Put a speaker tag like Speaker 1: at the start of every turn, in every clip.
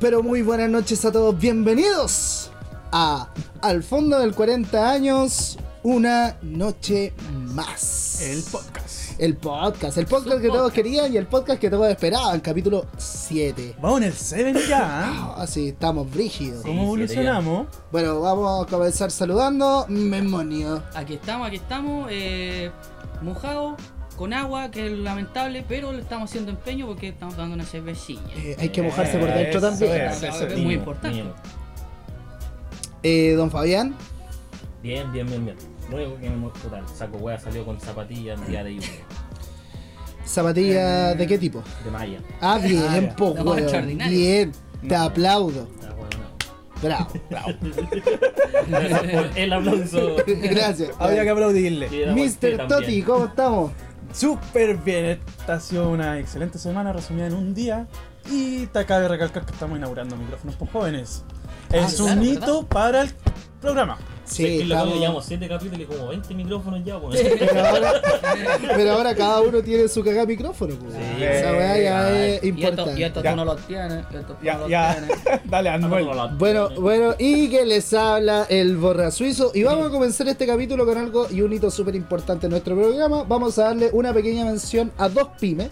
Speaker 1: pero muy buenas noches a todos. Bienvenidos a Al fondo del 40 años, una noche más.
Speaker 2: El podcast.
Speaker 1: El podcast, el podcast que todos querían y el podcast que todos esperaban, capítulo 7.
Speaker 2: Vamos en el 7 ya. ¿eh?
Speaker 1: Ah, sí, estamos brígidos.
Speaker 2: ¿Cómo evolucionamos?
Speaker 1: Bueno, vamos a comenzar saludando. Memonio.
Speaker 3: Aquí estamos, aquí estamos, eh, mojado, con agua, que es lamentable, pero le estamos haciendo empeño porque estamos dando una cervecilla.
Speaker 1: Eh, hay que mojarse por dentro
Speaker 2: Eso
Speaker 1: también.
Speaker 2: es, eso es.
Speaker 3: Muy importante.
Speaker 1: Eh, don Fabián.
Speaker 4: Bien, bien, bien, bien. Luego que me muestro tal. Saco hueá salió con zapatillas en día de lluvia.
Speaker 1: ¿Zapatilla
Speaker 2: Eh.
Speaker 1: de qué tipo?
Speaker 4: De malla.
Speaker 1: Ah, bien, po,
Speaker 3: no,
Speaker 1: weón,
Speaker 3: extraordinario.
Speaker 1: Bien, te aplaudo.
Speaker 4: La hueá
Speaker 1: Bravo, bravo.
Speaker 4: no. Por El aplauso.
Speaker 1: Gracias.
Speaker 2: Había que aplaudirle.
Speaker 4: pues, que-
Speaker 1: Mr. Toti, ¿cómo estamos?
Speaker 2: Súper bien. Esta ha sido una excelente semana resumida en un día. Y te cabe recalcar que estamos inaugurando micrófonos por jóvenes. Es
Speaker 3: Ah, claro,
Speaker 2: un
Speaker 3: ¿verdad?
Speaker 2: hito para el programa.
Speaker 1: Sí,
Speaker 4: lo que
Speaker 1: estamos.
Speaker 4: llevamos 7 capítulos y como 20 micrófonos ya, pues.
Speaker 1: Pero ahora, pero ahora cada uno tiene su cagá micrófono, pues. Esa weá ya es
Speaker 3: Y esto,
Speaker 1: Eh,
Speaker 3: y
Speaker 1: importante.
Speaker 3: esto
Speaker 2: Ya.
Speaker 3: tú no lo tienes, y esto tú no
Speaker 2: Ya,
Speaker 3: lo
Speaker 2: ya.
Speaker 3: tienes.
Speaker 2: Dale, Anuel.
Speaker 1: Bueno, bueno, y que les habla el borra suizo. Y vamos a comenzar este capítulo con algo y un hito súper importante en nuestro programa. Vamos a darle una pequeña mención a dos pymes.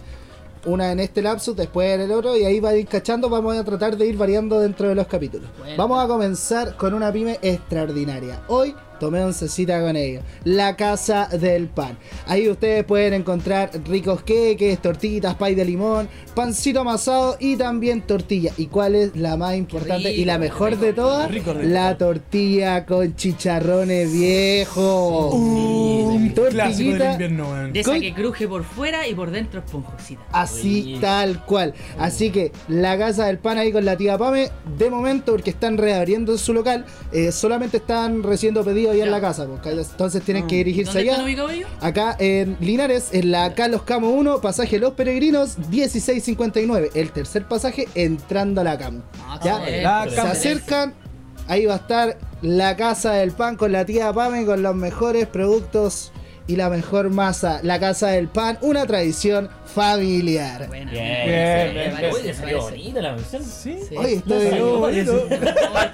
Speaker 1: Una en este lapsus, después en el otro, y ahí va a ir cachando. Vamos a tratar de ir variando dentro de los capítulos.
Speaker 3: Bueno.
Speaker 1: Vamos a comenzar con una pyme extraordinaria. Hoy tomé oncecita con ella. La Casa del Pan. Ahí ustedes pueden encontrar ricos queques, tortitas, pay de limón, pancito amasado y también tortilla. ¿Y cuál es la más importante y la
Speaker 3: rico,
Speaker 1: mejor
Speaker 3: rico,
Speaker 1: de todas?
Speaker 2: rico, rico.
Speaker 1: La tortilla con chicharrones viejo.
Speaker 3: Uh.
Speaker 2: Un clásico del
Speaker 1: tortillita.
Speaker 2: invierno, weón.
Speaker 3: De esa
Speaker 1: Con-
Speaker 3: que cruje por fuera y por dentro es esponjosita.
Speaker 1: Ah, Así
Speaker 4: Rico.
Speaker 1: tal cual. Así que la casa del pan ahí con la tía Pame, de momento, porque están reabriendo su local, eh, solamente están recibiendo pedidos allá en
Speaker 3: Ya.
Speaker 1: la
Speaker 3: Mm.
Speaker 1: casa, porque entonces tienen
Speaker 2: Ah.
Speaker 1: que dirigirse
Speaker 3: ¿Dónde están
Speaker 1: allá.
Speaker 3: ubicados ellos?
Speaker 1: Acá en Linares, en la Carlos Camo 1, pasaje Los Peregrinos, 1659. El tercer pasaje entrando a la cama.
Speaker 3: Ah,
Speaker 1: Ya,
Speaker 3: excelente,
Speaker 2: la
Speaker 1: Se
Speaker 2: Cama.
Speaker 3: excelente.
Speaker 1: acercan, ahí va a estar la casa del pan con la tía Pame con los mejores productos y la mejor masa. La casa del pan, una tradición familiar.
Speaker 3: Buena,
Speaker 4: Bien,
Speaker 3: buena,
Speaker 2: bien,
Speaker 4: bien,
Speaker 3: me
Speaker 4: bien.
Speaker 3: parece,
Speaker 4: Oye,
Speaker 3: me
Speaker 4: salió
Speaker 3: parece.
Speaker 4: bonita la mención.
Speaker 2: Sí.
Speaker 1: Oye,
Speaker 3: Sí.
Speaker 2: No
Speaker 1: estoy.
Speaker 2: salió bonito.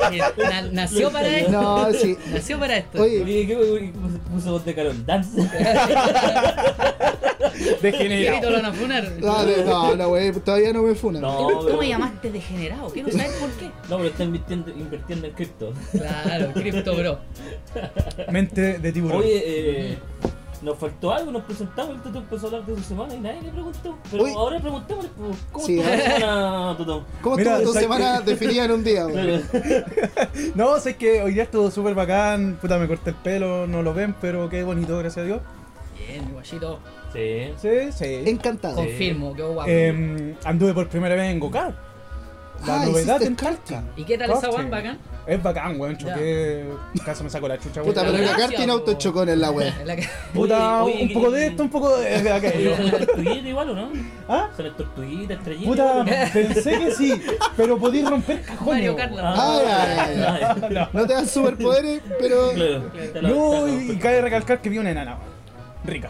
Speaker 3: Oye, na- nació para esto.
Speaker 1: No, sí.
Speaker 3: Nació para esto.
Speaker 1: Oye,
Speaker 4: Oye, ¿qué qué puso- puso voz de Carol Dance?
Speaker 3: Y ahorita
Speaker 2: Degenerado.
Speaker 3: lo van a funar.
Speaker 1: No, no, no, no, wey, todavía no me funan.
Speaker 4: No,
Speaker 3: ¿Tú, tú
Speaker 4: pero-
Speaker 3: me llamaste degenerado? Quiero saber por qué.
Speaker 4: No, pero está invirtiendo, invirtiendo en cripto.
Speaker 3: Claro, cripto, bro.
Speaker 2: Mente de tiburón.
Speaker 4: Oye, eh, nos faltó algo, nos presentamos, el Toto empezó a hablar de su semana y nadie le preguntó. Pero
Speaker 1: Uy.
Speaker 4: ahora preguntémosle, pues, ¿cómo
Speaker 1: Sí,
Speaker 4: estuvo
Speaker 1: ¿eh?
Speaker 4: la semana, Toto?
Speaker 1: ¿Cómo
Speaker 2: Mira,
Speaker 1: estuvo tu
Speaker 2: ¿sabes
Speaker 1: semana definida en un día, wey?
Speaker 2: No, sé que hoy día estuvo súper bacán. Puta, me corté el pelo, no lo ven, pero qué bonito, gracias a Dios.
Speaker 3: Bien, mi guachito.
Speaker 4: Sí.
Speaker 2: Sí, sí.
Speaker 1: Encantado.
Speaker 3: Confirmo, qué guapo.
Speaker 1: Eh,
Speaker 2: Em, anduve por primera vez en Gokart. La
Speaker 1: Ah,
Speaker 2: novedad
Speaker 1: hiciste
Speaker 2: en
Speaker 1: karting.
Speaker 2: Talca.
Speaker 3: ¿Y qué tal esa
Speaker 2: Karting.
Speaker 3: weón bacán?
Speaker 2: Es bacán, weón. Choqué. Casi me saco la chucha,
Speaker 1: Puta, pero
Speaker 2: weón.
Speaker 1: la
Speaker 3: Gracias,
Speaker 1: carta tiene
Speaker 3: po.
Speaker 1: autochocón en la web.
Speaker 3: En la que-
Speaker 2: Puta,
Speaker 4: Oye, oye,
Speaker 2: un
Speaker 4: que-
Speaker 2: poco de esto, un poco de, de aquello.
Speaker 4: Oye, ¿Son las tortuguitas igual o no?
Speaker 2: ¿Ah?
Speaker 4: ¿Son las tortuguitas, estrellitas?
Speaker 2: Puta,
Speaker 4: igual o no?
Speaker 2: pensé que sí, pero podí romper cajones.
Speaker 3: Mario
Speaker 2: weón.
Speaker 3: Carlos.
Speaker 1: Ah, ya, ya, ya.
Speaker 4: Ay,
Speaker 1: No te dan superpoderes, pero.
Speaker 4: claro, está la-
Speaker 2: No,
Speaker 4: está la-
Speaker 2: y cabe recalcar que vi una enana, weón. Rica.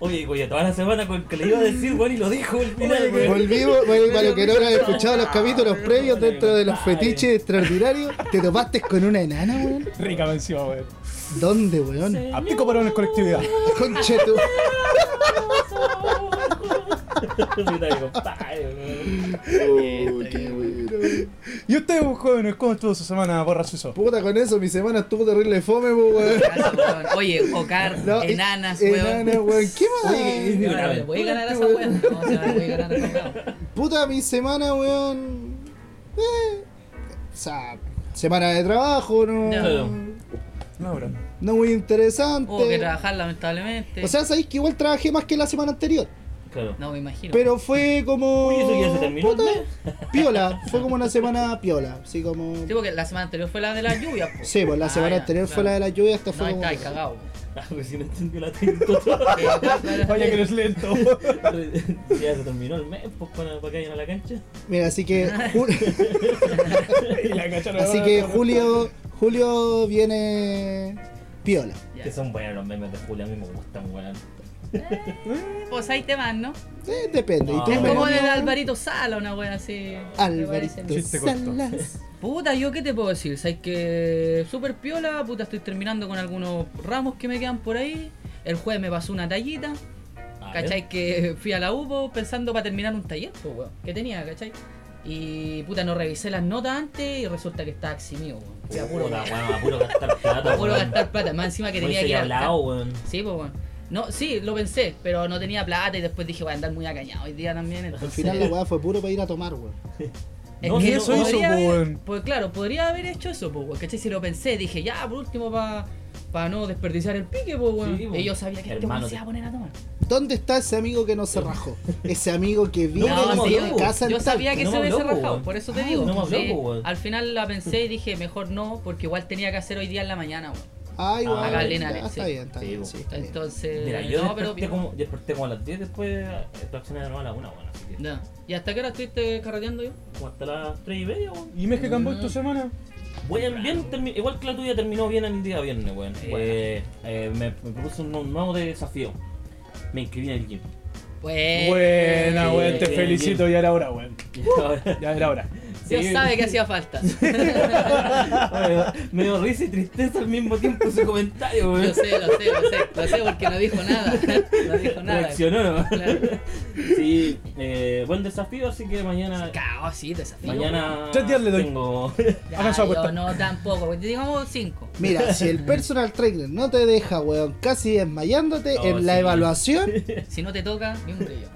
Speaker 4: Oye, oye, toda la semana con que le iba a decir, weón, y lo dijo al final, weón.
Speaker 1: Volvimos, bueno, para los que no lo han escuchado los capítulos previos dentro de los fetiches extraordinarios, te topaste con una enana, weón.
Speaker 2: Rica me encima, weón.
Speaker 1: ¿Dónde, weón?
Speaker 2: A pico parones colectividad.
Speaker 1: Conche tu.
Speaker 4: Puta, mi compadre, weón.
Speaker 1: Qué bueno, weón.
Speaker 2: ¿Y ustedes, pues, jóvenes, cómo estuvo su semana, borra suizo?
Speaker 1: Puta, con eso mi semana estuvo terrible fome, po, weón.
Speaker 3: Gracias, weón. Oye, Ocar,
Speaker 1: No, y-
Speaker 3: enanas, weón.
Speaker 1: Enanas, weón. ¿Qué más?
Speaker 4: Oye,
Speaker 3: No, no le voy a ganar a esa weón. No, se la voy a ganar a esa weón.
Speaker 1: Puta, mi semana, weón. Eh, o sea, semana de trabajo, no.
Speaker 3: Claro. Oh,
Speaker 2: No, bro.
Speaker 1: No muy interesante.
Speaker 3: Hubo que trabajar, lamentablemente.
Speaker 1: o sea, sabéis que igual trabajé más que la semana anterior.
Speaker 4: Claro.
Speaker 3: no me imagino.
Speaker 1: Pero fue como.
Speaker 4: Uy, eso ya se terminó el
Speaker 1: Puta,
Speaker 4: mes.
Speaker 1: piola. Fue como una semana piola. Así como.
Speaker 3: Sí, porque la semana anterior fue la de las lluvias. po.
Speaker 1: Sí, pues la
Speaker 3: Ah,
Speaker 1: semana
Speaker 3: ya,
Speaker 1: anterior fue
Speaker 3: claro.
Speaker 1: la de la lluvia, esta
Speaker 3: No,
Speaker 1: fue
Speaker 3: ahí
Speaker 1: como.
Speaker 3: está, ahí cagado. Eh,
Speaker 4: Ah, pues si no entendió la Toto.
Speaker 2: Vaya que eres lento.
Speaker 4: ya se terminó el mes, pues para, para que vayan a la cancha.
Speaker 1: Mira, así que. ju-
Speaker 2: y la cacharon.
Speaker 1: así que Julio. Julio viene. Piola.
Speaker 3: Ya.
Speaker 4: Que son buenos los memes de Julio, a mí me gustan, weón.
Speaker 5: Pues ahí te van, ¿no?
Speaker 1: Eh, depende. ¿Y
Speaker 4: No.
Speaker 5: Es
Speaker 1: tú,
Speaker 4: Hombre.
Speaker 5: como
Speaker 1: Melanie?
Speaker 5: de Alvarito Sala, una wea así.
Speaker 1: Alvarito
Speaker 5: Me parece.
Speaker 2: Chiste corto.
Speaker 1: Salas.
Speaker 3: Puta, yo qué te puedo decir, sabes que super piola, puta, estoy terminando con algunos ramos que me quedan por ahí. El jueves me pasó una tallita,
Speaker 4: A ver.
Speaker 3: ¿cachai? Que fui a la UPO pensando para terminar un taller, pues, weón, que tenía, ¿cachai? Y puta, no revisé las notas antes y resulta que está eximido, weón. Fui a puro,
Speaker 4: Puta, weón, a puro gastar plata.
Speaker 3: a puro
Speaker 4: weón.
Speaker 3: gastar plata, más encima que
Speaker 4: Weón,
Speaker 3: tenía
Speaker 4: se
Speaker 3: que ir al
Speaker 4: hablado, weón.
Speaker 3: Sí, pues bueno. No, sí, lo pensé, pero no tenía plata y después dije voy a andar muy acañado hoy día también.
Speaker 1: Al
Speaker 3: Entonces,
Speaker 1: final la weá fue puro para ir a tomar, weón.
Speaker 3: Es
Speaker 4: No,
Speaker 3: que
Speaker 4: si
Speaker 3: no-
Speaker 4: eso hizo,
Speaker 3: podría
Speaker 2: pues,
Speaker 3: haber-
Speaker 2: weón.
Speaker 3: Pues claro, podría haber hecho eso, pues, weón, ¿cachai? Si lo pensé, dije ya, por último, para no desperdiciar el pique, pues, weón.
Speaker 4: Sí, pues.
Speaker 3: Y yo sabía que este
Speaker 4: Hermano,
Speaker 3: weón se
Speaker 4: te-
Speaker 3: iba a poner a tomar.
Speaker 1: ¿Dónde está ese amigo que no se rajó? Ese amigo que vive
Speaker 4: No,
Speaker 1: en
Speaker 4: sí,
Speaker 1: la
Speaker 3: yo,
Speaker 1: casa en
Speaker 3: yo sabía
Speaker 1: Talca.
Speaker 3: que
Speaker 4: No
Speaker 3: se
Speaker 4: me
Speaker 3: hubiese
Speaker 4: habló, pues,
Speaker 3: rajado,
Speaker 4: weón.
Speaker 3: por eso te
Speaker 4: Ah,
Speaker 3: digo.
Speaker 4: no me habló,
Speaker 3: sí.
Speaker 4: pues, weón.
Speaker 3: al final la pensé y dije mejor no, porque igual tenía que hacer hoy día en la mañana, weón.
Speaker 1: Ay,
Speaker 4: Ah,
Speaker 1: weón.
Speaker 3: Galena,
Speaker 1: ya,
Speaker 3: sí.
Speaker 1: está bien, está
Speaker 4: Sí,
Speaker 1: bien.
Speaker 4: bueno.
Speaker 1: sí, está bien.
Speaker 3: Entonces,
Speaker 4: Mira, yo
Speaker 3: Eh, no, pero
Speaker 4: desperté, como, desperté como a las 10, después eh, reaccioné de nuevo a las 1, weón. Así que,
Speaker 3: Ya. ¿Y hasta qué hora estuviste carreteando yo?
Speaker 4: como hasta las 3 y media, weón.
Speaker 2: ¿Y México Camboy tu semana?
Speaker 4: Weón, bien, termi- igual que la tuya terminó bien el día viernes, weón. Eh, eh, me, me propuse un, un nuevo desafío. Me inscribí en el gym.
Speaker 3: Bueno,
Speaker 2: Buena, weón, te
Speaker 4: bien,
Speaker 2: felicito, ya era hora, weón.
Speaker 4: Y ahora-
Speaker 2: Ya era hora.
Speaker 3: Dios
Speaker 4: Sí.
Speaker 3: sabe que hacía falta.
Speaker 4: Ahora, me dio risa y tristeza al mismo tiempo ese comentario,
Speaker 3: Lo
Speaker 4: weón.
Speaker 3: sé, lo sé, lo sé. Lo sé porque no dijo nada. No dijo nada.
Speaker 4: Reaccionó, ¿no?
Speaker 3: Claro.
Speaker 4: Sí, eh, buen desafío, así que mañana.
Speaker 3: Cagado, sí, desafío.
Speaker 4: Mañana.
Speaker 2: Tres días le doy.
Speaker 4: Tengo.
Speaker 3: Ya,
Speaker 2: Hagan su
Speaker 3: yo
Speaker 2: apuesta.
Speaker 3: no tampoco, porque digamos cinco.
Speaker 1: Mira, si el personal trainer no te deja, weón, casi desmayándote
Speaker 4: No,
Speaker 1: en la
Speaker 4: sí.
Speaker 1: evaluación,
Speaker 3: Si no te toca, ni un brillo.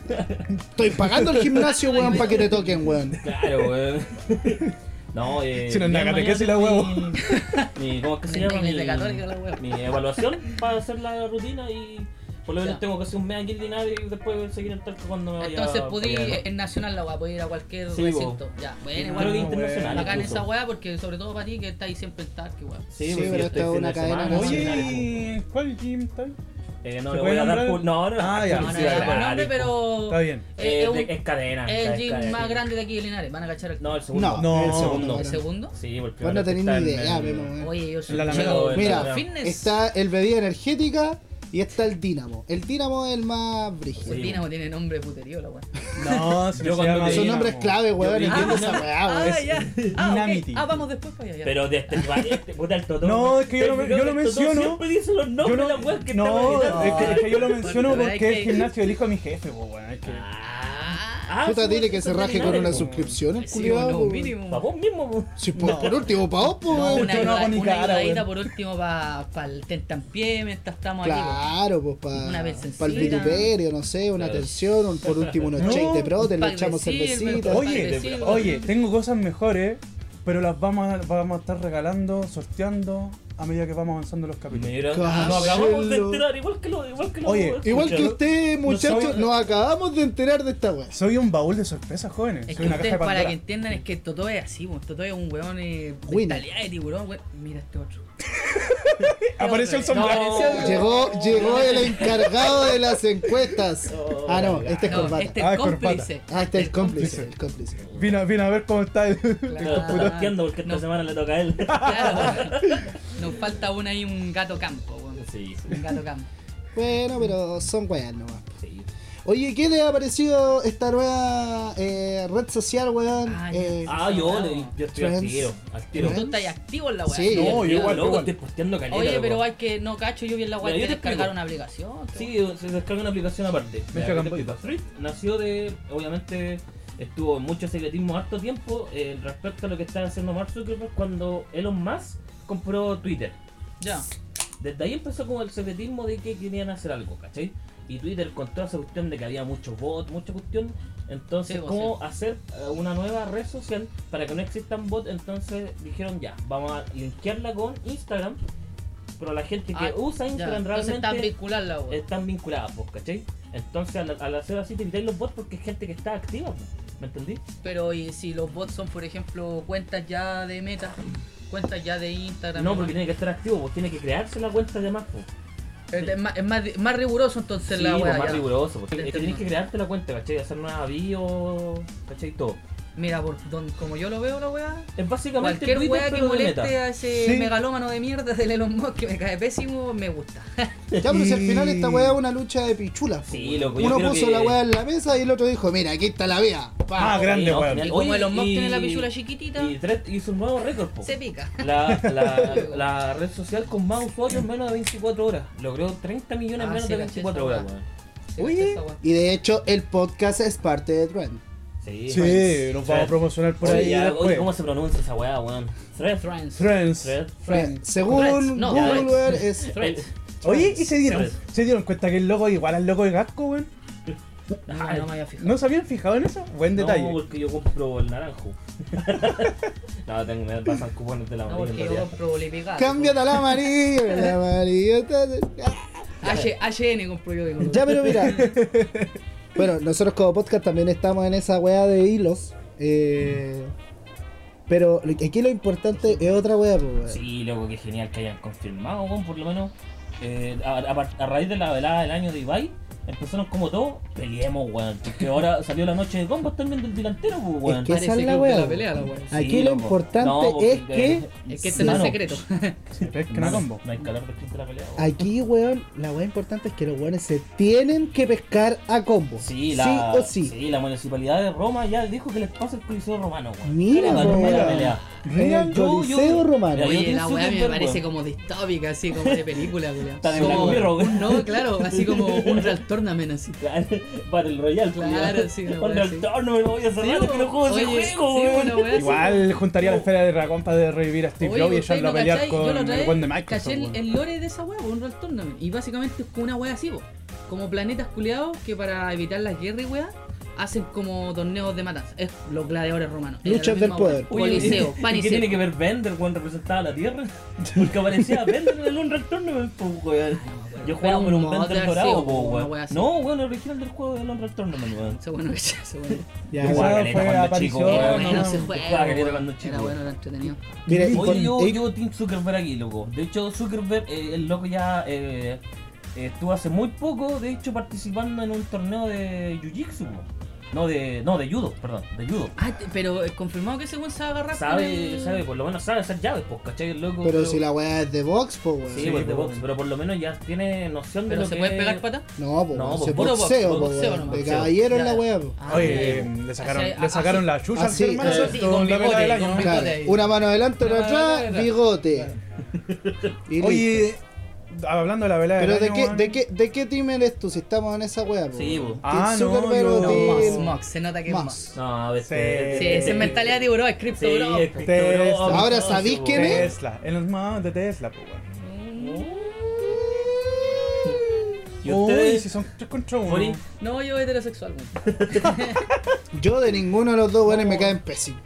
Speaker 1: estoy pagando el gimnasio, weón, para que te toquen, weón.
Speaker 4: Claro, weón. No, eh.
Speaker 2: Si no,
Speaker 4: ya
Speaker 2: nágate,
Speaker 4: mañana
Speaker 2: casi la
Speaker 4: tengo
Speaker 2: huevo.
Speaker 4: Mi, mi- ¿Cómo es que se
Speaker 3: Ni-
Speaker 4: llama?
Speaker 3: ni
Speaker 4: Mi,
Speaker 3: de católica la huevo.
Speaker 4: mi evaluación para hacer la rutina y. Por lo menos
Speaker 3: Ya.
Speaker 4: tengo que hacer un mes aquí en Linares y después seguir el talco cuando me vaya
Speaker 3: Entonces pudí
Speaker 4: para allá.
Speaker 3: en Nacional la weá, podí ir a cualquier
Speaker 4: Sí,
Speaker 3: recinto. Ya, bueno,
Speaker 4: Creo
Speaker 3: igual.
Speaker 4: que
Speaker 2: bueno,
Speaker 4: internacional.
Speaker 3: bacán
Speaker 4: incluso.
Speaker 3: esa weá, porque sobre todo para ti que estáis siempre en Tarque, weá.
Speaker 4: Sí,
Speaker 1: Sí,
Speaker 4: pues,
Speaker 1: pero esta
Speaker 4: yo estoy
Speaker 1: es
Speaker 4: fin
Speaker 1: una
Speaker 4: de
Speaker 1: cadena
Speaker 4: semana,
Speaker 1: nacional.
Speaker 4: sí, claro.
Speaker 2: Oye, ¿y ¿cuál gym tal?
Speaker 4: Eh, no
Speaker 2: ¿Se puede
Speaker 4: le voy a dar
Speaker 2: nombrar?
Speaker 4: pul- No, no,
Speaker 2: Ah, ya.
Speaker 3: No, no
Speaker 4: sí,
Speaker 3: le damos
Speaker 4: claro,
Speaker 3: nombre, pero.
Speaker 2: Está bien.
Speaker 3: Es,
Speaker 4: Eh,
Speaker 3: es un-
Speaker 4: de- es cadena.
Speaker 3: es
Speaker 4: es
Speaker 3: el gym
Speaker 4: cadena.
Speaker 3: más grande de aquí de Linares. Van a cachar el,
Speaker 4: No, el segundo.
Speaker 1: No,
Speaker 2: No,
Speaker 1: el segundo.
Speaker 4: no.
Speaker 3: el
Speaker 1: weón.
Speaker 3: segundo.
Speaker 4: Sí, porque
Speaker 1: Vos no tenés ni idea, Memo, weón.
Speaker 3: Oye, yo soy
Speaker 2: En la
Speaker 3: un chico-
Speaker 4: Alameda.
Speaker 1: Mira,
Speaker 3: fitness.
Speaker 1: Está el bebida energética y está el Dínamo. El Dínamo es el más brígido.
Speaker 3: El
Speaker 4: Sí.
Speaker 3: Dinamo tiene nombre de puterío, la weá.
Speaker 2: No, si
Speaker 4: Yo
Speaker 2: no se
Speaker 4: cuando
Speaker 2: llama
Speaker 4: leí-
Speaker 1: Son
Speaker 2: Dinamo.
Speaker 1: nombres clave, weón.
Speaker 4: Yo-
Speaker 1: Entiendo
Speaker 4: Ah,
Speaker 1: esa weá, weón.
Speaker 3: Ah, ya. Ah, ok.
Speaker 2: Dynamity.
Speaker 3: Ah, vamos después para allá. ya.
Speaker 4: Pero de este, este puta el Totó.
Speaker 2: No, es que yo lo me- yo lo
Speaker 4: El Totó
Speaker 2: menciono.
Speaker 4: Siempre dice los
Speaker 2: Yo
Speaker 4: nombres de
Speaker 2: no,
Speaker 4: las weas que
Speaker 2: no,
Speaker 4: estaba
Speaker 2: es que, es que yo lo menciono
Speaker 3: Pero
Speaker 2: porque
Speaker 3: es
Speaker 2: es
Speaker 3: que-
Speaker 2: el gimnasio del hijo de mi jefe, po, weón. Es que...
Speaker 3: Ah,
Speaker 4: Ah,
Speaker 1: Puta,
Speaker 4: sí,
Speaker 1: dile que
Speaker 4: eso
Speaker 1: se raje
Speaker 4: terminar,
Speaker 1: con una
Speaker 4: po.
Speaker 1: suscripción, el
Speaker 3: sí, bueno,
Speaker 1: culiado.
Speaker 3: un
Speaker 1: weón.
Speaker 3: mínimo.
Speaker 4: Pa' vos mismo, po.
Speaker 1: Si por,
Speaker 2: No.
Speaker 1: por último, pa' vos, po,
Speaker 3: No,
Speaker 1: weón.
Speaker 3: una
Speaker 2: Yo no hago
Speaker 3: ayuda-
Speaker 2: ni
Speaker 3: una
Speaker 2: cara,
Speaker 3: ayudadita
Speaker 2: weón.
Speaker 3: por último para el tentampié mientras estamos aquí.
Speaker 1: Claro, pues
Speaker 3: Una
Speaker 1: para
Speaker 3: besencita.
Speaker 1: el vituperio, no sé, una
Speaker 4: Claro.
Speaker 1: atención, un- por último unos
Speaker 2: No,
Speaker 1: shakes de prote, le
Speaker 3: un pack de
Speaker 1: echamos
Speaker 3: silver,
Speaker 1: cervecita.
Speaker 3: Pero
Speaker 2: Oye,
Speaker 3: está bien.
Speaker 2: oye, tengo cosas mejores, pero las vamos a, vamos a estar regalando, sorteando a medida que vamos avanzando los capítulos.
Speaker 4: Mira,
Speaker 1: Cachelo.
Speaker 4: nos acabamos de enterar, igual que lo. Igual que lo
Speaker 2: Oye,
Speaker 1: Igual que
Speaker 4: escucha,
Speaker 1: usted, muchachos,
Speaker 2: soy-
Speaker 1: nos acabamos de enterar de esta weá.
Speaker 2: Soy un baúl de sorpresas, jóvenes.
Speaker 3: Es
Speaker 2: Soy
Speaker 3: que
Speaker 2: una caja
Speaker 3: ustedes,
Speaker 2: de
Speaker 3: para
Speaker 2: Pandora.
Speaker 3: que entiendan, es que Totó es así, pues. Totó es un weón eh,
Speaker 1: Winner.
Speaker 3: mentalidad de tiburón, weón. Mira este otro.
Speaker 2: Apareció el
Speaker 4: No,
Speaker 2: sombrero.
Speaker 1: Llegó, llegó el encargado de las encuestas.
Speaker 4: No,
Speaker 1: Ah, no,
Speaker 4: no,
Speaker 1: este es
Speaker 3: No,
Speaker 1: corbata.
Speaker 3: este es
Speaker 2: Ah,
Speaker 3: el
Speaker 2: es corbata.
Speaker 3: cómplice.
Speaker 1: Ah, este es el cómplice, el cómplice.
Speaker 2: Vino, vino a ver cómo está el.
Speaker 4: Claro, está
Speaker 3: Claro.
Speaker 4: tanteando porque esta
Speaker 3: No.
Speaker 4: semana le toca a él.
Speaker 3: Claro. Nos falta un ahí, un gato campo, weón.
Speaker 4: Sí, sí,
Speaker 3: Un gato campo.
Speaker 1: Bueno, pero son weas nomás.
Speaker 4: sí.
Speaker 1: Oye, ¿qué le ha parecido esta nueva eh, red social, weón?
Speaker 3: Ah, ya.
Speaker 1: Eh,
Speaker 4: Ah, yo, le- yo estoy al
Speaker 1: Trans.
Speaker 4: tiro. Al tiro.
Speaker 1: Trans.
Speaker 3: Tú estás activo en la weá.
Speaker 1: ¿Eh? Sí,
Speaker 2: No,
Speaker 4: Al
Speaker 2: yo
Speaker 4: tiro,
Speaker 2: igual,
Speaker 4: loco,
Speaker 2: igual.
Speaker 4: estoy posteando caleta.
Speaker 3: Oye,
Speaker 4: loco.
Speaker 3: pero hay que, no cacho, yo vi en la
Speaker 4: Mira,
Speaker 3: web que
Speaker 4: yo te
Speaker 3: descargar
Speaker 4: explico.
Speaker 3: una aplicación. que
Speaker 4: Sí, se descarga una aplicación aparte.
Speaker 2: Me
Speaker 4: Ya,
Speaker 2: cagan
Speaker 4: te
Speaker 2: boy.
Speaker 4: explico. Street nació de, obviamente, estuvo en mucho secretismo harto tiempo eh, respecto a lo que estaba haciendo Mark Zuckerberg cuando Elon Musk compró Twitter.
Speaker 3: Ya.
Speaker 4: Desde ahí empezó como el secretismo de que querían hacer algo, ¿cachai? Y Twitter con toda esa cuestión de que había muchos bots, mucha cuestión. Entonces,
Speaker 3: Sí, pues,
Speaker 4: ¿cómo
Speaker 3: sí.
Speaker 4: hacer eh, una nueva red social para que no existan bots? Entonces dijeron ya, vamos a linkearla con Instagram. Pero la gente que
Speaker 3: Ah,
Speaker 4: usa
Speaker 3: ya.
Speaker 4: Instagram
Speaker 3: Entonces está
Speaker 4: realmente
Speaker 3: vincular la web.
Speaker 4: están vinculadas, pues, ¿cachai? Entonces al, al hacer así te evitáis los bots porque es gente que está activa, pues, ¿me entendí?
Speaker 3: Pero y si los bots son, por ejemplo, cuentas ya de Meta, cuentas ya de Instagram.
Speaker 4: No,
Speaker 3: ¿no?
Speaker 4: porque tiene que estar activo, pues tiene que crearse la cuenta además, pues.
Speaker 3: Es, es más, es más, di- más riguroso entonces
Speaker 4: Sí,
Speaker 3: la
Speaker 4: pues,
Speaker 3: web.
Speaker 4: más riguroso, pues.
Speaker 3: Te
Speaker 4: Es que
Speaker 3: entiendo.
Speaker 4: tienes que crearte la cuenta, ¿cachai? Hacer nueva bio, ¿cachai? Todo.
Speaker 3: Mira, por don- como yo lo veo la weá,
Speaker 4: Es básicamente
Speaker 3: cualquier
Speaker 4: Twitter,
Speaker 3: weá que
Speaker 4: pero de meta.
Speaker 3: moleste a ese
Speaker 2: Sí.
Speaker 3: megalómano de mierda del Elon Musk que me cae pésimo, me gusta.
Speaker 1: Ya, pero si al final esta
Speaker 2: Y-
Speaker 1: weá es una lucha de pichulas. po,
Speaker 4: Sí,
Speaker 1: weón.
Speaker 4: loco, yo
Speaker 1: Uno
Speaker 4: creo
Speaker 1: puso
Speaker 4: que-
Speaker 1: la weá en la mesa y el otro dijo, mira, aquí está la vea.
Speaker 2: Ah, grande,
Speaker 4: no,
Speaker 2: weón.
Speaker 4: final-
Speaker 3: Y como
Speaker 4: Oye,
Speaker 3: Elon Musk
Speaker 4: y-
Speaker 3: tiene la pichula chiquitita,
Speaker 4: Y Threads hizo un nuevo récord, po.
Speaker 3: se pica.
Speaker 4: La, la, la red social con más usuarios en menos de 24 horas. Logró 30 millones en
Speaker 3: Ah,
Speaker 4: menos
Speaker 3: sí,
Speaker 4: de
Speaker 3: caché
Speaker 4: 24
Speaker 3: esa
Speaker 4: horas,
Speaker 3: weá.
Speaker 4: weón.
Speaker 3: Se
Speaker 2: Oye.
Speaker 3: cacha esa weá.
Speaker 1: Y de hecho, el podcast es parte de Trend.
Speaker 4: Sí,
Speaker 2: Sí, nos vamos a promocionar por
Speaker 4: Oye,
Speaker 2: ahí.
Speaker 4: ya,
Speaker 2: después.
Speaker 4: oye, ¿cómo se pronuncia esa weá, weón? Threads.
Speaker 3: Trans.
Speaker 2: Friends.
Speaker 4: Threads.
Speaker 2: Friends.
Speaker 1: Eh, Según
Speaker 3: Threads, no,
Speaker 1: Google,
Speaker 3: Threads.
Speaker 1: weón, es...
Speaker 4: Eh,
Speaker 3: Threads.
Speaker 2: Oye, ¿y se dieron,
Speaker 4: Friends.
Speaker 2: se dieron cuenta que el logo es igual al logo de Gasco, weón?
Speaker 3: Ah, no me había fijado.
Speaker 2: ¿No se habían fijado en eso? Buen detalle.
Speaker 4: No, porque yo compro el naranjo. no, tengo, me pasan cupones de la
Speaker 3: No,
Speaker 4: amarilla
Speaker 3: porque
Speaker 4: en
Speaker 3: yo
Speaker 4: realidad.
Speaker 3: compro Lipigato.
Speaker 1: Cámbiate al amarillo, el amarillo está...
Speaker 3: H- HN compro yo. digo.
Speaker 1: Ya, pero mira. bueno, nosotros como podcast también estamos en esa weá de hilos. eh, pero lo- aquí lo importante es otra weá, pues, weón.
Speaker 4: Sí, loco, que genial que hayan confirmado, weón, por lo menos. Eh, a, a par- a raíz de la velada del año de Ibai, empezaron como todo, peleemos, weón. Porque ahora salió la noche de combos también del delantero, pues, weón.
Speaker 1: que esa
Speaker 3: Parece
Speaker 1: es la
Speaker 3: club
Speaker 1: weá.
Speaker 3: de la
Speaker 1: po.
Speaker 3: pelea, la weá.
Speaker 1: Aquí
Speaker 4: Sí,
Speaker 1: lo
Speaker 4: loco.
Speaker 1: importante
Speaker 4: No, porque-
Speaker 1: es que.
Speaker 3: Es que este no es
Speaker 4: Mano.
Speaker 3: secreto.
Speaker 2: Se pescan a
Speaker 4: Mano,
Speaker 2: combo.
Speaker 4: No hay calor después de la pelea, weón.
Speaker 1: Aquí, weón, la weá importante es que los weones se tienen que pescar a combo.
Speaker 4: Sí, la,
Speaker 1: sí o sí.
Speaker 4: la municipalidad de Roma ya dijo que les pasa el coliseo romano, weón.
Speaker 1: Mira,
Speaker 4: Era la norma de la
Speaker 1: weón.
Speaker 4: pelea.
Speaker 1: En el
Speaker 2: Real.
Speaker 4: yo-
Speaker 1: Coliseo
Speaker 4: yo-
Speaker 1: Romano.
Speaker 4: Mira, yo
Speaker 3: Oye, la
Speaker 4: pienso
Speaker 3: weá
Speaker 4: que
Speaker 3: me
Speaker 4: es
Speaker 3: parece
Speaker 4: verbo.
Speaker 3: como distópica, así como de película, weón.
Speaker 4: Está de
Speaker 3: Como-
Speaker 4: Black Mirror, weón.
Speaker 3: No, claro, así como un Real Tournament, así.
Speaker 4: Claro, Battle Royale,
Speaker 3: Claro,
Speaker 4: culiao.
Speaker 3: sí,
Speaker 4: pues,
Speaker 3: una
Speaker 4: Cuando el
Speaker 3: weá así.
Speaker 4: torno me voy a cerrar
Speaker 3: Sí,
Speaker 4: que no juego ese
Speaker 3: oye,
Speaker 4: juego,
Speaker 3: sí,
Speaker 4: weón.
Speaker 3: una weá así.
Speaker 2: Igual juntaría la esfera de dragón para revivir a Steve
Speaker 3: Oh. Oye,
Speaker 2: Jobs y
Speaker 3: ustedes
Speaker 2: echarlo a
Speaker 3: no
Speaker 2: pelear
Speaker 3: cachai, yo
Speaker 2: con
Speaker 3: la otra
Speaker 2: el
Speaker 3: vez
Speaker 2: buen de Microsoft.
Speaker 3: Caché el,
Speaker 2: weón.
Speaker 3: el lore de esa weá, un Real Tournament. Y básicamente es como una weá así, po. Como planetas culeados que para evitar las guerras y weá, hacen como torneos de matanza. Es los gladiadores romanos. Era
Speaker 1: Luchas
Speaker 3: la
Speaker 1: del
Speaker 3: misma weá.
Speaker 1: poder.
Speaker 4: Oye,
Speaker 3: Coliseo, pan
Speaker 4: ¿Y
Speaker 3: y
Speaker 4: qué tiene
Speaker 3: circo.
Speaker 4: que ver Bender cuando representaba la Tierra? Porque aparecía Bender en el Unreal Tournament, po, weón. Yo
Speaker 3: Era
Speaker 4: jugaba
Speaker 3: un
Speaker 4: con un
Speaker 3: mod de
Speaker 4: Bender
Speaker 3: haber sido,
Speaker 4: dorado, po,
Speaker 3: po, una wea
Speaker 4: weón.
Speaker 3: así.
Speaker 4: No, weón, el original del juego del Unreal Tournament, weón.
Speaker 3: Eso bueno que ya, eso bueno.
Speaker 1: Ya,
Speaker 2: Esa
Speaker 4: Igual,
Speaker 1: weón.
Speaker 4: caleta,
Speaker 2: fue
Speaker 4: cuando
Speaker 2: aparición,
Speaker 4: chico,
Speaker 3: Era
Speaker 4: no,
Speaker 3: bueno
Speaker 4: no,
Speaker 3: ese
Speaker 4: no,
Speaker 3: juego.
Speaker 4: jugaba que era
Speaker 3: weón.
Speaker 4: cuando chico.
Speaker 3: Era bueno, era entretenido.
Speaker 1: Mira, y
Speaker 4: Oye,
Speaker 1: con-
Speaker 4: yo,
Speaker 1: y-
Speaker 4: yo Team Zuckerberg aquí, loco. De hecho, Zuckerberg, eh, el loco ya eh, estuvo hace muy poco, de hecho, participando en un torneo de Jiu-Jitsu. po. No, de, no, de judo, perdón, de judo.
Speaker 3: Ah, te- pero eh, confirmado que ese weón se va a agarrar
Speaker 4: Sabe,
Speaker 3: con el-
Speaker 4: sabe, por lo menos sabe hacer llaves, pues, ¿cachai? El loco.
Speaker 1: Pero si la weá es de box, pues, weón.
Speaker 4: Sí,
Speaker 2: Sí,
Speaker 4: pues, de
Speaker 2: po.
Speaker 4: box, pero por lo menos ya tiene noción de
Speaker 3: Pero
Speaker 4: lo
Speaker 3: se
Speaker 4: que...
Speaker 3: puede pegar pata.
Speaker 1: No, pues,
Speaker 4: No,
Speaker 1: weón,
Speaker 4: pues,
Speaker 1: se
Speaker 4: puro
Speaker 1: boxeo,
Speaker 4: box,
Speaker 1: pues,
Speaker 3: boxeo
Speaker 1: weón.
Speaker 3: nomás,
Speaker 1: De
Speaker 4: boxeo.
Speaker 1: caballero en
Speaker 3: Ya.
Speaker 1: la weá, pues.
Speaker 3: Ah,
Speaker 2: Oye, eh,
Speaker 3: ya.
Speaker 2: le sacaron,
Speaker 3: Así- ah,
Speaker 2: le sacaron
Speaker 3: así-
Speaker 2: la chucha al
Speaker 1: así,
Speaker 2: hermano
Speaker 1: eh,
Speaker 2: con
Speaker 3: sí,
Speaker 2: la
Speaker 3: con
Speaker 2: vela del
Speaker 3: bigote,
Speaker 2: año.
Speaker 3: con
Speaker 1: Claro,
Speaker 3: bigote ahí.
Speaker 1: una mano adelante, una
Speaker 3: Una mano
Speaker 1: atrás,
Speaker 3: adelante.
Speaker 1: bigote. Y listo.
Speaker 2: Oye, hablando de la vela del
Speaker 1: pero de
Speaker 2: año,
Speaker 1: qué,
Speaker 2: weón.
Speaker 1: de, qué, ¿de qué team eres tú si estamos en esa wea? po?
Speaker 4: Sí, po.
Speaker 1: Team
Speaker 2: Ah, no,
Speaker 1: Zuckerberg o
Speaker 2: yo-
Speaker 3: Mox,
Speaker 1: Team
Speaker 3: Mox, se nota que es Mox.
Speaker 1: Musk.
Speaker 4: No, a
Speaker 2: Sí.
Speaker 4: veces...
Speaker 3: Sí, esa es mentalidad de tiburón, es cripto, bro.
Speaker 4: es
Speaker 2: Tesla.
Speaker 4: cripto, bro.
Speaker 1: Ahora,
Speaker 4: No,
Speaker 1: ¿sabís
Speaker 4: sí,
Speaker 1: quién
Speaker 4: po.
Speaker 1: es?
Speaker 2: Tesla, en los más de Tesla, pues, weón.
Speaker 4: ¿Y
Speaker 2: Uy,
Speaker 4: ustedes?
Speaker 2: si son 3 contra 1.
Speaker 4: Fori.
Speaker 3: No, yo heterosexual, weón.
Speaker 1: Yo de ninguno de los dos weones me caen pésimo.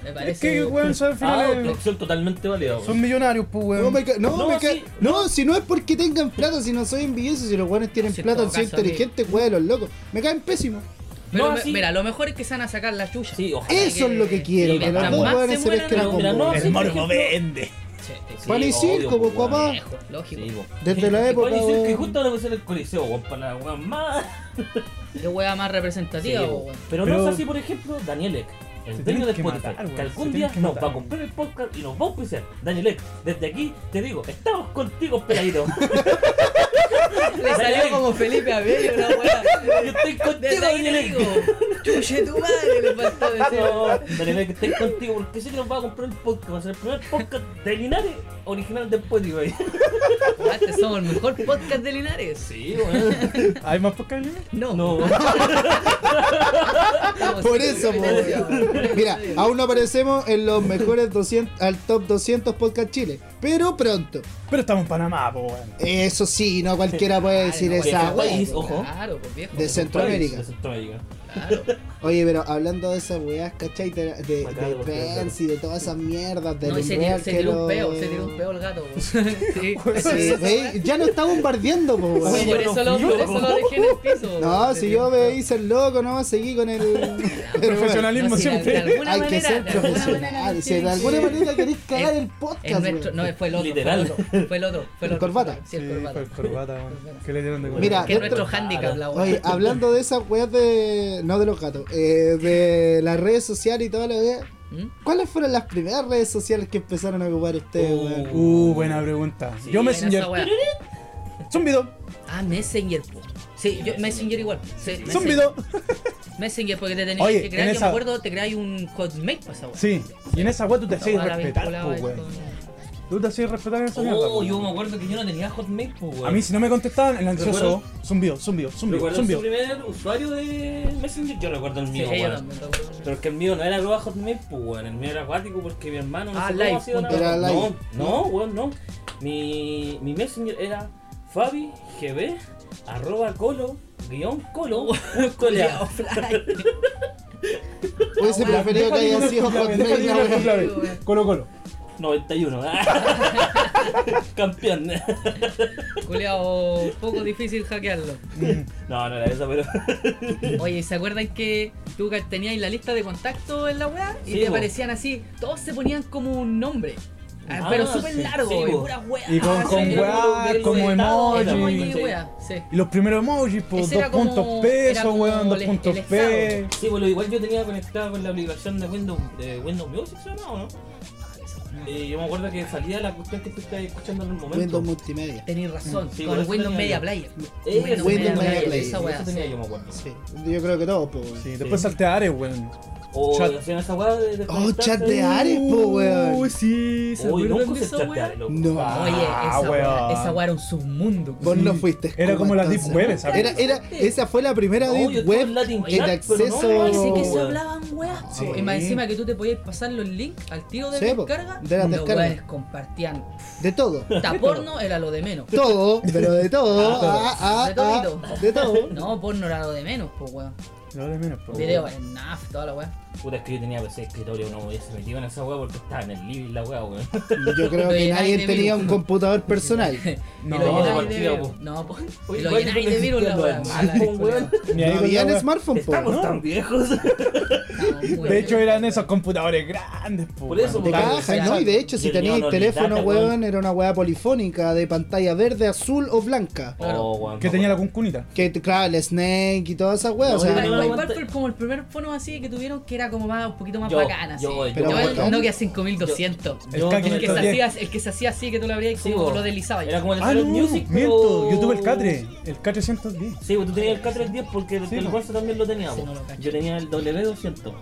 Speaker 3: Me
Speaker 2: Es
Speaker 3: parece.
Speaker 2: que, weón, son
Speaker 4: Ah,
Speaker 2: finales.
Speaker 4: opción totalmente válida, weón.
Speaker 2: Son millonarios, pues,
Speaker 1: No,
Speaker 2: weón.
Speaker 1: me ca- no,
Speaker 4: No,
Speaker 1: me ca-
Speaker 4: sí,
Speaker 1: no, si no es porque tengan plata, si no soy envidioso, si los weones tienen
Speaker 3: Si en
Speaker 1: plata,
Speaker 3: todo
Speaker 1: soy
Speaker 3: caso, a mí-
Speaker 1: inteligente, weón, los locos. Me caen pésimo.
Speaker 3: Pero
Speaker 4: No,
Speaker 3: me-
Speaker 4: sí.
Speaker 3: mira, lo mejor es que se van a sacar la chucha.
Speaker 4: Sí, ojalá.
Speaker 3: Ojalá
Speaker 1: Eso
Speaker 3: que-
Speaker 1: es lo que quiero,
Speaker 3: sí,
Speaker 1: que los
Speaker 3: mientras
Speaker 1: dos
Speaker 3: más se
Speaker 1: weones se
Speaker 3: mueran,
Speaker 1: pesquen a
Speaker 4: no, mira,
Speaker 1: combo.
Speaker 4: no,
Speaker 2: El
Speaker 4: Ah, sí, por
Speaker 2: morbo
Speaker 4: ejemplo.
Speaker 2: vende.
Speaker 3: Sí, sí,
Speaker 1: Pan y
Speaker 4: Sí, obvio,
Speaker 1: circo,
Speaker 4: po,
Speaker 1: po, papá.
Speaker 3: lógico, lógico.
Speaker 4: Sí, po.
Speaker 1: Desde la época,
Speaker 4: Igual dicen que
Speaker 1: weón.
Speaker 4: justo ahora va a ser el coliseo, weón, para la weón más.
Speaker 3: Qué wea más representativa,
Speaker 4: Sí,
Speaker 3: po,
Speaker 4: po.
Speaker 3: weón.
Speaker 4: Pero,
Speaker 2: Pero-
Speaker 4: no es así, por ejemplo, Daniel Ek, el dueño
Speaker 2: tienen
Speaker 4: de
Speaker 2: que
Speaker 4: Spotify,
Speaker 2: matar, weón,
Speaker 4: que
Speaker 2: se
Speaker 4: algún
Speaker 2: tienen
Speaker 4: día
Speaker 2: que
Speaker 4: nos
Speaker 2: matar.
Speaker 4: va a comprar el podcast y nos va a auspiciar. Daniel Ek, desde aquí te digo, estamos contigo, peladito.
Speaker 3: Le salió como Felipe Abello, una wea.
Speaker 4: Yo estoy contigo,
Speaker 3: Desde ahí
Speaker 4: Daniel
Speaker 3: le
Speaker 4: Ek.
Speaker 3: digo, chuche tu madre, le faltó decir.
Speaker 4: No, Daniel Ek, estoy contigo porque sé que nos va a comprar el podcast. Va a ser el primer podcast de Linares original de Spotify.
Speaker 3: Antes somos el mejor podcast de Linares.
Speaker 4: Sí, weón.
Speaker 2: ¿Hay más podcast en línea?
Speaker 3: No,
Speaker 4: No,
Speaker 3: no,
Speaker 1: Por
Speaker 3: sí,
Speaker 1: eso,
Speaker 3: sí,
Speaker 1: po,
Speaker 3: sí,
Speaker 1: weón. Mira, aún no aparecemos en los mejores 200, al top 200 podcast Chile, pero pronto.
Speaker 2: Pero estamos en Panamá, pues, weón.
Speaker 1: Eso sí, no cualquiera puede
Speaker 3: Ay,
Speaker 1: decir
Speaker 3: Ah, no, pues,
Speaker 1: esa
Speaker 4: cualquier
Speaker 1: wea,
Speaker 4: país,
Speaker 1: po.
Speaker 4: ojo.
Speaker 3: Claro, pues viejo.
Speaker 1: De Centroamérica.
Speaker 4: De Centroamérica.
Speaker 3: Claro.
Speaker 1: Oye, pero hablando de esas weas, ¿cachai? De, de,
Speaker 4: Acá
Speaker 1: de
Speaker 4: lo
Speaker 1: trends y de todas esas mierdas de
Speaker 3: No, y se tiró, se tiró un peo, se tiró un peo el gato, po. Sí.
Speaker 1: pues, ya no está bombardeando, po, weón.
Speaker 3: Oye, por
Speaker 4: yo no
Speaker 3: eso lo,
Speaker 4: fui,
Speaker 3: por eso
Speaker 4: loco.
Speaker 3: lo dejé en el piso. pues.
Speaker 1: No,
Speaker 3: weón.
Speaker 1: si yo me hice el loco, no, seguí con el... Pero bueno,
Speaker 2: Profesionalismo
Speaker 3: No, si de- de
Speaker 2: siempre.
Speaker 3: alguna
Speaker 1: hay que ser
Speaker 3: manera, de alguna
Speaker 1: profesional.
Speaker 3: manera,
Speaker 1: Si de
Speaker 3: sí,
Speaker 1: alguna
Speaker 3: sí.
Speaker 1: manera queréis cagar
Speaker 3: En-
Speaker 1: el
Speaker 3: El
Speaker 1: podcast,
Speaker 3: nuestro,
Speaker 1: weón.
Speaker 3: no, fue el otro.
Speaker 4: Literal.
Speaker 3: Fue el otro. Fue el otro. Fue el
Speaker 1: ¿El
Speaker 3: otro.
Speaker 1: corbata?
Speaker 3: Sí, el
Speaker 2: Sí,
Speaker 3: corbata.
Speaker 2: fue el corbata, weón. ¿Qué le dieron de
Speaker 1: Mira,
Speaker 3: que es
Speaker 1: dentro-
Speaker 3: nuestro handicap, la weá.
Speaker 1: Oye, hablando de esas weas de... No de los gatos. eh, de las redes sociales y toda la vida.
Speaker 3: ¿Mm?
Speaker 1: ¿Cuáles fueron las primeras redes sociales que empezaron a ocupar ustedes,
Speaker 4: Uh.
Speaker 1: weón?
Speaker 2: Uh, buena pregunta.
Speaker 4: Sí,
Speaker 2: Yo
Speaker 3: Buena
Speaker 2: Messenger.
Speaker 3: esa wea.
Speaker 2: Zumbido.
Speaker 3: Ah, Messenger, po. Sí, yo, Messenger igual. Sí, Messenger,
Speaker 2: Zumbido.
Speaker 3: Messenger, porque te tenías
Speaker 2: Oye,
Speaker 3: que crear,
Speaker 2: en
Speaker 3: yo
Speaker 2: esa-
Speaker 3: me acuerdo, te creáis un codemate para esa wea.
Speaker 2: Sí. Y en esa weá tú te
Speaker 3: Esa
Speaker 2: hacías
Speaker 3: wea la
Speaker 2: respetar,
Speaker 3: vinculaba
Speaker 2: po,
Speaker 3: ahí
Speaker 2: weón.
Speaker 3: con-
Speaker 2: Tú te hacías respetar en esa mierda.
Speaker 4: Oh,
Speaker 2: po.
Speaker 4: yo me acuerdo que yo no tenía Hotmail, pues, weón.
Speaker 2: A mí si no me contestaban, el ansioso.
Speaker 4: ¿Recuerdas?
Speaker 2: Zumbido, zumbido, zumbido,
Speaker 4: ¿Recuerdas su
Speaker 2: zumbido.
Speaker 4: primer usuario de Messenger? Yo recuerdo el
Speaker 3: Sí,
Speaker 4: mío,
Speaker 3: yo
Speaker 4: weón.
Speaker 3: también, me acuerdo.
Speaker 4: Pero es que el mío no era arroba Hotmail, pues, weón. El mío era acuático porque mi hermano no
Speaker 3: Ah,
Speaker 4: sé
Speaker 3: live,
Speaker 4: cómo ha sido
Speaker 3: punto.
Speaker 4: nada.
Speaker 1: Era live.
Speaker 4: No, no, weón, no. Mi, mi Messenger era Fabi GB arroba colo guión colo punto lea.
Speaker 3: Culeado, fly.
Speaker 1: Hubiese preferido que haya sido Hotmail, la weá.
Speaker 2: Colo Colo.
Speaker 4: 91. ah. Campeón.
Speaker 3: Culeado, poco difícil hackearlo.
Speaker 4: No, no era esa, pero.
Speaker 3: Oye, ¿se acuerdan que tú ca- tenías la lista de contacto en la weá? Y
Speaker 4: Sí,
Speaker 3: te
Speaker 4: bo.
Speaker 3: aparecían así, todos se ponían como un nombre. Ah,
Speaker 4: Ah,
Speaker 3: pero súper
Speaker 4: sí,
Speaker 3: largo,
Speaker 4: sí,
Speaker 3: y
Speaker 4: bo.
Speaker 3: pura Ah, weá.
Speaker 2: Y con-
Speaker 3: así,
Speaker 2: con
Speaker 3: era
Speaker 2: weá,
Speaker 3: como que el
Speaker 2: como
Speaker 3: estado,
Speaker 2: emoji.
Speaker 3: como el
Speaker 4: Sí.
Speaker 3: weá, sí.
Speaker 2: Y los primeros emojis, pues,
Speaker 3: Ese
Speaker 2: dos
Speaker 3: era como-
Speaker 2: puntos
Speaker 3: era
Speaker 2: pesos,
Speaker 3: como
Speaker 2: weón, dos
Speaker 3: el-
Speaker 2: puntos
Speaker 3: el
Speaker 2: P.
Speaker 4: Sí, bueno, igual yo tenía conectado con la aplicación de Windows, de Windows Music, ¿se llama o no? Y yo me acuerdo que salía la cuestión que tú estás escuchando en el momento.
Speaker 1: Windows Multimedia.
Speaker 3: Tenéis razón,
Speaker 4: Sí, por
Speaker 3: con
Speaker 4: eso
Speaker 3: Windows
Speaker 4: tenía
Speaker 3: Media
Speaker 4: yo.
Speaker 3: Player.
Speaker 4: Eh,
Speaker 3: Windows
Speaker 1: Media
Speaker 4: tenía
Speaker 1: Player,
Speaker 4: yo,
Speaker 1: esa
Speaker 4: eso
Speaker 3: weá,
Speaker 4: tenía
Speaker 3: sí.
Speaker 4: yo, me acuerdo.
Speaker 1: Sí, yo creo que todos, po. weón.
Speaker 2: Sí, después salté a Ares, weón.
Speaker 4: O
Speaker 2: Chat.
Speaker 4: hacían esa weá de. de
Speaker 1: Oh, chat
Speaker 4: conectarse.
Speaker 1: de Ares, po,
Speaker 2: Uy,
Speaker 1: weón.
Speaker 2: sí, se
Speaker 4: Uy,
Speaker 2: acuerdan
Speaker 4: nunca
Speaker 2: de
Speaker 4: usé
Speaker 2: esa
Speaker 4: chat de
Speaker 2: weá?
Speaker 4: Ares, loco.
Speaker 1: No.
Speaker 3: Oye,
Speaker 2: Ah,
Speaker 3: esa weá,
Speaker 2: weón.
Speaker 3: esa weá era un submundo.
Speaker 1: Vos
Speaker 2: Sí.
Speaker 1: no fuiste.
Speaker 2: Era como la Deep
Speaker 1: entonces.
Speaker 2: Web, esa
Speaker 1: Era, era, esa fue la primera
Speaker 4: No, yo
Speaker 1: Deep
Speaker 4: estuve
Speaker 1: Web
Speaker 4: en Latin
Speaker 1: en
Speaker 4: Chat, pero no,
Speaker 1: acceso.
Speaker 4: parece
Speaker 3: Parece que
Speaker 4: Oh,
Speaker 3: se
Speaker 4: weón.
Speaker 3: hablaban weá.
Speaker 2: Sí.
Speaker 3: Y más encima que tú te podías pasar los links al tiro de
Speaker 1: Sí, po,
Speaker 3: descarga.
Speaker 1: de las
Speaker 3: los
Speaker 1: descargas.
Speaker 3: weones compartían.
Speaker 1: De todo.
Speaker 3: Ta porno era lo de menos.
Speaker 1: Todo, pero de todo. Ah, ah,
Speaker 3: De
Speaker 1: ah,
Speaker 3: todito.
Speaker 1: de todo.
Speaker 3: No, porno era lo de menos, po weón.
Speaker 2: No de menos, po.
Speaker 3: Video en NAF, toda la weá.
Speaker 4: Puta, es que yo tenía PC de escritorio, no me hubiese metido en esa weá porque estaba en el living la weá, weón.
Speaker 1: Yo creo que
Speaker 3: Oye, nadie
Speaker 1: nadie
Speaker 3: te
Speaker 1: tenía
Speaker 3: vio.
Speaker 1: un computador personal.
Speaker 2: No,
Speaker 3: No, y lo
Speaker 4: de
Speaker 3: llenáis
Speaker 4: partida,
Speaker 3: de
Speaker 4: po.
Speaker 3: virus. No, po.
Speaker 4: Oye,
Speaker 3: Y lo
Speaker 4: ¿cuál
Speaker 3: llenáis
Speaker 4: es
Speaker 3: de
Speaker 4: el
Speaker 3: virus la
Speaker 4: sentido
Speaker 3: weá.
Speaker 4: de
Speaker 3: Mala,
Speaker 4: smartphone,
Speaker 3: culiao.
Speaker 2: Ni
Speaker 4: weón?
Speaker 1: No
Speaker 2: ahí con la
Speaker 1: habían
Speaker 2: weá.
Speaker 1: smartphone, po.
Speaker 4: Estamos
Speaker 1: weón.
Speaker 4: tan viejos.
Speaker 3: No, weón.
Speaker 2: De hecho, eran esos computadores grandes, po.
Speaker 4: Por eso,
Speaker 2: weón.
Speaker 1: De
Speaker 4: Porque
Speaker 1: caja,
Speaker 4: el
Speaker 1: ¿no? Y de
Speaker 4: celular-
Speaker 1: hecho, si
Speaker 4: y el mío
Speaker 1: tenías
Speaker 4: no
Speaker 1: teléfono,
Speaker 4: lidata,
Speaker 1: weón,
Speaker 4: weón.
Speaker 1: era una weá polifónica de pantalla verde, azul o blanca.
Speaker 3: Claro.
Speaker 4: Oh, weón.
Speaker 2: Que tenía la cuncunita.
Speaker 1: Que, claro, el Snake y todas esas weas.
Speaker 4: No,
Speaker 1: o
Speaker 3: Pero
Speaker 1: sea,
Speaker 4: yo no-
Speaker 3: Igual
Speaker 4: aguanta-
Speaker 3: Valve fue como el primer fono así que tuvieron que era como más, un poquito más
Speaker 4: Yo-
Speaker 3: bacana. así.
Speaker 4: yo- yo-
Speaker 1: Pero
Speaker 3: Yo el
Speaker 1: bacán.
Speaker 3: Nokia 5200.
Speaker 2: El K
Speaker 3: El que, se
Speaker 2: 510.
Speaker 3: hacía, el que se hacía así, que tú lo abrías y
Speaker 4: Sí,
Speaker 3: como
Speaker 4: bo.
Speaker 3: lo deslizabas.
Speaker 4: Era como el
Speaker 2: Ah, no,
Speaker 4: Hello Music, pero-
Speaker 2: miento. Yo tuve el Catre, el K310.
Speaker 4: Sí, pues tú tenías el K310 porque el-
Speaker 2: Sí,
Speaker 4: el
Speaker 2: po.
Speaker 4: Guaso también lo teníamos.
Speaker 3: Sí, no lo cacho.
Speaker 4: Yo tenía el W200.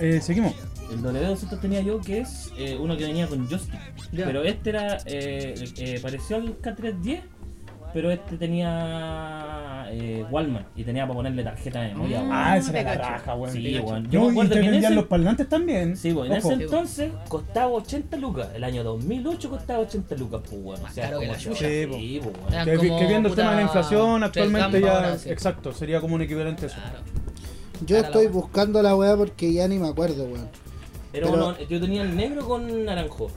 Speaker 2: Eh, seguimos.
Speaker 4: El W200 tenía yo que es eh, uno que venía con joystick.
Speaker 3: Ya.
Speaker 4: Pero este era. Eh, eh, pareció al K310, pero este tenía. Eh, Wallman y tenía para ponerle tarjeta de memoria. weón.
Speaker 2: Ah, esa
Speaker 3: te
Speaker 2: era la
Speaker 3: cacho.
Speaker 2: raja, weón.
Speaker 4: Sí,
Speaker 2: te cacho.
Speaker 4: weón. Yo me
Speaker 2: No, y
Speaker 4: acuerdo
Speaker 2: te
Speaker 4: que en
Speaker 2: vendían
Speaker 4: ese-
Speaker 2: los parlantes también.
Speaker 4: Sí, pues en
Speaker 2: Ojo.
Speaker 4: ese entonces costaba 80 lucas. El año 2008 costaba 80 lucas, pues, weón. O
Speaker 3: Más
Speaker 4: sea,
Speaker 3: caro que
Speaker 4: como
Speaker 3: la
Speaker 4: chucha.
Speaker 2: chucha. Sí, po.
Speaker 4: Sí, pues, weón.
Speaker 3: Eran
Speaker 2: Que, vi-
Speaker 3: como,
Speaker 2: que viendo el
Speaker 3: puta,
Speaker 2: tema de la inflación,
Speaker 3: tres
Speaker 2: actualmente
Speaker 3: gambas
Speaker 2: ya.
Speaker 3: ahora, sí.
Speaker 2: Exacto, sería como un equivalente a eso.
Speaker 3: Claro.
Speaker 1: yo
Speaker 3: Era la
Speaker 1: estoy
Speaker 3: wea.
Speaker 1: buscando la wea porque ya ni me acuerdo, weón.
Speaker 4: Era
Speaker 1: Pero-
Speaker 4: uno- yo tenía el negro con naranjo.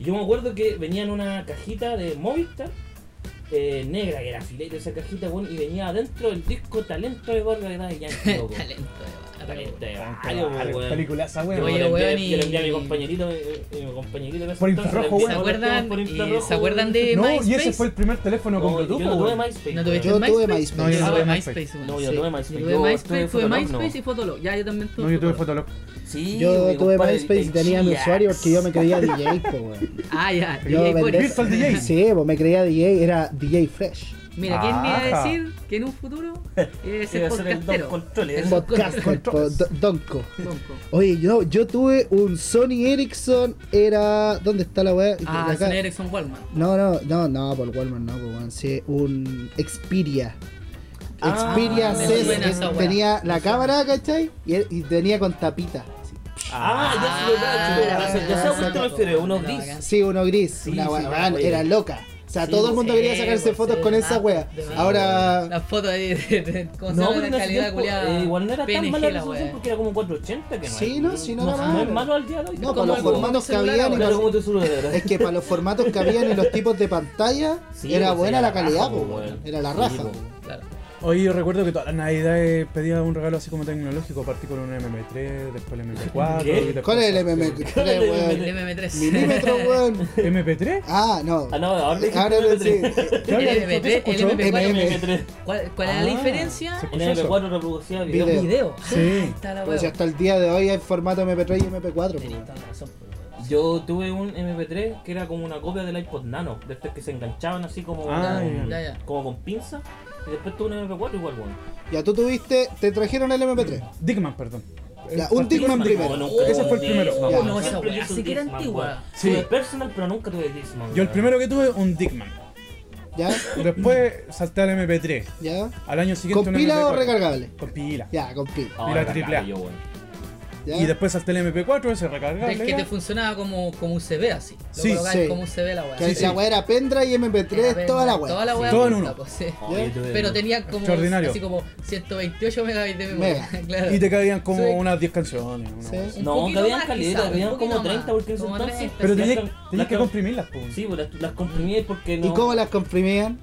Speaker 4: Y yo me acuerdo que venía en una cajita de Movistar eh, negra, que era filete esa cajita, weón, y venía adentro el disco Talento de Gordo de Daddy Yankee, loco.
Speaker 3: Talento de
Speaker 4: Talento
Speaker 3: barrio.
Speaker 4: de
Speaker 2: Ah,
Speaker 4: barrio,
Speaker 2: claro,
Speaker 4: weón.
Speaker 2: Película esa,
Speaker 4: Yo
Speaker 2: weón.
Speaker 3: Oye,
Speaker 4: le envié-
Speaker 3: weón, y-
Speaker 4: yo le envié a mi compañerito, eh, eh, mi compañerito de ese
Speaker 2: Por
Speaker 4: entonces,
Speaker 2: infrarrojo,
Speaker 4: le envié
Speaker 3: ¿Se
Speaker 4: una
Speaker 3: acuerdan,
Speaker 4: cuestión por
Speaker 3: eh,
Speaker 4: infrarrojo,
Speaker 3: ¿Se acuerdan
Speaker 4: weón.
Speaker 3: de
Speaker 2: No,
Speaker 3: MySpace?
Speaker 2: y ese fue el primer teléfono con
Speaker 4: No,
Speaker 2: Bluetooth,
Speaker 4: yo no tuve
Speaker 2: weón.
Speaker 4: MySpace.
Speaker 3: ¿No
Speaker 4: weón.
Speaker 3: tuviste
Speaker 1: Yo
Speaker 3: MySpace?
Speaker 1: tuve MySpace.
Speaker 2: No, yo no
Speaker 3: Ah,
Speaker 2: tuve
Speaker 3: tuve
Speaker 2: MySpace.
Speaker 3: weón.
Speaker 4: No, yo
Speaker 3: Sí.
Speaker 4: tuve MySpace.
Speaker 3: Yo tuve
Speaker 4: Yo tuve
Speaker 3: MySpace, tuve
Speaker 4: Fotolog,
Speaker 3: MySpace
Speaker 4: no.
Speaker 3: y Fotolog. Ya, yo también tuve
Speaker 2: No, yo tuve
Speaker 3: Fotolog.
Speaker 2: Fotolog.
Speaker 4: Sí,
Speaker 1: Yo
Speaker 4: mi
Speaker 1: tuve
Speaker 4: compadre,
Speaker 1: MySpace y
Speaker 4: el
Speaker 1: tenía mi
Speaker 4: Chiax.
Speaker 1: usuario porque yo me creía DJ, po, weón.
Speaker 3: Ah, ya.
Speaker 1: Yo
Speaker 3: DJ Boris.
Speaker 1: vendé-
Speaker 2: Virtual DJ.
Speaker 1: Sí, pues me creía DJ, era DJ Fresh.
Speaker 3: Mira, ¿quién me iba
Speaker 2: Ajá.
Speaker 3: a decir que en un futuro es
Speaker 4: Iba
Speaker 3: el
Speaker 4: a ser el Don
Speaker 3: podcastero?
Speaker 4: Controles.
Speaker 3: El
Speaker 1: Podcaster, po,
Speaker 2: Controls.
Speaker 1: do- Donco.
Speaker 3: Donco.
Speaker 1: Oye, yo, yo tuve un Sony Ericsson, era. ¿Dónde está la weá?
Speaker 3: Ah,
Speaker 1: Acá.
Speaker 3: Sony Ericsson Wallman.
Speaker 1: No, no, no, no, por Walmart no, por Walmart, sí, un Xperia.
Speaker 4: Ah,
Speaker 1: Xperia
Speaker 3: me
Speaker 1: C,
Speaker 3: suena esa
Speaker 1: eh,
Speaker 3: weá.
Speaker 1: tenía la cámara, ¿cachai? Y, y tenía con tapita.
Speaker 4: Ah, ya se lo cacho, ya sé a cuál te refieres, uno gris.
Speaker 1: Sí, uno gris,
Speaker 4: Sí,
Speaker 1: una
Speaker 4: sí,
Speaker 1: weá,
Speaker 4: la
Speaker 1: weón,
Speaker 4: weá.
Speaker 1: era loca. O sea,
Speaker 4: Sí, pues,
Speaker 1: todo el mundo
Speaker 3: sí,
Speaker 1: quería sacarse
Speaker 3: sí,
Speaker 1: fotos con
Speaker 3: ah,
Speaker 1: esa weá.
Speaker 3: de más.
Speaker 1: Ahora,
Speaker 3: Las fotos ahí de, de, con
Speaker 4: No, pero
Speaker 3: una
Speaker 4: en ese
Speaker 3: calidad
Speaker 4: tiempo,
Speaker 3: culiada.
Speaker 4: eh, igual no era tan
Speaker 3: PNG
Speaker 4: mala la
Speaker 3: la
Speaker 4: resolución
Speaker 3: wea.
Speaker 4: porque era como 480, que no
Speaker 1: Sí,
Speaker 4: es-
Speaker 1: no, sí, no era
Speaker 4: No es
Speaker 1: malo.
Speaker 4: malo al día de hoy.
Speaker 1: no,
Speaker 4: como
Speaker 1: para los
Speaker 4: el-
Speaker 3: como
Speaker 1: formatos que
Speaker 3: celular
Speaker 1: habían, y
Speaker 3: ahora.
Speaker 4: Claro,
Speaker 1: los-
Speaker 4: como tu celular.
Speaker 1: es que para los formatos que habían y los tipos de pantalla,
Speaker 4: Sí,
Speaker 1: era
Speaker 4: pues,
Speaker 1: buena
Speaker 4: era
Speaker 1: la calidad,
Speaker 4: raja,
Speaker 3: pues,
Speaker 1: po,
Speaker 4: weón.
Speaker 1: weón, Era la
Speaker 4: Sí, pues.
Speaker 1: raja.
Speaker 4: po.
Speaker 3: Claro.
Speaker 2: Hoy yo recuerdo que todas las navidades eh, pedía un regalo así como tecnológico, partí con un MM3, después el MM4.
Speaker 4: ¿Qué?
Speaker 2: y después-
Speaker 1: ¿Cuál es el MM3, weón?
Speaker 3: El MM3.
Speaker 1: Milímetro, weón.
Speaker 2: ¿MP3?
Speaker 1: Ah, no.
Speaker 4: Ah, no, ahora dije
Speaker 1: Ahora sí.
Speaker 4: MP3.
Speaker 2: ¿Qué hablas?
Speaker 3: El
Speaker 2: ¿No te
Speaker 3: MP3, el
Speaker 2: escucho?
Speaker 3: MP4.
Speaker 4: MP3.
Speaker 3: ¿Cuál, cuál era
Speaker 2: Ah,
Speaker 3: la diferencia?
Speaker 2: sí.
Speaker 4: En MP4 reproducía video.
Speaker 1: Video.
Speaker 3: Video.
Speaker 2: Sí.
Speaker 3: Ah, está la
Speaker 1: Pero Pues si
Speaker 3: hueá.
Speaker 1: hasta el día de hoy hay formato MP3 y MP4.
Speaker 3: Tenés
Speaker 1: weón.
Speaker 3: toda la razón, pues, weón.
Speaker 4: Yo tuve un MP3 que era como una copia del iPod Nano, de estos que se enganchaban así como,
Speaker 2: Ah,
Speaker 3: Ya, ya.
Speaker 4: como con pinza. Y después tuve un MP4 igual, weón.
Speaker 1: Ya tú tuviste, te trajeron el MP3. Digman.
Speaker 2: Digman, perdón. Eh,
Speaker 1: Ya, un
Speaker 2: Partí-
Speaker 1: Digman primero.
Speaker 2: Ese fue el primero.
Speaker 1: Ya.
Speaker 3: No, esa
Speaker 4: Siempre
Speaker 3: weá,
Speaker 4: yo
Speaker 3: sí que era
Speaker 4: Discman,
Speaker 3: antigua.
Speaker 4: weón.
Speaker 2: Sí.
Speaker 4: Tuve personal, pero nunca tuve Discman.
Speaker 2: Yo el
Speaker 4: weón.
Speaker 2: primero que tuve, un Digman.
Speaker 1: ¿Ya?
Speaker 2: Después salté al MP3.
Speaker 1: ¿Ya?
Speaker 2: Al año siguiente un
Speaker 1: ¿Compila o
Speaker 2: MP4.
Speaker 1: recargable?
Speaker 2: Compila.
Speaker 1: Ya, compila.
Speaker 4: Ah,
Speaker 2: Mira,
Speaker 4: era
Speaker 2: triple A.
Speaker 4: claro, yo, weón.
Speaker 1: ¿Ya?
Speaker 2: Y después salté el MP4, ese recargable.
Speaker 3: Es que te funcionaba como, como USB así. Lo
Speaker 2: Sí,
Speaker 3: colocabas
Speaker 1: sí.
Speaker 3: como USB la weá.
Speaker 1: Que
Speaker 2: sí.
Speaker 1: esa weá era Pendra y MP3,
Speaker 3: Era
Speaker 1: toda la
Speaker 3: verdad, Toda
Speaker 1: weá.
Speaker 3: la weá.
Speaker 2: Todo en
Speaker 3: junta,
Speaker 2: uno.
Speaker 3: pues, sí.
Speaker 4: Oh, yo tuve-
Speaker 3: Pero tenía como
Speaker 2: Extraordinario.
Speaker 3: así como 128 megabytes de memoria.
Speaker 1: Mega.
Speaker 3: claro.
Speaker 2: Y te cabían como
Speaker 3: Sí.
Speaker 2: unas 10 canciones. una
Speaker 1: Sí.
Speaker 2: cosa así.
Speaker 3: Un
Speaker 4: No,
Speaker 3: poquito
Speaker 4: cabían
Speaker 3: más,
Speaker 4: caleta,
Speaker 3: quizá,
Speaker 4: cabían
Speaker 3: un
Speaker 4: como
Speaker 3: poquito
Speaker 4: 30
Speaker 3: más,
Speaker 4: porque en ese
Speaker 3: como
Speaker 4: entonces.
Speaker 3: 30.
Speaker 2: Pero
Speaker 4: las-
Speaker 2: tenías
Speaker 4: las-
Speaker 2: tenías que
Speaker 4: las-
Speaker 2: comprimirlas, po.
Speaker 4: Sí, pues las, las comprimí porque no.
Speaker 1: ¿Y cómo las comprimían?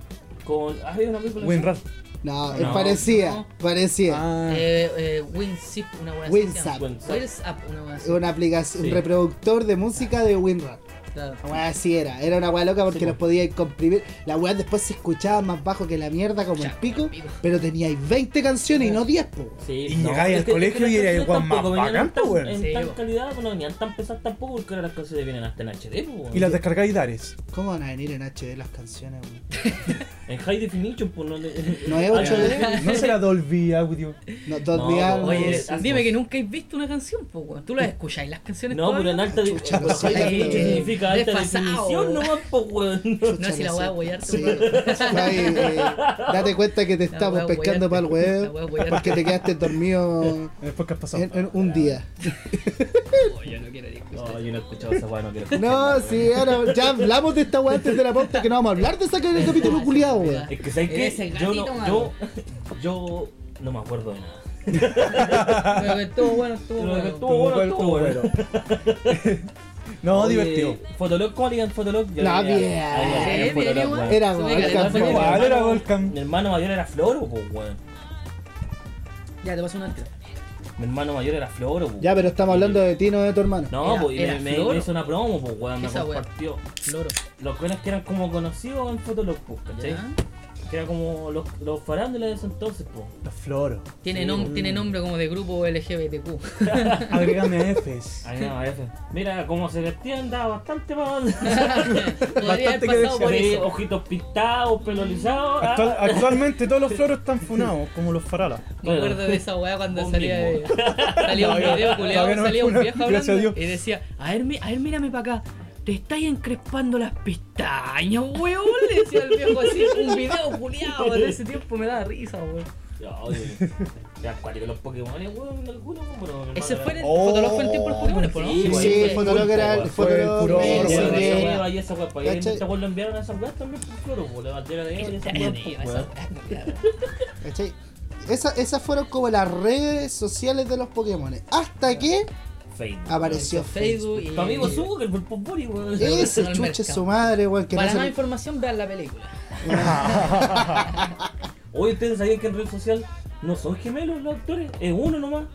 Speaker 4: Con, ah, había una película.
Speaker 2: WinRAR.
Speaker 1: No,
Speaker 4: No.
Speaker 1: parecía,
Speaker 3: No.
Speaker 1: parecía.
Speaker 2: Ah.
Speaker 3: Eh, eh, WinZip, una weá.
Speaker 1: WinZap.
Speaker 4: WinZap.
Speaker 3: WinZap, una weá. así,
Speaker 1: Una aplicación,
Speaker 4: Sí.
Speaker 1: un reproductor de música de WinRAR.
Speaker 3: claro.
Speaker 1: La weá así era, era una weá loca porque
Speaker 4: Sí,
Speaker 1: los
Speaker 4: po.
Speaker 1: podíais comprimir. La weá después se escuchaba más bajo que la mierda, como el
Speaker 3: Ya,
Speaker 1: pico,
Speaker 3: el pico.
Speaker 1: pero teníais 20 canciones y no 10, po. weón.
Speaker 4: Sí,
Speaker 2: Y llegáis al
Speaker 4: es que-
Speaker 2: colegio
Speaker 4: es que las
Speaker 2: y era
Speaker 4: canciones
Speaker 2: igual más
Speaker 4: tampoco venían
Speaker 2: bacán,
Speaker 4: tan-
Speaker 2: pues, weón.
Speaker 4: En
Speaker 3: Sí,
Speaker 4: tan
Speaker 3: pues.
Speaker 4: calidad, pues, no venían tan pesadas tampoco porque ahora las canciones vienen hasta en HD, pues, weón.
Speaker 2: Y las descargáis Dares.
Speaker 1: ¿Cómo van a venir en HD las canciones, weón?
Speaker 4: En High Definition, pues no. le- Ah,
Speaker 1: No es 8D,
Speaker 2: No será Dolby Audio.
Speaker 1: no, dos
Speaker 4: No,
Speaker 1: días.
Speaker 4: po,
Speaker 1: no,
Speaker 3: Oye,
Speaker 1: sí.
Speaker 4: Asmos.
Speaker 3: dime que nunca has visto una canción, pues weón. Tú las escucháis las canciones
Speaker 4: No,
Speaker 3: todavía?
Speaker 4: pero en alta
Speaker 1: Chucha,
Speaker 4: definición.
Speaker 1: lo sé,
Speaker 4: High
Speaker 1: eh,
Speaker 4: significa alta
Speaker 3: desfasado.
Speaker 4: definición, no más, pues, weón.
Speaker 1: Chucha,
Speaker 3: No, si la
Speaker 1: no
Speaker 3: voy a
Speaker 1: sé.
Speaker 3: huear,
Speaker 1: Sí.
Speaker 3: weón.
Speaker 1: Ay, eh, date cuenta que te estamos
Speaker 3: voy a
Speaker 1: pescando
Speaker 3: huearte,
Speaker 1: para el
Speaker 3: la voy a
Speaker 1: huevo
Speaker 3: huearte.
Speaker 1: porque te quedaste dormido
Speaker 2: Después que has pasado.
Speaker 1: en, en un día.
Speaker 3: Oh, Yo no quiero ni escuchar.
Speaker 4: No, yo no he escuchado esa weá, no quiero
Speaker 1: No,
Speaker 4: escucharla,
Speaker 1: sí, ahora ya hablamos de esta weá antes de la pauta que no vamos a hablar de esa que en el capítulo culiado, weón.
Speaker 4: Es que sabes
Speaker 3: Ese
Speaker 4: que yo no,
Speaker 3: gatito
Speaker 4: yo,
Speaker 3: malo.
Speaker 4: yo no me acuerdo de nada.
Speaker 3: Pero estuvo bueno, estuvo
Speaker 4: Pero
Speaker 3: bueno.
Speaker 4: estuvo bueno, estuvo bueno.
Speaker 2: No,
Speaker 4: Oye,
Speaker 2: divertido.
Speaker 4: Eh, Fotolog, ¿cómo le en Fotolog? Yo
Speaker 1: La
Speaker 4: le veía-
Speaker 1: bien.
Speaker 4: ahí le veía
Speaker 3: Sí,
Speaker 4: Fotolog,
Speaker 3: bien, igual.
Speaker 4: weón.
Speaker 1: Era
Speaker 3: Se me
Speaker 1: Golcan,
Speaker 3: calentó el
Speaker 1: weón.
Speaker 2: ¿Cuál era Volcán?
Speaker 4: Mi hermano mayor era Floro, pues, weón.
Speaker 3: Ya, te paso una altra.
Speaker 4: Mi hermano mayor era Floro, pues.
Speaker 1: Ya, pero estamos hablando de ti, no de tu hermano.
Speaker 4: No,
Speaker 3: Era-
Speaker 4: pues, y me,
Speaker 3: era
Speaker 4: me,
Speaker 3: Floro.
Speaker 4: me hizo una promo, pues, weón. Me
Speaker 3: Esa weá.
Speaker 4: compartió.
Speaker 3: Loro.
Speaker 4: Los buenos que eran como conocidos en Fotolog, pues, ¿cachai?
Speaker 3: ¿Ya?
Speaker 4: Que eran como los, los farándulas de ese entonces, pues.
Speaker 2: Los floros.
Speaker 3: Tiene, nom- tiene nombre como de grupo LGBTQ.
Speaker 2: Agrégame Fs.
Speaker 4: Ahí no, ese. Mira, cómo se vestían, andaba bastante mal.
Speaker 3: Podría haber
Speaker 2: Bastante que
Speaker 3: pasado por
Speaker 4: Sí,
Speaker 3: eso.
Speaker 4: ojitos pintados, pelo lisado. ah.
Speaker 2: Actual- actualmente todos los floros están funados, como los faralas.
Speaker 3: Me acuerdo de esa weá cuando
Speaker 4: Vos
Speaker 3: salía, de,
Speaker 4: mismo.
Speaker 3: salía un
Speaker 2: Todavía-
Speaker 3: video
Speaker 2: todavía
Speaker 3: culeado,
Speaker 2: no me
Speaker 3: salía un
Speaker 2: funan,
Speaker 3: viejo
Speaker 2: gracias a
Speaker 3: hablando
Speaker 2: Dios.
Speaker 3: y decía, a ver, mi- a ver, mírame para acá. Te estáis encrespando las pestañas, weón. Le decía el viejo así, un video culeado. En ese tiempo me daba risa, weón.
Speaker 4: Ya, oye. Ya, cuáles los Pokémon, weón, algunos, pero. mi hermano
Speaker 3: Ese
Speaker 4: era-
Speaker 3: fue el
Speaker 2: Oh,
Speaker 3: Fotolog fue el tiempo del Pokémon, ¿no?
Speaker 4: sí,
Speaker 1: Sí,
Speaker 4: güey,
Speaker 1: el Fotolog era el
Speaker 4: fue
Speaker 2: el
Speaker 1: Fotolog.
Speaker 2: furor,
Speaker 1: eh,
Speaker 4: Sí,
Speaker 2: Sí,
Speaker 4: esa
Speaker 1: sí,
Speaker 2: güey.
Speaker 1: eh,
Speaker 4: hueva y esa hueá, pues, ahí
Speaker 1: ¿Cachai?
Speaker 4: esta hueá lo enviaron a esa hueá también por floro, pues, la bandera de ella y esa hueá, pues, hueá.
Speaker 1: ¿cachai? Esa- Esas fueron como las redes sociales de los Pokémon. Hasta que
Speaker 4: Facebook.
Speaker 3: Ah,
Speaker 1: apareció
Speaker 3: Facebook
Speaker 1: Facebook.
Speaker 3: y.
Speaker 4: Tu amigo Zucker, por por Bori, weón.
Speaker 1: Ese
Speaker 3: en el
Speaker 1: chuche
Speaker 3: mercado.
Speaker 1: su madre, weón. Que no
Speaker 3: Para
Speaker 1: se-
Speaker 3: más información, vean la película.
Speaker 4: Oye, ustedes sabían que en red social no son gemelos los actores, es uno nomás.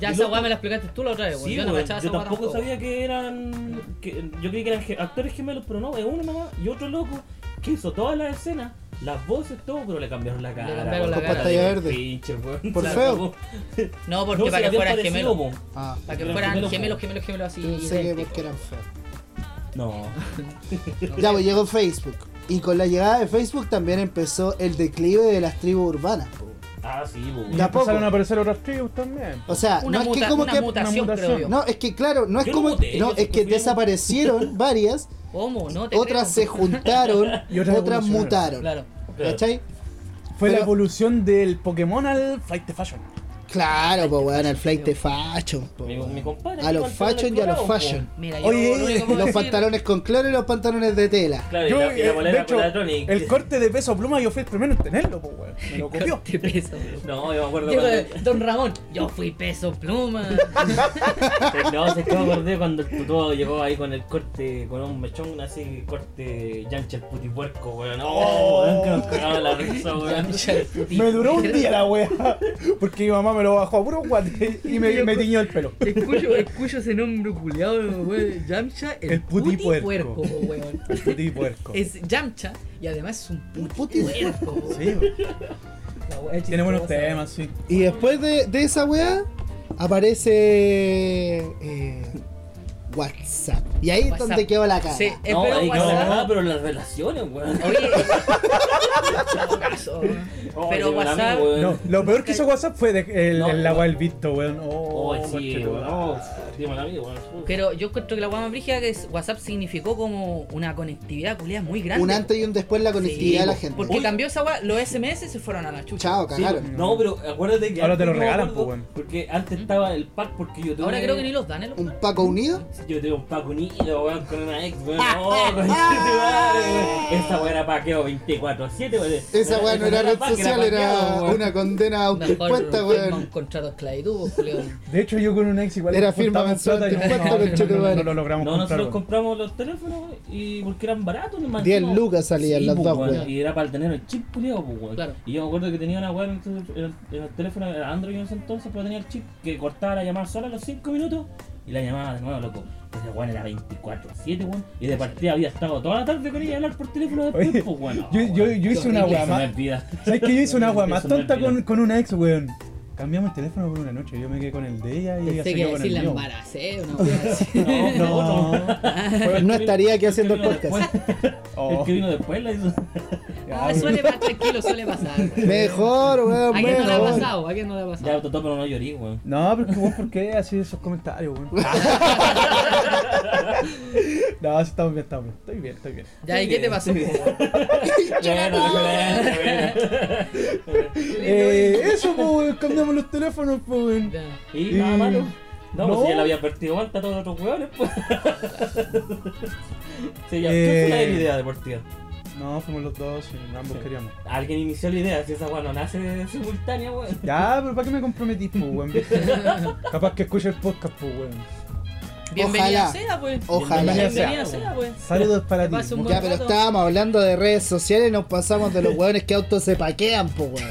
Speaker 3: Ya
Speaker 4: Y
Speaker 3: esa
Speaker 4: loco.
Speaker 3: weá me la explicaste tú la otra vez, weón.
Speaker 4: Sí,
Speaker 3: yo no
Speaker 4: weón,
Speaker 3: cachaba
Speaker 4: yo
Speaker 3: esa weá
Speaker 4: tampoco sabía que eran. que- yo creí que eran ge- actores gemelos, pero no, es uno nomás y otro loco que hizo todas las escenas, las voces, todo, pero le cambiaron la cara.
Speaker 3: cambiaron
Speaker 4: weón.
Speaker 3: la
Speaker 4: Con
Speaker 3: cara.
Speaker 4: pantalla
Speaker 1: Con
Speaker 4: verde. Pinche, weón.
Speaker 1: Por
Speaker 4: Se la
Speaker 1: feo.
Speaker 4: cagó.
Speaker 3: No, porque
Speaker 4: No,
Speaker 3: para que fueran gemelos.
Speaker 4: gemelos.
Speaker 1: Ah,
Speaker 3: Para que
Speaker 4: Pero
Speaker 3: fueran
Speaker 4: gemelos,
Speaker 3: gemelos,
Speaker 4: po.
Speaker 3: gemelos, gemelos así.
Speaker 1: pensé que
Speaker 3: idénticos.
Speaker 1: porque eran feos.
Speaker 4: No.
Speaker 1: Ya, pues llegó Facebook. Y con la llegada de Facebook también empezó el declive de las tribus urbanas. po.
Speaker 4: Ah, sí, weón.
Speaker 2: Y
Speaker 1: Ya, poco.
Speaker 2: empezaron a aparecer otras tribus también.
Speaker 1: O sea,
Speaker 3: Una,
Speaker 1: Ah, no es que
Speaker 3: muta-
Speaker 1: como
Speaker 3: una
Speaker 1: que.
Speaker 3: mutación,
Speaker 2: una
Speaker 3: creo yo.
Speaker 1: No, es que claro, no es
Speaker 4: Yo no
Speaker 1: como.
Speaker 4: voté,
Speaker 1: no,
Speaker 4: yo
Speaker 1: es
Speaker 4: sí
Speaker 1: que
Speaker 4: fui.
Speaker 1: desaparecieron varias,
Speaker 3: ¿Cómo? No te
Speaker 1: otras se
Speaker 3: creo.
Speaker 1: juntaron,
Speaker 2: Y
Speaker 1: otras,
Speaker 2: otras
Speaker 1: mutaron.
Speaker 3: Claro.
Speaker 4: Claro.
Speaker 1: ¿Cachai?
Speaker 2: Fue la
Speaker 1: Pero-
Speaker 2: evolución del Pokémon al Fight the Fashion.
Speaker 1: Claro, pues weón, el flight de facho. po,
Speaker 4: Mi,
Speaker 1: weón.
Speaker 4: mi compadre.
Speaker 1: A los fashion y a los fashion.
Speaker 3: Mira, yo
Speaker 2: Oye,
Speaker 3: lo único que puedo
Speaker 1: Los
Speaker 3: decir-
Speaker 1: pantalones con cloro y los pantalones de tela.
Speaker 4: Claro,
Speaker 2: Yo,
Speaker 4: y la, y la
Speaker 2: eh,
Speaker 4: polera
Speaker 2: de hecho,
Speaker 4: Colatronic.
Speaker 2: El corte de peso pluma yo fui el primero en tenerlo, pues, weón. Me lo copió.
Speaker 3: Corte este peso, weón.
Speaker 4: No, yo me acuerdo
Speaker 3: Yo,
Speaker 4: cuando.
Speaker 3: eh, Don Ramón, yo fui peso pluma.
Speaker 4: No, sé que me acordé cuando el tuto llegó ahí con el corte, con un mechón así, corte Yancha el putipuerco, weón. ¡Oh! weón, que nos cagaba la risa, weón.
Speaker 2: Me duró un día la weá. Porque mi mamá me lo bajó a puro guate y me, me tiñó el pelo.
Speaker 3: Escucho, escucho ese nombre culiado, weón. Yamcha, el,
Speaker 2: El puti
Speaker 3: putipuerco,
Speaker 2: puerco.
Speaker 3: weón.
Speaker 2: Puti puerco.
Speaker 3: Es Yamcha y además es un
Speaker 1: El
Speaker 3: puti
Speaker 1: puti
Speaker 3: puerco, weón.
Speaker 2: Sí, weón.
Speaker 3: La weá es
Speaker 2: tiene buenos
Speaker 3: chistosa,
Speaker 2: temas, sí.
Speaker 1: Y después de, de esa weá, aparece. eh, WhatsApp. Y ahí es
Speaker 3: WhatsApp.
Speaker 1: donde quedó la cara.
Speaker 3: weón. Sí,
Speaker 4: No,
Speaker 3: espero
Speaker 4: ahí quedó la
Speaker 3: WhatsApp.
Speaker 4: cagada, Eh, pero las relaciones, weón.
Speaker 3: Oye, no, caso, weón.
Speaker 4: Oh,
Speaker 3: pero
Speaker 4: llegó el amigo,
Speaker 3: WhatsApp.
Speaker 4: weón.
Speaker 2: No, lo peor que hizo WhatsApp fue de- el,
Speaker 4: No,
Speaker 2: el
Speaker 4: no.
Speaker 2: agua del visto, weón. Oh,
Speaker 4: Oh, sí,
Speaker 2: conchetumare.
Speaker 4: weón. Oh, Dios, el amigo, weón.
Speaker 3: Pero yo encuentro que la weá más brígida que es WhatsApp significó como una conectividad culiada muy grande.
Speaker 1: Un antes y un después la conectividad de la gente.
Speaker 3: Porque cambió esa weá, los SMS se fueron a la chucha.
Speaker 1: Chao,
Speaker 4: Sí,
Speaker 1: cagaron.
Speaker 4: no, pero acuérdate que.
Speaker 2: Ahora te
Speaker 4: antes
Speaker 2: lo
Speaker 4: yo me
Speaker 2: regalan,
Speaker 4: acuerdo,
Speaker 2: po, weón.
Speaker 4: Porque antes estaba el pack, porque yo tuve.
Speaker 3: Ahora creo que ni los dan, ¿eh?
Speaker 1: ¿Un Paco unido?
Speaker 4: Yo tengo un pack unido, weón, con una ex, weón. Oh, No, conchetumare, weón. Esa weón era paqueo 24-7, weón.
Speaker 1: Esa weá no era red
Speaker 4: pack,
Speaker 1: social, era
Speaker 4: paqueo, weón.
Speaker 1: una condena autoimpuesta,
Speaker 3: Mejor firma un
Speaker 1: weón.
Speaker 3: contrato de esclavitud, vos, culiao.
Speaker 2: De hecho, yo con un ex igual.
Speaker 1: Era
Speaker 2: juntamos
Speaker 1: firma mensual,
Speaker 2: plata y
Speaker 1: te cuento,
Speaker 2: no, no,
Speaker 1: conchetumare.
Speaker 2: no, no, no lo logramos
Speaker 4: No,
Speaker 2: comprar,
Speaker 4: nosotros
Speaker 2: weón.
Speaker 4: compramos los teléfonos y porque eran baratos, no
Speaker 1: 10 lucas salían las dos, weón.
Speaker 4: Y era para tener el chip culiado, pues, weón.
Speaker 3: Claro.
Speaker 4: Y yo me acuerdo que tenía una weón entonces, en el, en el teléfono, era Android en ese entonces, pero tenía el chip que cortaba la llamada sola a los 5 minutos y la llamaba de nuevo, loco. Esa weón era 24-7, weón. Y de partida había estado toda la tarde con ella a hablar por teléfono después,
Speaker 2: Oye,
Speaker 4: pues, weón. No,
Speaker 2: Yo, yo,
Speaker 4: weón.
Speaker 2: yo hice una
Speaker 4: Eso
Speaker 2: weá
Speaker 4: me
Speaker 2: más.
Speaker 4: olvida.
Speaker 2: ¿Sabes qué? Yo hice una weá más
Speaker 4: Eso me
Speaker 2: tonta
Speaker 4: olvida.
Speaker 2: con, con una ex, weón. Cambiamos el teléfono por una noche. Yo me quedé con el de ella y ella
Speaker 3: Pensé
Speaker 2: se
Speaker 3: que
Speaker 2: quedó
Speaker 3: iba a
Speaker 2: con
Speaker 3: decir
Speaker 2: el
Speaker 3: la
Speaker 2: mío.
Speaker 3: embaracé, una weá
Speaker 4: No,
Speaker 3: así.
Speaker 4: no,
Speaker 2: No.
Speaker 4: no.
Speaker 1: No estaría aquí haciendo el
Speaker 4: vino
Speaker 1: podcast.
Speaker 4: después-
Speaker 2: Oh.
Speaker 4: El que vino después la hizo.
Speaker 2: Ya,
Speaker 3: Ah,
Speaker 2: weón.
Speaker 3: suele pasar, tranquilo, suele pasar. weón.
Speaker 1: Mejor, weón,
Speaker 3: ¿A quién no le ha
Speaker 1: mejor.
Speaker 3: pasado? ¿A quién no le ha
Speaker 4: Ya,
Speaker 3: pasado?
Speaker 4: Totó, pero no llorí, weón.
Speaker 2: No, pero es que vos, ¿por qué así esos comentarios, weón? no, sí, estamos bien, estamos bien. Estoy bien, estoy bien.
Speaker 3: Ya, ¿y qué te pasó?
Speaker 4: Bueno, bueno, bueno.
Speaker 2: Eh, eso, pues, weón, cambiamos los teléfonos, pues, weón.
Speaker 3: Ya.
Speaker 4: Y
Speaker 2: Y-
Speaker 4: nada malo. No,
Speaker 2: no.
Speaker 4: pues si ya le había advertido falta a todos los otros hueones, pues. sí, ya.
Speaker 2: Eh.
Speaker 4: ¿Quién fue la idea deportiva?
Speaker 2: No, fuimos los dos y ambos queríamos.
Speaker 4: Alguien inició la idea, si esa hueá no nace simultánea, weón.
Speaker 2: Ya, pero ¿para qué me comprometís, pues, weón? Capaz que escuche el podcast, pues, weón.
Speaker 3: Bienvenida
Speaker 1: Ojalá.
Speaker 3: sea, pues.
Speaker 1: Ojalá.
Speaker 2: Bienvenido
Speaker 3: Bienvenida
Speaker 4: sea,
Speaker 3: sea, pues.
Speaker 2: Saludos para
Speaker 3: Que
Speaker 2: ti.
Speaker 3: pase un
Speaker 2: Muchas-
Speaker 1: Ya, pero estábamos hablando de redes sociales y nos pasamos de los weones que autos se paquean, po, weón.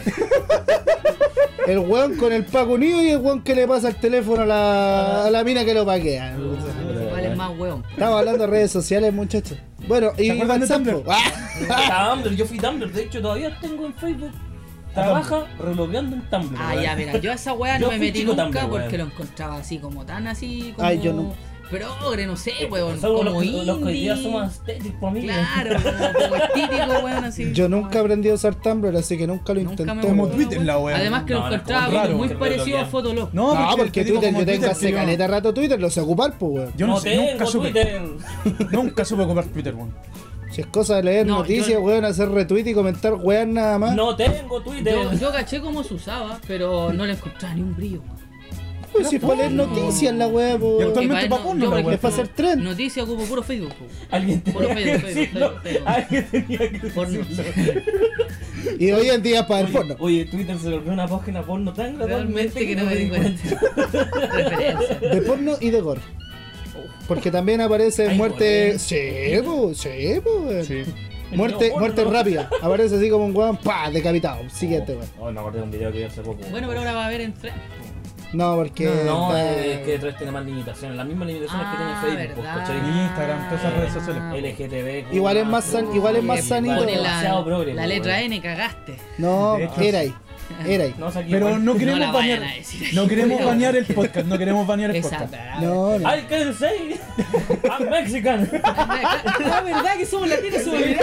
Speaker 1: El weón con el paco unido y el weón que le pasa el teléfono a la, a la mina que lo paquea.
Speaker 3: Vale, es más weón.
Speaker 1: Estamos hablando de redes sociales, muchachos. Bueno, y
Speaker 2: acuerdan de
Speaker 1: WhatsApp,
Speaker 2: Tumblr?
Speaker 1: po. Ah,
Speaker 4: Estaba Tumblr, yo fui Tumblr, de hecho todavía tengo en Facebook. Trabaja reloqueando en Tumblr.
Speaker 3: Ah,
Speaker 4: weón.
Speaker 3: ya, mira, yo a esa weá
Speaker 4: Yo
Speaker 3: no me
Speaker 4: fui
Speaker 3: metí
Speaker 4: chico
Speaker 3: nunca
Speaker 4: también,
Speaker 3: porque
Speaker 4: weón.
Speaker 3: lo encontraba así como tan así como.
Speaker 1: Ay, yo no.
Speaker 3: Progre, no sé, weón.
Speaker 4: Somos
Speaker 3: como
Speaker 4: Eh, los, que- los que hoy día
Speaker 3: indie.
Speaker 4: somos pues, aesthetic, por mí.
Speaker 3: Claro, weón, como el típico weón así.
Speaker 1: Yo nunca aprendí a usar Tumblr, así que nunca lo
Speaker 3: Nunca
Speaker 1: intenté.
Speaker 3: me
Speaker 2: Como
Speaker 3: gustó,
Speaker 2: Twitter,
Speaker 3: weón.
Speaker 2: la weá.
Speaker 3: Además que
Speaker 4: No,
Speaker 3: lo
Speaker 4: no,
Speaker 3: encontraba
Speaker 2: como raro,
Speaker 3: muy
Speaker 4: weón.
Speaker 3: parecido a Fotolog.
Speaker 1: No, porque
Speaker 2: te digo
Speaker 1: Twitter,
Speaker 2: como
Speaker 1: yo tengo
Speaker 2: Twitter,
Speaker 1: hace
Speaker 2: yo-
Speaker 1: caleta rato Twitter, lo sé ocupar, po, weón.
Speaker 2: Yo no,
Speaker 4: no
Speaker 2: sé, nunca
Speaker 4: tengo
Speaker 2: supe.
Speaker 4: Twitter.
Speaker 2: Nunca supe comprar Twitter, weón.
Speaker 1: Si es cosa de leer
Speaker 3: No,
Speaker 1: noticias,
Speaker 3: yo-
Speaker 1: weón, hacer retweet y comentar weón nada más.
Speaker 4: No tengo Twitter.
Speaker 3: Yo, yo caché cómo se usaba, pero no le encontraba ni un brillo. weón.
Speaker 1: Pues si es para leer
Speaker 3: no.
Speaker 1: noticias, la weá, po.
Speaker 2: Y actualmente-
Speaker 3: Porque para-
Speaker 2: pa'
Speaker 3: no,
Speaker 2: porno,
Speaker 3: yo,
Speaker 2: la
Speaker 3: por
Speaker 2: weá.
Speaker 3: ejemplo,
Speaker 1: Es para hacer tren.
Speaker 3: Noticias ocupo puro Facebook. weón.
Speaker 4: Alguien
Speaker 3: Puro
Speaker 4: tenía que
Speaker 3: pedo, pedo,
Speaker 4: decirlo.
Speaker 3: pedo, pedo.
Speaker 4: Alguien tenía que
Speaker 3: Porno.
Speaker 4: decirlo.
Speaker 1: Y hoy en día es para el porno.
Speaker 4: Oye, oye, Twitter se volvió una página porno tan
Speaker 3: Realmente
Speaker 4: gradualmente
Speaker 3: que no me di cuenta. Referencia.
Speaker 1: De porno y de gore. Porque también aparece
Speaker 4: Hay
Speaker 1: muerte.
Speaker 4: gore.
Speaker 1: Sí, po, sí, po, weón.
Speaker 2: Sí.
Speaker 1: Muerte,
Speaker 4: No,
Speaker 1: muerte
Speaker 4: porno.
Speaker 1: rápida. Aparece así como un weón, pa, decapitado. Siguiente, weón.
Speaker 4: Oh, me acordé de un video que vi hace poco.
Speaker 3: Bueno, pero ahora va a haber en tren.
Speaker 1: No, porque.
Speaker 4: No,
Speaker 1: está-
Speaker 4: eh, es que Twitter tiene más limitaciones. Las mismas limitaciones
Speaker 3: Ah,
Speaker 4: que tiene Facebook. pues,
Speaker 3: verdad. Ah,
Speaker 4: ¿cachai?
Speaker 2: Instagram, todas esas redes sociales.
Speaker 4: LGTB.
Speaker 1: Igual es más san- igual es más
Speaker 3: Eh,
Speaker 1: sanito.
Speaker 3: Pone la,
Speaker 4: Demasiado progre,
Speaker 3: la
Speaker 4: weón.
Speaker 3: letra N, cagaste.
Speaker 1: No,
Speaker 2: De hecho,
Speaker 1: era ahí. Era ahí.
Speaker 4: No, o sea, aquí
Speaker 2: Pero
Speaker 4: igual-
Speaker 2: no queremos
Speaker 3: pues la vayan
Speaker 2: bañar.
Speaker 3: a decir.
Speaker 2: No queremos bañar el podcast, no queremos bañar el
Speaker 3: Esa.
Speaker 2: podcast.
Speaker 1: No, no.
Speaker 4: I can say I'm Mexican.
Speaker 3: La Ah, verdad que somos latinos, somos latinos.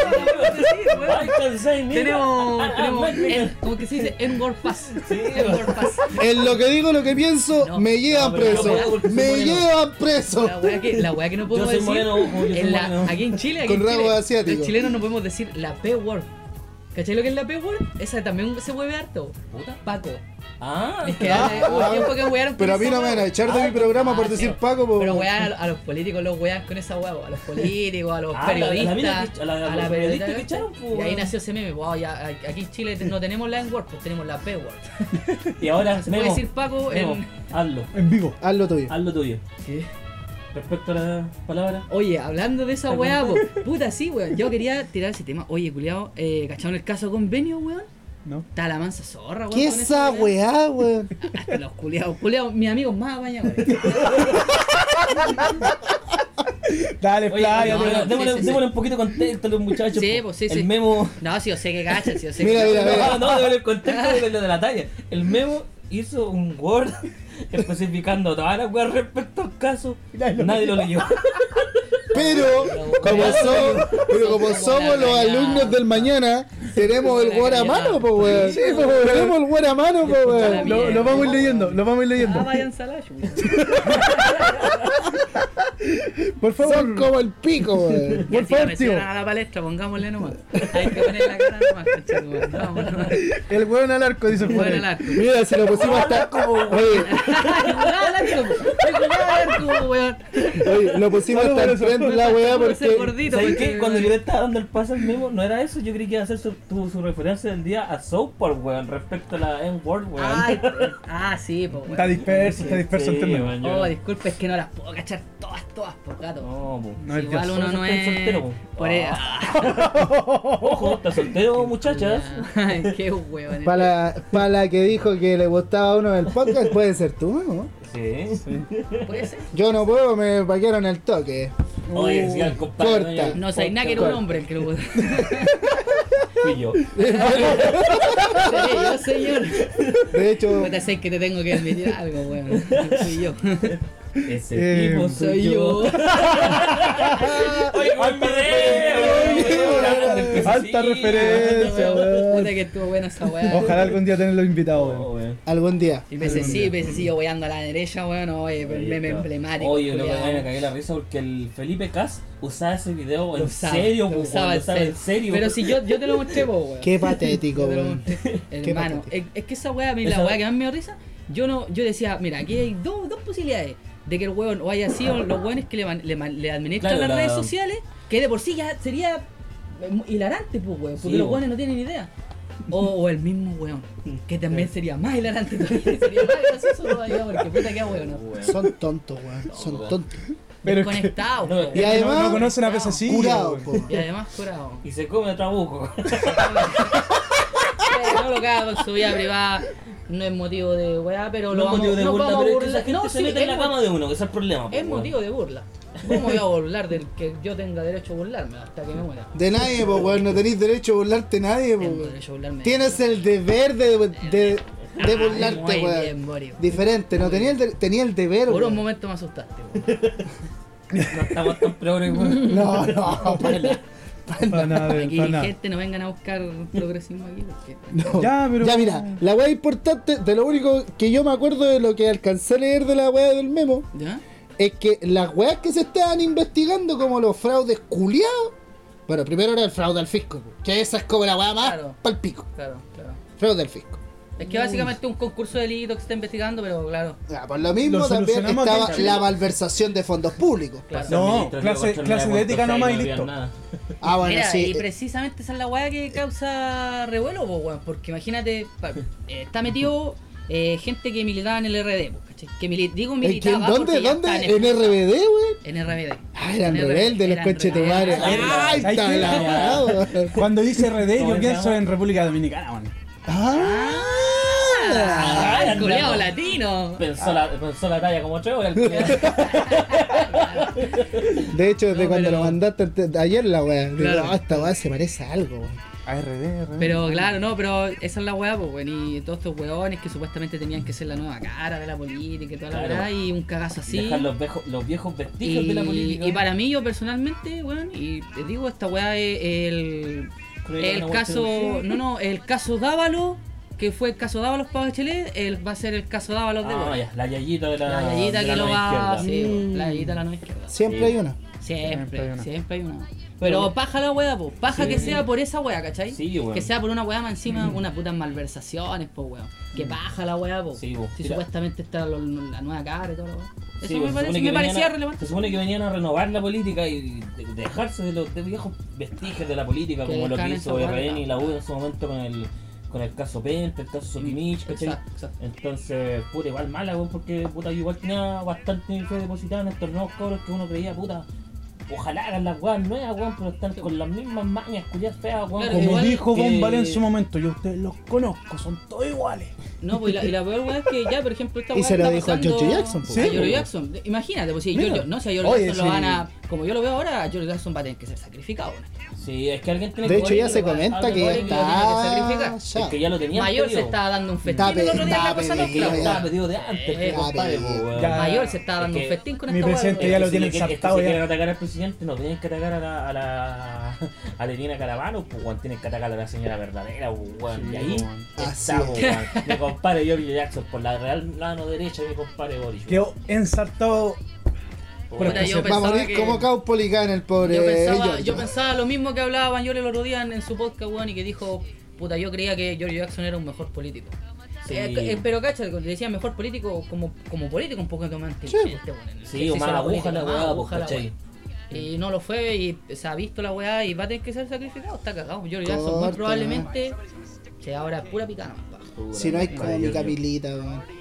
Speaker 4: I can say me.
Speaker 3: Tenemos, tenemos
Speaker 4: Ah, Mexican.
Speaker 3: en- como que se dice N-word pass.
Speaker 4: Sí,
Speaker 3: N-word pass.
Speaker 1: En lo que digo, lo que pienso,
Speaker 3: No,
Speaker 1: me llevan
Speaker 4: no, pero
Speaker 1: preso.
Speaker 4: yo puedo porque soy
Speaker 1: me
Speaker 4: moreno.
Speaker 1: llevan preso.
Speaker 3: La weá que, la weá que no podemos
Speaker 4: soy
Speaker 3: decir.
Speaker 4: moreno, ojo, yo soy
Speaker 3: en la-
Speaker 4: moreno.
Speaker 3: aquí en Chile, aquí
Speaker 1: Con
Speaker 3: en Chile,
Speaker 1: rasgos asiáticos.
Speaker 3: los chilenos no podemos decir la P-word. ¿Cachai lo que es la P word? Esa también se mueve harto.
Speaker 4: Puta.
Speaker 3: Paco.
Speaker 4: Ah,
Speaker 3: Es que hace un tiempo que
Speaker 1: ah,
Speaker 3: wearon con
Speaker 1: Pero a
Speaker 3: esa
Speaker 1: mí no me
Speaker 3: wea.
Speaker 1: van a echar de mi programa por decir Paco. po.
Speaker 3: Pero wean a, a los políticos, los wean con esa huevo, a los políticos, a los
Speaker 4: Ah, la- la mina
Speaker 3: periodistas,
Speaker 4: que- a la- a los periodistas que echaron, po,
Speaker 3: Y ahí
Speaker 4: weón.
Speaker 3: nació ese meme, po, ya, a- aquí en Chile no tenemos la N-word, pues tenemos la P-word.
Speaker 4: y ahora
Speaker 3: Voy a
Speaker 4: Memo,
Speaker 3: decir Paco
Speaker 4: Memo,
Speaker 3: en...
Speaker 4: hazlo,
Speaker 2: En vivo.
Speaker 1: Haz lo tuyo.
Speaker 4: hazlo tuyo.
Speaker 3: ¿Qué?
Speaker 4: Respecto a la palabra,
Speaker 3: Oye, hablando de esa
Speaker 4: Perdón.
Speaker 3: weá, po, puta sí, weón, yo quería tirar ese tema. Oye, culiao, eh, ¿cacharon el caso convenio, weón?
Speaker 2: No.
Speaker 3: Está la mansa zorra, weón.
Speaker 1: ¿Qué
Speaker 3: con
Speaker 1: esa weá, weón?
Speaker 3: Hasta los culiados, culiados, mis amigos más apañadores.
Speaker 2: Dale,
Speaker 4: Oye,
Speaker 2: playa.
Speaker 3: no,
Speaker 2: te-
Speaker 3: no,
Speaker 4: démosle,
Speaker 3: sí, sí, sí.
Speaker 4: démosle un poquito de contexto a los muchachos.
Speaker 3: Sí,
Speaker 4: po.
Speaker 3: pues, sí,
Speaker 4: el
Speaker 3: sí.
Speaker 4: Memo.
Speaker 3: No, si yo sé que cachan, si yo sé
Speaker 1: Mira,
Speaker 3: que
Speaker 1: mira, mira.
Speaker 4: No, no, démosle el contexto de lo de la talla. El Memo hizo un Word especificando todas las weas respecto al caso.
Speaker 2: Nadie lo
Speaker 4: Nadie lo leyó.
Speaker 1: Pero como somos, pero como somos los alumnos del mañana, tenemos el Word a mano, po weón. Tenemos el Word a mano, po weón.
Speaker 2: Lo, lo vamos a ir leyendo, lo vamos a ir
Speaker 3: Ah,
Speaker 2: leyendo.
Speaker 3: vayan salacho, weón.
Speaker 2: Por
Speaker 1: Son
Speaker 2: favor,
Speaker 1: como el pico, weón.
Speaker 3: Y
Speaker 2: Por
Speaker 3: encima
Speaker 2: favor,
Speaker 3: me
Speaker 2: tío.
Speaker 3: cierran a la palestra, pongámosle nomás. Hay que poner la cara nomás, conchetumare. Vamos, nomás.
Speaker 2: el hueón al arco, dice el
Speaker 3: Bueno,
Speaker 2: Juan.
Speaker 3: el arco.
Speaker 1: Mira, se lo pusimos hasta.
Speaker 3: Oh,
Speaker 1: Oye,
Speaker 3: Ay, jugaba al arco, po. Ay, jugaba al arco, po, weón.
Speaker 1: oye, lo pusimos hasta el frente de la weá
Speaker 3: Por ser
Speaker 1: porque.
Speaker 3: gordito,
Speaker 4: ¿Sabes
Speaker 3: porque-
Speaker 4: qué? Cuando yo le estaba dando el pase al Memo, no era eso. Yo creí que iba a hacer su, tu- su referencia del día a South Park, weón, respecto a la N-Word, weón.
Speaker 3: Ay, ah, sí, po, weón.
Speaker 2: Está disperso, está disperso
Speaker 4: Sí,
Speaker 2: el tema.
Speaker 4: weón, yo-
Speaker 3: Oh, disculpe, es que no las puedo cachar todas, todas, po, gato.
Speaker 4: No, po.
Speaker 2: No es
Speaker 3: Igual
Speaker 2: Dios.
Speaker 3: uno no
Speaker 4: Estoy
Speaker 3: es.
Speaker 4: soltero, Ah, po.
Speaker 3: Por e- Ah, eso.
Speaker 4: Ojo, está soltero, muchachas.
Speaker 3: Ay, Qué eh. weón.
Speaker 1: Para la, pa' la que dijo que le gustaba a uno del podcast, puede ser tú, ¿no?
Speaker 4: Sí.
Speaker 3: Puede ser.
Speaker 1: Yo no puedo, me paquearon el toque.
Speaker 4: Oye, sí, al compadre.
Speaker 1: corta.
Speaker 4: yo-
Speaker 3: No sé, nada que era un hombre el que lo puso. Sí,
Speaker 4: Fui yo.
Speaker 3: yo, señor.
Speaker 1: De hecho,
Speaker 3: Puta, sé que te tengo que admitir algo, weón. Soy yo.
Speaker 4: Ese
Speaker 2: Eh,
Speaker 4: tipo soy yo. Oye, pues, buen video. weón.
Speaker 2: Alta
Speaker 4: pues, Sí,
Speaker 2: referencia,
Speaker 3: Puta
Speaker 2: weón.
Speaker 3: que estuvo buena esa weá.
Speaker 2: Ojalá algún día tenerlo invitado,
Speaker 4: weón.
Speaker 2: weón.
Speaker 4: Oh, weón.
Speaker 1: algún día.
Speaker 3: Y sí, sí, yo weando a la derecha, weón, oye,
Speaker 4: Oye,
Speaker 3: meme
Speaker 4: está-
Speaker 3: emblemático.
Speaker 4: Oye, loco,
Speaker 3: culiao.
Speaker 4: ay, me cagué la risa porque el Felipe Cas usaba ese video en
Speaker 3: Lo usaba,
Speaker 4: serio,
Speaker 3: lo
Speaker 4: weón,
Speaker 3: usaba en serio.
Speaker 4: en serio.
Speaker 3: Pero si yo, yo te lo mostré, po, weón.
Speaker 1: Qué patético,
Speaker 3: Yo te lo
Speaker 1: weón.
Speaker 3: mostré. Hermano, es, es que esa weá, a mí la
Speaker 4: Esa-
Speaker 3: weá que más me dio risa, yo no, yo decía, mira, aquí hay dos, dos posibilidades. De que el weón o haya sido los weones que le, man- le, man- le administran
Speaker 4: Claro,
Speaker 3: las
Speaker 4: la-
Speaker 3: redes sociales, que de por sí ya sería eh, hilarante, pues, weón, porque
Speaker 4: Sí,
Speaker 3: los
Speaker 4: po.
Speaker 3: weones no tienen idea. O, o el mismo weón, que también sería más hilarante todavía, sería más gracioso todavía, porque puta que weón. ¿no?
Speaker 4: Weón.
Speaker 1: Son tontos, weón. Son tontos.
Speaker 2: Pero es que-
Speaker 3: Desconectados,
Speaker 4: No,
Speaker 3: po,
Speaker 4: es
Speaker 3: weón.
Speaker 1: Y
Speaker 2: No-
Speaker 1: además,
Speaker 2: no conocen a Pesacillo.
Speaker 1: curado,
Speaker 2: weón.
Speaker 1: po.
Speaker 3: Y además curado.
Speaker 4: Y se come a trabuco.
Speaker 3: No lo caga con su vida privada. No es motivo de weá, pero lo
Speaker 4: No es
Speaker 3: vamos,
Speaker 4: motivo de
Speaker 3: nos
Speaker 4: burla,
Speaker 3: vamos a
Speaker 4: pero es que esa
Speaker 3: burlar.
Speaker 4: gente
Speaker 3: No,
Speaker 4: se
Speaker 3: sí,
Speaker 4: mete en
Speaker 3: es
Speaker 4: la
Speaker 3: mo-
Speaker 4: cama de uno, que ese es el problema.
Speaker 3: Es
Speaker 4: pues, weón.
Speaker 3: motivo de burla. ¿Cómo voy a burlar del que yo tenga derecho a burlarme hasta que me muera?
Speaker 1: De nadie, po, weón. No tenéis derecho a burlarte de nadie, po,
Speaker 3: Tengo
Speaker 1: weón.
Speaker 3: derecho a burlarme.
Speaker 1: Tienes el deber de, de, de
Speaker 3: Ah,
Speaker 1: burlarte,
Speaker 3: muy bien,
Speaker 1: weón.
Speaker 3: Boris.
Speaker 1: Diferente, no tenía el, de- tenía el deber,
Speaker 3: Por un
Speaker 1: weón.
Speaker 3: momento me asustaste. weón.
Speaker 4: No estamos tan progres, weón.
Speaker 1: No, no, pala.
Speaker 2: Para nada,
Speaker 3: Aquí
Speaker 2: para nada.
Speaker 3: gente no vengan a buscar progresismo aquí. Porque...
Speaker 1: No.
Speaker 2: Ya, pero-
Speaker 1: Ya, mira, la weá importante, de lo único que yo me acuerdo de lo que alcancé a leer de la weá del memo,
Speaker 3: ¿Ya?
Speaker 1: es que las weas que se estaban investigando como los fraudes culiados. Bueno, primero era el fraude al fisco, po, que esa es como la weá más
Speaker 3: Claro.
Speaker 1: pal pico.
Speaker 3: Claro, claro.
Speaker 1: Fraude al fisco.
Speaker 3: Es que básicamente un concurso de delito que se está investigando, pero claro.
Speaker 1: Ah, por lo mismo
Speaker 2: Lo
Speaker 1: también
Speaker 2: solucionamos
Speaker 1: estaba
Speaker 2: acá en Chile.
Speaker 1: la malversación de fondos públicos.
Speaker 3: claro.
Speaker 2: No,
Speaker 4: Administrativo,
Speaker 2: clase-
Speaker 4: control,
Speaker 2: clase
Speaker 4: no
Speaker 2: de
Speaker 4: hay
Speaker 2: ética
Speaker 4: puertas,
Speaker 2: nomás
Speaker 4: ahí
Speaker 2: y
Speaker 4: no
Speaker 2: listo.
Speaker 4: había nada.
Speaker 1: Ah, bueno,
Speaker 3: Mira,
Speaker 1: sí. eh,
Speaker 3: y precisamente esa es la weá que causa revuelo, po, weón, porque imagínate, pa- eh, está metido eh, gente que militaba en el RD, po, ¿cachai? que mili- digo
Speaker 1: ¿En quién?
Speaker 3: militaba
Speaker 1: ¿Dónde?
Speaker 3: porque ya
Speaker 1: ¿Dónde?
Speaker 3: están
Speaker 1: ¿En RBD, güey?
Speaker 3: En RBD.
Speaker 1: Ah, eran
Speaker 3: En RBD,
Speaker 1: rebeldes los
Speaker 3: eran
Speaker 1: conchetumares.
Speaker 3: rebeldes.
Speaker 1: Ay,
Speaker 2: Ay,
Speaker 1: está
Speaker 2: qué-
Speaker 1: la weá, weón.
Speaker 2: Cuando dice RD,
Speaker 4: ¿Cómo
Speaker 2: yo
Speaker 4: se
Speaker 2: pienso
Speaker 4: llama?
Speaker 2: en República Dominicana, weón.
Speaker 1: ¡Ah!
Speaker 3: Ah,
Speaker 4: Ah,
Speaker 3: el culiao
Speaker 4: no.
Speaker 3: latino.
Speaker 4: Pensó la, pensó la talla como tres, weón. Claro,
Speaker 1: De hecho, desde
Speaker 3: No,
Speaker 1: cuando
Speaker 3: pero-
Speaker 1: lo mandaste ante- ayer, la weá. Digo,
Speaker 3: Claro.
Speaker 1: "Ah, esta weá se parece a algo, weón.
Speaker 2: A RD, RD.
Speaker 3: Pero claro, no, pero esa es la weá, pues, weón, y todos estos weones que supuestamente tenían que ser la nueva cara de la política y toda la
Speaker 4: Claro.
Speaker 3: weá, y un cagazo así.
Speaker 4: Dejar los, vejo- los viejos vestigios de la
Speaker 3: Y,
Speaker 4: política.
Speaker 3: y para mí, yo personalmente, weón, y te digo, esta weá es el,
Speaker 4: Creo que
Speaker 3: el
Speaker 4: no
Speaker 3: caso.
Speaker 4: aguanté.
Speaker 3: No, no, el caso Dávalo, que fue el caso Dávalos para Bachelet, el, va a ser el caso Dávalos de
Speaker 4: Ah,
Speaker 3: Boris.
Speaker 4: ya, la yayita de la.
Speaker 3: La
Speaker 4: de
Speaker 3: yayita
Speaker 4: la
Speaker 3: que lo
Speaker 4: nueva
Speaker 3: va.
Speaker 4: izquierda.
Speaker 3: Sí,
Speaker 1: Mm.
Speaker 3: la yayita a la no izquierda.
Speaker 1: Siempre
Speaker 4: Sí.
Speaker 1: hay una.
Speaker 3: Siempre,
Speaker 2: Siempre hay
Speaker 3: siempre
Speaker 2: una.
Speaker 3: hay una. Pero paja la wea, po. Paja
Speaker 4: Sí.
Speaker 3: que sea por esa wea, ¿cachai?
Speaker 4: Sí, weón. Mm.
Speaker 3: Que sea por una wea más encima, unas putas malversaciones, po, weón. Que paja la wea, po.
Speaker 4: Sí, po.
Speaker 3: Si
Speaker 4: Mira.
Speaker 3: supuestamente está lo- lo- la nueva cara y todo lo wea. Eso
Speaker 4: Sí,
Speaker 3: me,
Speaker 4: pues, se supone
Speaker 3: parece,
Speaker 4: que
Speaker 3: me
Speaker 4: venían
Speaker 3: parecía
Speaker 4: a-
Speaker 3: relevante.
Speaker 4: Se supone que venían a renovar la política y de- de dejarse de los de viejos vestigios de la política,
Speaker 3: Que
Speaker 4: como lo que
Speaker 3: dejan
Speaker 4: hizo
Speaker 3: esa
Speaker 4: RN y
Speaker 3: guarda.
Speaker 4: la U en su momento con el, con el caso Penta, el caso Sokimich, ¿cachai?
Speaker 3: Exacto, exacto.
Speaker 4: Entonces, puta, igual mala, weón, porque puta, yo igual tenía bastante fe depositada en estos nuevos cabros que uno creía, puta, ojalá hagan las weas nuevas, weón, pero están con las mismas mañas, culias feas, weón.
Speaker 3: Claro,
Speaker 4: como-
Speaker 2: Como
Speaker 3: igual
Speaker 2: dijo
Speaker 4: que-
Speaker 2: Bombalé en su momento, yo a ustedes los conozco, son todos iguales.
Speaker 3: No, pues, y la, y la peor wea es que ya, por ejemplo, esta
Speaker 1: Y
Speaker 3: wea.
Speaker 1: se lo
Speaker 3: está
Speaker 1: dijo a
Speaker 3: pasando-
Speaker 1: George Jackson, po.
Speaker 3: a
Speaker 2: Sí,
Speaker 3: George
Speaker 2: po.
Speaker 3: Jackson. De- Imagínate, pues si
Speaker 2: Mira.
Speaker 3: George- no sé, a George
Speaker 2: Oye,
Speaker 3: Jackson lo
Speaker 2: sí.
Speaker 3: van a. Como yo lo veo ahora, a George Jackson va a tener que ser sacrificado, weón.
Speaker 4: Sí, es que alguien tiene
Speaker 1: De
Speaker 4: que
Speaker 1: hecho, ya
Speaker 4: poner-
Speaker 1: se comenta que ya
Speaker 4: alguien tiene
Speaker 1: está.
Speaker 3: sacrificar.
Speaker 4: que- Es que ya lo tenían
Speaker 3: Mayor se
Speaker 4: pedido.
Speaker 3: está dando un festín.
Speaker 1: Está
Speaker 3: el otro día en la
Speaker 1: pe-
Speaker 3: cosa
Speaker 1: está
Speaker 4: Es que
Speaker 3: nuestra,
Speaker 1: pedido.
Speaker 4: ya
Speaker 3: weón.
Speaker 4: estaba pedido de antes,
Speaker 3: Eh,
Speaker 4: pues, compadre,
Speaker 1: ya.
Speaker 4: pues, weón.
Speaker 2: Ya,
Speaker 3: Mayor se está dando
Speaker 4: Es
Speaker 3: un
Speaker 4: que
Speaker 3: festín con
Speaker 2: mi
Speaker 3: esta wea,
Speaker 2: presente
Speaker 3: weón.
Speaker 2: ya lo
Speaker 4: si
Speaker 2: tienen
Speaker 4: le quieren-
Speaker 2: saltado
Speaker 4: Si
Speaker 2: ya.
Speaker 4: quieren atacar al presidente, no tienen que atacar a la, a la, a la Irina Caravano, pues weón, tienen que atacar a la señora verdadera, pues, weón.
Speaker 2: Sí,
Speaker 4: y ahí
Speaker 2: weón.
Speaker 1: Así
Speaker 4: está,
Speaker 1: es.
Speaker 4: pues, weón. Mi compadre Giorgio Jackson por la real mano derecha, mi compadre Boris.
Speaker 2: Quedó ensartado.
Speaker 4: Pues,
Speaker 3: Puta, yo
Speaker 1: Va a
Speaker 3: pensaba
Speaker 1: morir
Speaker 3: que-
Speaker 1: como Caupolicán el pobre.
Speaker 3: Yo pensaba,
Speaker 1: Giorgio.
Speaker 3: yo pensaba lo mismo que hablaba Bañol el otro día en, en su podcast, weón, y que dijo, puta, yo creía que George Jackson era un mejor político.
Speaker 4: Sí.
Speaker 3: Eh, eh, pero cacha, le decía mejor político como, como político un poco más inteligente, weón. en el
Speaker 4: Sí,
Speaker 3: ejercicio
Speaker 4: o más
Speaker 3: de la
Speaker 4: aguja
Speaker 3: política,
Speaker 4: la
Speaker 3: más
Speaker 4: weá, pues,
Speaker 3: aguja la
Speaker 4: ¿cachai?
Speaker 3: weá. Y no lo fue y se ha visto la weá y va a tener que ser sacrificado, está cagado. George Jackson muy
Speaker 1: Corta.
Speaker 3: probablemente sea ahora pura picana más baja.
Speaker 1: Si no hay como mi
Speaker 4: Giorgio.
Speaker 1: Camilita, weón.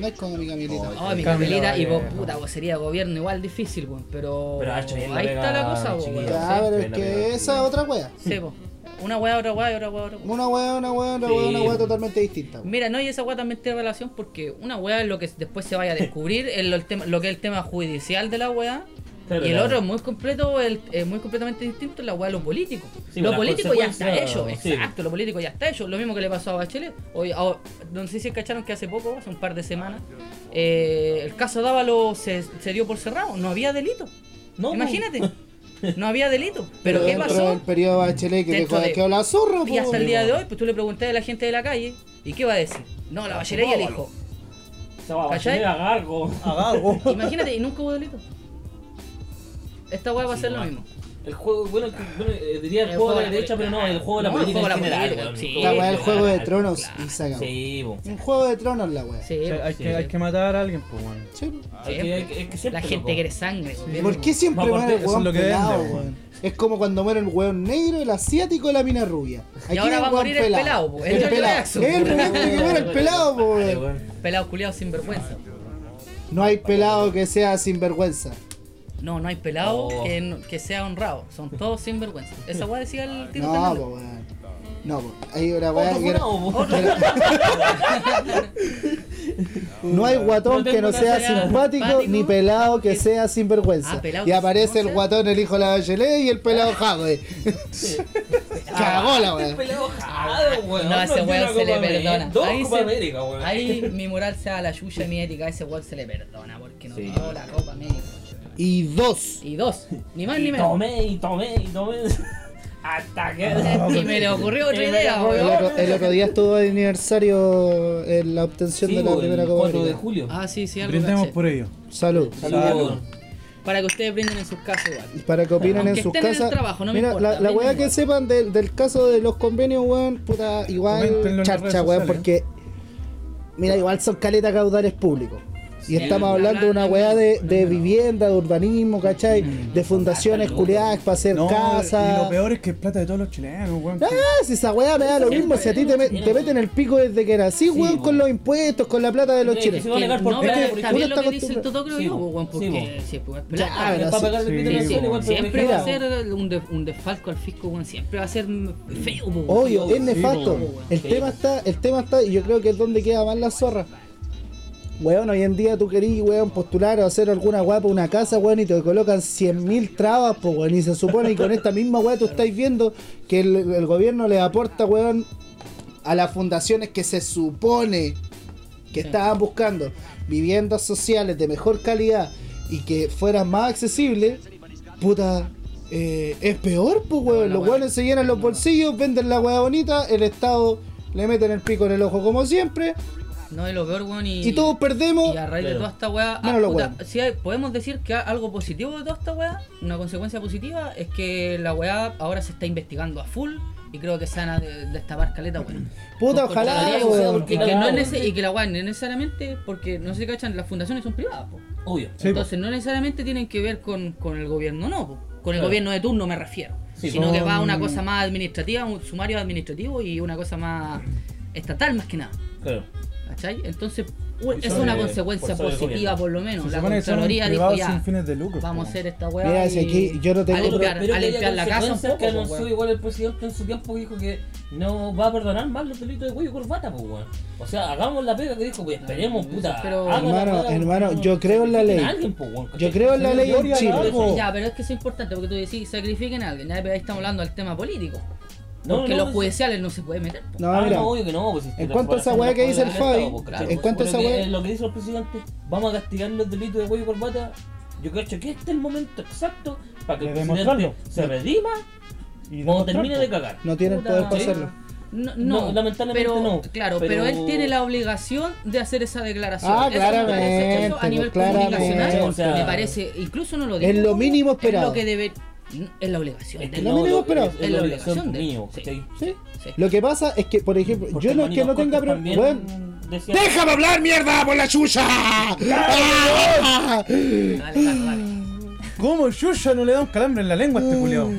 Speaker 1: No hay como mi Camilita.
Speaker 4: Ay,
Speaker 3: Ay, mi
Speaker 2: Camila
Speaker 3: Camilita, y vos,
Speaker 2: Vallejo.
Speaker 3: puta, vos sería gobierno igual difícil, weón, pero,
Speaker 4: Pero ha hecho bien la
Speaker 3: ahí está
Speaker 4: pega,
Speaker 3: la cosa, vos,
Speaker 4: chiquillo.
Speaker 3: weón.
Speaker 4: Ya,
Speaker 1: Ya,
Speaker 3: sí.
Speaker 1: pero
Speaker 4: sí,
Speaker 1: es
Speaker 4: la
Speaker 1: que
Speaker 4: verdad.
Speaker 1: esa es otra wea.
Speaker 3: Sí, po. Una weá, otra weá, otra weá, otra weá.
Speaker 1: Una wea, una wea, una wea, una
Speaker 4: Sí.
Speaker 1: wea totalmente distinta. weón.
Speaker 3: Mira, no, y esa weá también tiene relación porque una weá es lo que después se vaya a descubrir, es lo, el tema- lo que es el tema judicial de la weá.
Speaker 4: Claro,
Speaker 3: y el
Speaker 4: claro.
Speaker 3: otro es muy completo, el, es muy completamente distinto, la weá de lo político.
Speaker 4: Sí,
Speaker 3: lo
Speaker 4: las
Speaker 3: político ya está
Speaker 4: consecuencias,
Speaker 3: hecho,
Speaker 4: sí.
Speaker 3: exacto, lo político ya está hecho. Lo mismo que le pasó a Bachelet. Hoy, a- no sé si cacharon que hace poco, hace un par de semanas, eh, el caso Dávalo se, se dio por cerrado, no había delito.
Speaker 4: No, pues,
Speaker 3: Imagínate, no había delito. ¿Pero, qué
Speaker 1: dentro
Speaker 3: pasó?
Speaker 1: del periodo Bachelet que
Speaker 3: Dentro
Speaker 1: dejó de
Speaker 3: de-
Speaker 1: quedó la zorra,
Speaker 3: Y hasta
Speaker 1: po.
Speaker 3: el día de hoy, pues tú le preguntas a la gente de la calle, ¿y qué va a decir? No, la Bachelet ya dijo.
Speaker 4: Se va a
Speaker 3: ¿Cachai?
Speaker 4: Bachelet a Gargo.
Speaker 2: Agago.
Speaker 3: Imagínate, y nunca hubo delito. Esta weá va a
Speaker 4: Sí,
Speaker 3: ser lo
Speaker 4: no.
Speaker 3: mismo.
Speaker 4: El juego, bueno, el- bueno, eh, diría el, juego de la derecha, pero no, el juego de la
Speaker 3: No, el
Speaker 4: política.
Speaker 3: juego
Speaker 4: en
Speaker 3: de la
Speaker 4: general,
Speaker 3: política,
Speaker 4: weón.
Speaker 3: sí.
Speaker 1: La wea del
Speaker 4: en
Speaker 1: juego de
Speaker 4: general.
Speaker 1: tronos y se acabó.
Speaker 4: Sí, po.
Speaker 1: Un juego de tronos la wea.
Speaker 3: Sí,
Speaker 2: O sea, hay,
Speaker 3: sí,
Speaker 2: que, hay
Speaker 3: sí.
Speaker 2: que matar a alguien, pues, bueno.
Speaker 1: Sí.
Speaker 4: Hay que- hay que- hay que siempre,
Speaker 3: La gente
Speaker 4: loco.
Speaker 3: quiere sangre.
Speaker 1: ¿Y
Speaker 3: weón.
Speaker 1: ¿Por qué siempre
Speaker 2: No,
Speaker 1: muere
Speaker 2: aparte,
Speaker 1: el
Speaker 2: eso es
Speaker 1: hueón
Speaker 2: lo que
Speaker 1: pelado,
Speaker 2: vende,
Speaker 1: weón?
Speaker 2: weón.
Speaker 1: Es como cuando muere el hueón negro, el asiático y la mina rubia. Aquí
Speaker 3: ahora
Speaker 1: hay
Speaker 3: va a
Speaker 1: hueón
Speaker 3: morir el pelado, po. El
Speaker 1: El
Speaker 3: Johnny
Speaker 1: pelado. Es
Speaker 3: Jackson.
Speaker 1: el momento que muere el pelado, po,
Speaker 4: Vale,
Speaker 1: weón.
Speaker 4: weón.
Speaker 3: Pelado culiado sin vergüenza.
Speaker 1: No hay pelado que sea sinvergüenza.
Speaker 3: No, no hay pelado
Speaker 4: Oh.
Speaker 3: que, no- que sea honrado. Son todos sin vergüenza. Esa weá decía el tiro
Speaker 1: No, po, weón. No, po. Hay una weá
Speaker 4: Otro
Speaker 1: que era-
Speaker 4: funado, po.
Speaker 1: No hay guatón
Speaker 4: No
Speaker 1: que no
Speaker 4: tengo
Speaker 1: sea
Speaker 4: nada que hacer.
Speaker 1: simpático
Speaker 3: Simpático.
Speaker 1: ni pelado que sea
Speaker 3: Ah,
Speaker 1: sinvergüenza.
Speaker 3: pelado
Speaker 1: Y
Speaker 3: que
Speaker 1: aparece
Speaker 3: no
Speaker 1: el
Speaker 3: sea.
Speaker 1: guatón, el hijo de la Bachelet y el pelado Jade. Cagó la weá.
Speaker 4: Pelado jado, weón.
Speaker 3: No, a ese
Speaker 4: Nos dio
Speaker 3: weón
Speaker 4: una
Speaker 3: se le
Speaker 4: Copa América.
Speaker 3: perdona.
Speaker 4: Dos
Speaker 3: Ahí
Speaker 4: Copa
Speaker 3: se-
Speaker 4: América, weón. Este,
Speaker 3: Ahí mi moral se da la yuya y mi ética. A ese weón se le perdona porque no
Speaker 4: Sí.
Speaker 3: pagó la copa médica.
Speaker 1: Y dos.
Speaker 3: Y dos, ni más ni
Speaker 4: Y
Speaker 3: menos.
Speaker 4: tomé, y tomé, y tomé. Hasta que.
Speaker 3: Y me le ocurrió otra
Speaker 4: Y me
Speaker 3: idea,
Speaker 4: la
Speaker 1: El
Speaker 3: weón.
Speaker 1: otro, el otro día estuvo de aniversario en la obtención
Speaker 4: Sí,
Speaker 3: pues,
Speaker 1: de la
Speaker 4: weón,
Speaker 1: primera
Speaker 4: el
Speaker 1: Copa
Speaker 4: 4 de
Speaker 1: América.
Speaker 4: julio.
Speaker 3: Ah, sí, sí, algo
Speaker 2: Brindemos
Speaker 3: caché.
Speaker 2: por ello.
Speaker 1: Salud.
Speaker 4: Salud, weón. Ah,
Speaker 3: Para que ustedes brinden en sus casas igual.
Speaker 1: Para que opinen
Speaker 3: Aunque
Speaker 1: en sus
Speaker 3: estén en el
Speaker 1: casas.
Speaker 3: trabajo, no me
Speaker 1: Mira,
Speaker 3: importa,
Speaker 1: la, la
Speaker 3: a mí
Speaker 1: weá
Speaker 3: me
Speaker 1: que
Speaker 3: importa.
Speaker 1: sepan del, del caso de los convenios, weón, puta,
Speaker 2: Coméntenlo
Speaker 1: igual
Speaker 2: en las
Speaker 1: charcha,
Speaker 2: redes
Speaker 1: weón,
Speaker 2: sociales.
Speaker 1: porque. Mira, igual son caleta caudales públicos. Y
Speaker 3: Sí,
Speaker 1: estamos hablando de
Speaker 3: hablando
Speaker 1: una
Speaker 3: de-
Speaker 1: weá de, de vivienda, de urbanismo, ¿cachai? De fundaciones culiadas para hacer
Speaker 2: y lo
Speaker 1: casas.
Speaker 2: peor es que es plata de todos los chilenos, weón.
Speaker 1: Ah, si esa weá me da lo mismo, si a ti te, me- te meten el pico desde que nací, weón,
Speaker 4: weón.
Speaker 1: con los impuestos, con la plata de los
Speaker 4: Sí,
Speaker 1: chilenos.
Speaker 4: Se va a negar
Speaker 3: Que
Speaker 4: por
Speaker 3: no,
Speaker 4: plata,
Speaker 3: pero
Speaker 4: porque
Speaker 3: está
Speaker 1: uno
Speaker 3: bien lo
Speaker 1: está
Speaker 3: que dice el
Speaker 1: acostumbrado.
Speaker 3: Toto, creo
Speaker 4: Sí,
Speaker 3: yo,
Speaker 4: po.
Speaker 3: weón,
Speaker 4: Sí,
Speaker 3: porque
Speaker 4: po.
Speaker 3: si es por
Speaker 1: Ya,
Speaker 3: plata,
Speaker 1: Ah, pero
Speaker 4: Es para pagar el
Speaker 2: sí,
Speaker 4: pito
Speaker 2: sí, weón.
Speaker 4: nacional, igual, pero
Speaker 3: pues, Siempre
Speaker 4: me
Speaker 3: va
Speaker 1: Mira.
Speaker 3: a ser un, de- un desfalco al fisco, weón. Siempre va a ser feo, po, weón.
Speaker 1: Obvio, es
Speaker 2: po,
Speaker 1: nefasto.
Speaker 2: weón.
Speaker 1: El
Speaker 4: Sí.
Speaker 1: tema está, el tema está, y yo creo que es donde queda más la zorra. Weón, hoy en día tú querís, weón, postular o hacer alguna guapa una casa, weón, y te colocan 100.000 trabas, po, weón, y se supone que con esta misma weá tú estáis viendo que el, el gobierno le aporta, weón, a las fundaciones que se supone que
Speaker 3: Sí.
Speaker 1: estaban buscando viviendas sociales de mejor calidad y que fueran más accesibles, puta, eh, es peor, pues, weón.
Speaker 3: la
Speaker 1: Los
Speaker 3: weá.
Speaker 1: weones se llenan los bolsillos, venden la weá bonita, el Estado le meten el pico en el ojo como siempre.
Speaker 3: No, y lo peor, weón. Y,
Speaker 1: Y todos perdemos.
Speaker 3: y a raíz de
Speaker 4: Claro.
Speaker 3: toda esta weá. ah,
Speaker 1: Menos los
Speaker 3: puta,
Speaker 1: weones.
Speaker 3: si hay- podemos decir que algo positivo de toda esta weá, una consecuencia positiva, es que la weá ahora se está investigando a full y creo que se van a de- destapar caleta, weón.
Speaker 1: Puta,
Speaker 3: Con
Speaker 1: ojalá,
Speaker 3: contrataría,
Speaker 1: weón.
Speaker 4: sea, porque
Speaker 3: Y que, no es
Speaker 4: Claro.
Speaker 3: nece- y que la weá no es necesariamente, porque no se cachan, las fundaciones son privadas, po.
Speaker 4: Obvio.
Speaker 2: Sí, po.
Speaker 3: Entonces no necesariamente tienen que ver con, con el gobierno, no, po. con el
Speaker 4: Claro.
Speaker 3: gobierno de turno me refiero.
Speaker 4: Sí,
Speaker 3: sino que va a una
Speaker 2: son-
Speaker 3: cosa más administrativa, un sumario administrativo y una cosa más estatal más que nada.
Speaker 4: Claro.
Speaker 3: ¿Cachai? Entonces, u-
Speaker 4: Y
Speaker 3: esa es
Speaker 4: sobre-
Speaker 3: una consecuencia
Speaker 4: por sobre el
Speaker 3: positiva
Speaker 4: gobierno.
Speaker 3: por lo menos.
Speaker 2: Se
Speaker 3: la
Speaker 2: supone que son
Speaker 3: Contraloría dijo
Speaker 2: privados sin
Speaker 3: ya,
Speaker 2: fines de lucro.
Speaker 3: vamos a
Speaker 2: po.
Speaker 3: hacer esta weá.
Speaker 1: Mira, si
Speaker 3: y
Speaker 1: aquí yo no
Speaker 3: a
Speaker 1: tengo
Speaker 4: Pero-
Speaker 3: limpiar,
Speaker 4: pero
Speaker 3: a
Speaker 4: que haya
Speaker 3: limpiar la casa un
Speaker 4: consecuencias
Speaker 3: poco,
Speaker 4: que
Speaker 3: po,
Speaker 4: anunció
Speaker 3: weón.
Speaker 4: igual el presidente en su tiempo dijo que no va a perdonar más los delitos de cuello y corbata, pues, weón. O sea, hagamos la pega que dijo, pues esperemos, puta.
Speaker 3: Mm, Pero-
Speaker 4: hagan la
Speaker 1: Hermano,
Speaker 4: pega,
Speaker 1: hermano,
Speaker 4: weón,
Speaker 1: yo creo en la
Speaker 4: sacrifiquen
Speaker 1: ley.
Speaker 4: a alguien, po, weón,
Speaker 1: Yo
Speaker 4: ¿cachai?
Speaker 1: creo en la
Speaker 2: Sí,
Speaker 1: ley
Speaker 2: yo
Speaker 1: en
Speaker 2: haría
Speaker 1: Chile.
Speaker 2: algo.
Speaker 3: Ya, pero es que eso es importante porque tú decís sacrifiquen a alguien, ya, pero ahí estamos hablando del tema político.
Speaker 4: No,
Speaker 3: porque
Speaker 4: no,
Speaker 3: los
Speaker 4: no,
Speaker 3: judiciales no se puede meter. po.
Speaker 1: No,
Speaker 4: ah,
Speaker 1: mira.
Speaker 4: no, obvio que no, pues, si
Speaker 1: en
Speaker 4: la
Speaker 1: cuanto a esa
Speaker 4: población
Speaker 1: weá
Speaker 4: no
Speaker 1: que dice el
Speaker 4: está del
Speaker 1: Fabi,
Speaker 4: Estado, pues, ¿cachai?
Speaker 1: en cuanto a
Speaker 4: Pero
Speaker 1: esa
Speaker 4: que
Speaker 1: weá-
Speaker 4: Lo que dice el presidente, vamos a castigar los delitos de cuello y corbata. Yo creo que este es el momento exacto para que el
Speaker 2: De
Speaker 4: presidente
Speaker 2: demostrarlo.
Speaker 4: se redima
Speaker 2: Y
Speaker 4: o
Speaker 2: demostrar,
Speaker 4: termine
Speaker 2: po.
Speaker 4: de cagar.
Speaker 1: No tiene el
Speaker 3: Puta.
Speaker 1: poder para hacerlo.
Speaker 3: No, no,
Speaker 4: No, lamentablemente
Speaker 3: pero,
Speaker 4: no,
Speaker 3: Claro, pero...
Speaker 4: pero-
Speaker 3: él tiene la obligación de hacer esa declaración.
Speaker 1: Ah,
Speaker 3: Eso me parece
Speaker 1: claramente,
Speaker 3: que eso a nivel
Speaker 1: pues, claramente.
Speaker 3: comunicacional
Speaker 4: O sea-
Speaker 3: me parece, incluso no lo digo.
Speaker 1: Es lo mínimo
Speaker 3: Es
Speaker 1: esperado.
Speaker 3: lo que debe. Es la obligación.
Speaker 4: Este Es que
Speaker 3: del-
Speaker 1: lo mínimo
Speaker 4: lo-
Speaker 1: esperado.
Speaker 4: es- Es la obligación de
Speaker 3: mío,
Speaker 4: ¿cachai?
Speaker 1: ¿Sí?
Speaker 3: Sí.
Speaker 1: Lo que pasa es que, por ejemplo,
Speaker 4: Porque
Speaker 1: yo no es
Speaker 4: Manny
Speaker 1: que no tenga.
Speaker 4: Vasconcelos
Speaker 1: pre-
Speaker 4: también
Speaker 1: Weón,
Speaker 4: decía-
Speaker 1: ¡Déjame hablar, mierda, por la chucha! ¡Ah!
Speaker 3: Dale, dale, dale.
Speaker 2: ¿Cómo yo ya no le da un calambre en la lengua a este culiao?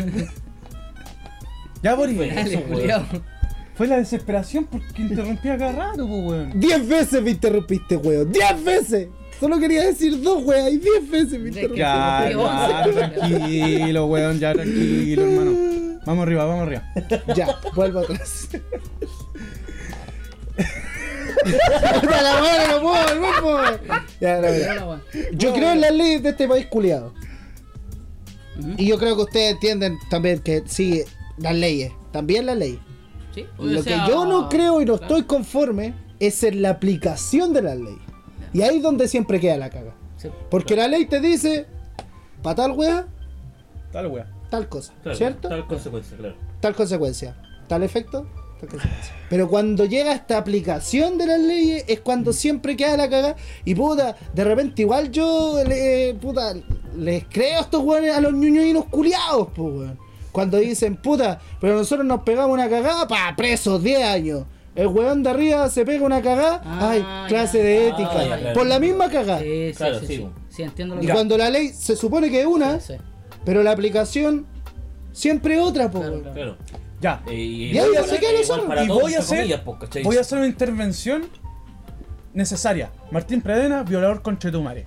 Speaker 2: ya, Boris.
Speaker 4: Fue.
Speaker 3: Dale,
Speaker 4: Eso,
Speaker 3: culiao.
Speaker 2: Fue la desesperación porque interrumpía cada rato, po, weón.
Speaker 1: ¡Diez veces me interrumpiste, weón! ¡Diez veces! Solo quería decir dos, weón, y diez veces me
Speaker 3: De que-
Speaker 1: interrumpiste.
Speaker 2: Ya, ya, tranquilo, weón, ya, tranquilo, hermano. Vamos arriba, vamos arriba.
Speaker 1: Ya, vuelvo atrás. Puta la madre, no puedo volver, po, weón. Ya, no, mira.
Speaker 3: Hola, weón.
Speaker 1: Yo creo en las leyes de este país culiado. Y yo creo que ustedes entienden también que sí, las leyes, también las leyes.
Speaker 3: Sí, o
Speaker 1: Lo
Speaker 3: sea,
Speaker 1: que yo no creo y no
Speaker 3: claro,
Speaker 1: estoy conforme es en la aplicación de las leyes. Y ahí es donde siempre queda la caga.
Speaker 3: sí.
Speaker 1: Porque la ley te dice, para tal wea,
Speaker 2: Tal weón.
Speaker 1: tal cosa,
Speaker 4: Claro,
Speaker 1: ¿cierto?
Speaker 4: Tal consecuencia, claro.
Speaker 1: tal consecuencia, tal efecto, tal consecuencia. Pero cuando llega esta aplicación de las leyes es
Speaker 3: Mm.
Speaker 1: cuando siempre queda la cagada. Y puta, de repente igual yo le- puta, les creo a estos weones a los ñuñuinos culiados, pues weón. Cuando dicen, puta, pero nosotros nos pegamos una cagada, pa, presos 10 años. El weón de arriba se pega una cagada,
Speaker 3: Ah,
Speaker 1: ay, clase de
Speaker 4: ya.
Speaker 1: ética.
Speaker 4: Ah, ya, claro.
Speaker 1: Por la misma cagada.
Speaker 3: Sí, sí,
Speaker 4: Claro,
Speaker 3: sí,
Speaker 4: sí,
Speaker 3: sí.
Speaker 4: weón.
Speaker 3: Sí, entiendo lo
Speaker 1: Ah. Y
Speaker 3: que
Speaker 1: cuando la ley se supone que es una,
Speaker 3: Sí, sí.
Speaker 1: pero la aplicación siempre otra, pues
Speaker 3: Claro,
Speaker 1: weón.
Speaker 3: claro.
Speaker 4: claro.
Speaker 2: Ya.
Speaker 4: Eh, Y,
Speaker 1: Y ahí ya sé que lo
Speaker 4: igual
Speaker 1: son.
Speaker 4: para
Speaker 2: Y
Speaker 4: todos,
Speaker 2: voy a
Speaker 4: entre
Speaker 2: hacer-
Speaker 4: comillas, pues, ¿cachai?
Speaker 2: Voy a hacer una intervención necesaria. Martín Pradena, violador contra tu madre.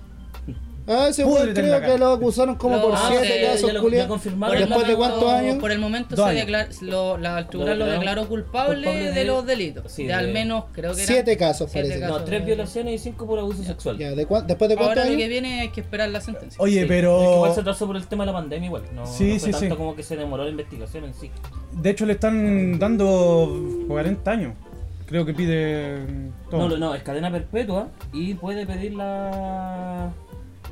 Speaker 1: Ah, ese weón
Speaker 2: Púdrete en la
Speaker 1: creo que
Speaker 2: cara.
Speaker 1: lo acusaron como
Speaker 3: Lo
Speaker 1: por
Speaker 3: hace,
Speaker 1: siete
Speaker 3: ah, ya
Speaker 1: ya esos
Speaker 4: lo- ya
Speaker 1: culiados.
Speaker 4: confirmaron.
Speaker 1: Después de cuántos años.
Speaker 3: Por el momento
Speaker 2: Dos
Speaker 3: se
Speaker 2: años.
Speaker 3: declara- lo, la tribunal lo
Speaker 4: declaró
Speaker 3: declaró culpable,
Speaker 4: culpable
Speaker 3: de,
Speaker 4: de-
Speaker 3: los delitos.
Speaker 4: sí,
Speaker 3: de,
Speaker 4: de-
Speaker 3: al menos, creo que eran
Speaker 1: Siete casos,
Speaker 3: siete
Speaker 1: parece.
Speaker 3: casos.
Speaker 4: No, tres violaciones y cinco por abuso sexual.
Speaker 1: Ya, ¿de cuán- ¿Después de cuántos
Speaker 3: Ahora lo que
Speaker 1: años?
Speaker 3: viene es que esperar la sentencia.
Speaker 2: Oye,
Speaker 4: Sí, es que Igual se
Speaker 2: pero.
Speaker 4: atrasó por el tema de la pandemia, igual. No,
Speaker 2: Oh. Sí,
Speaker 4: no fue
Speaker 2: sí,
Speaker 4: tanto
Speaker 2: sí.
Speaker 4: como que se demoró la investigación en sí.
Speaker 2: De hecho, le están dando 40 años. Creo que pide. mm,
Speaker 4: No,
Speaker 2: Todo.
Speaker 4: no, no, es cadena perpetua y puede pedir la.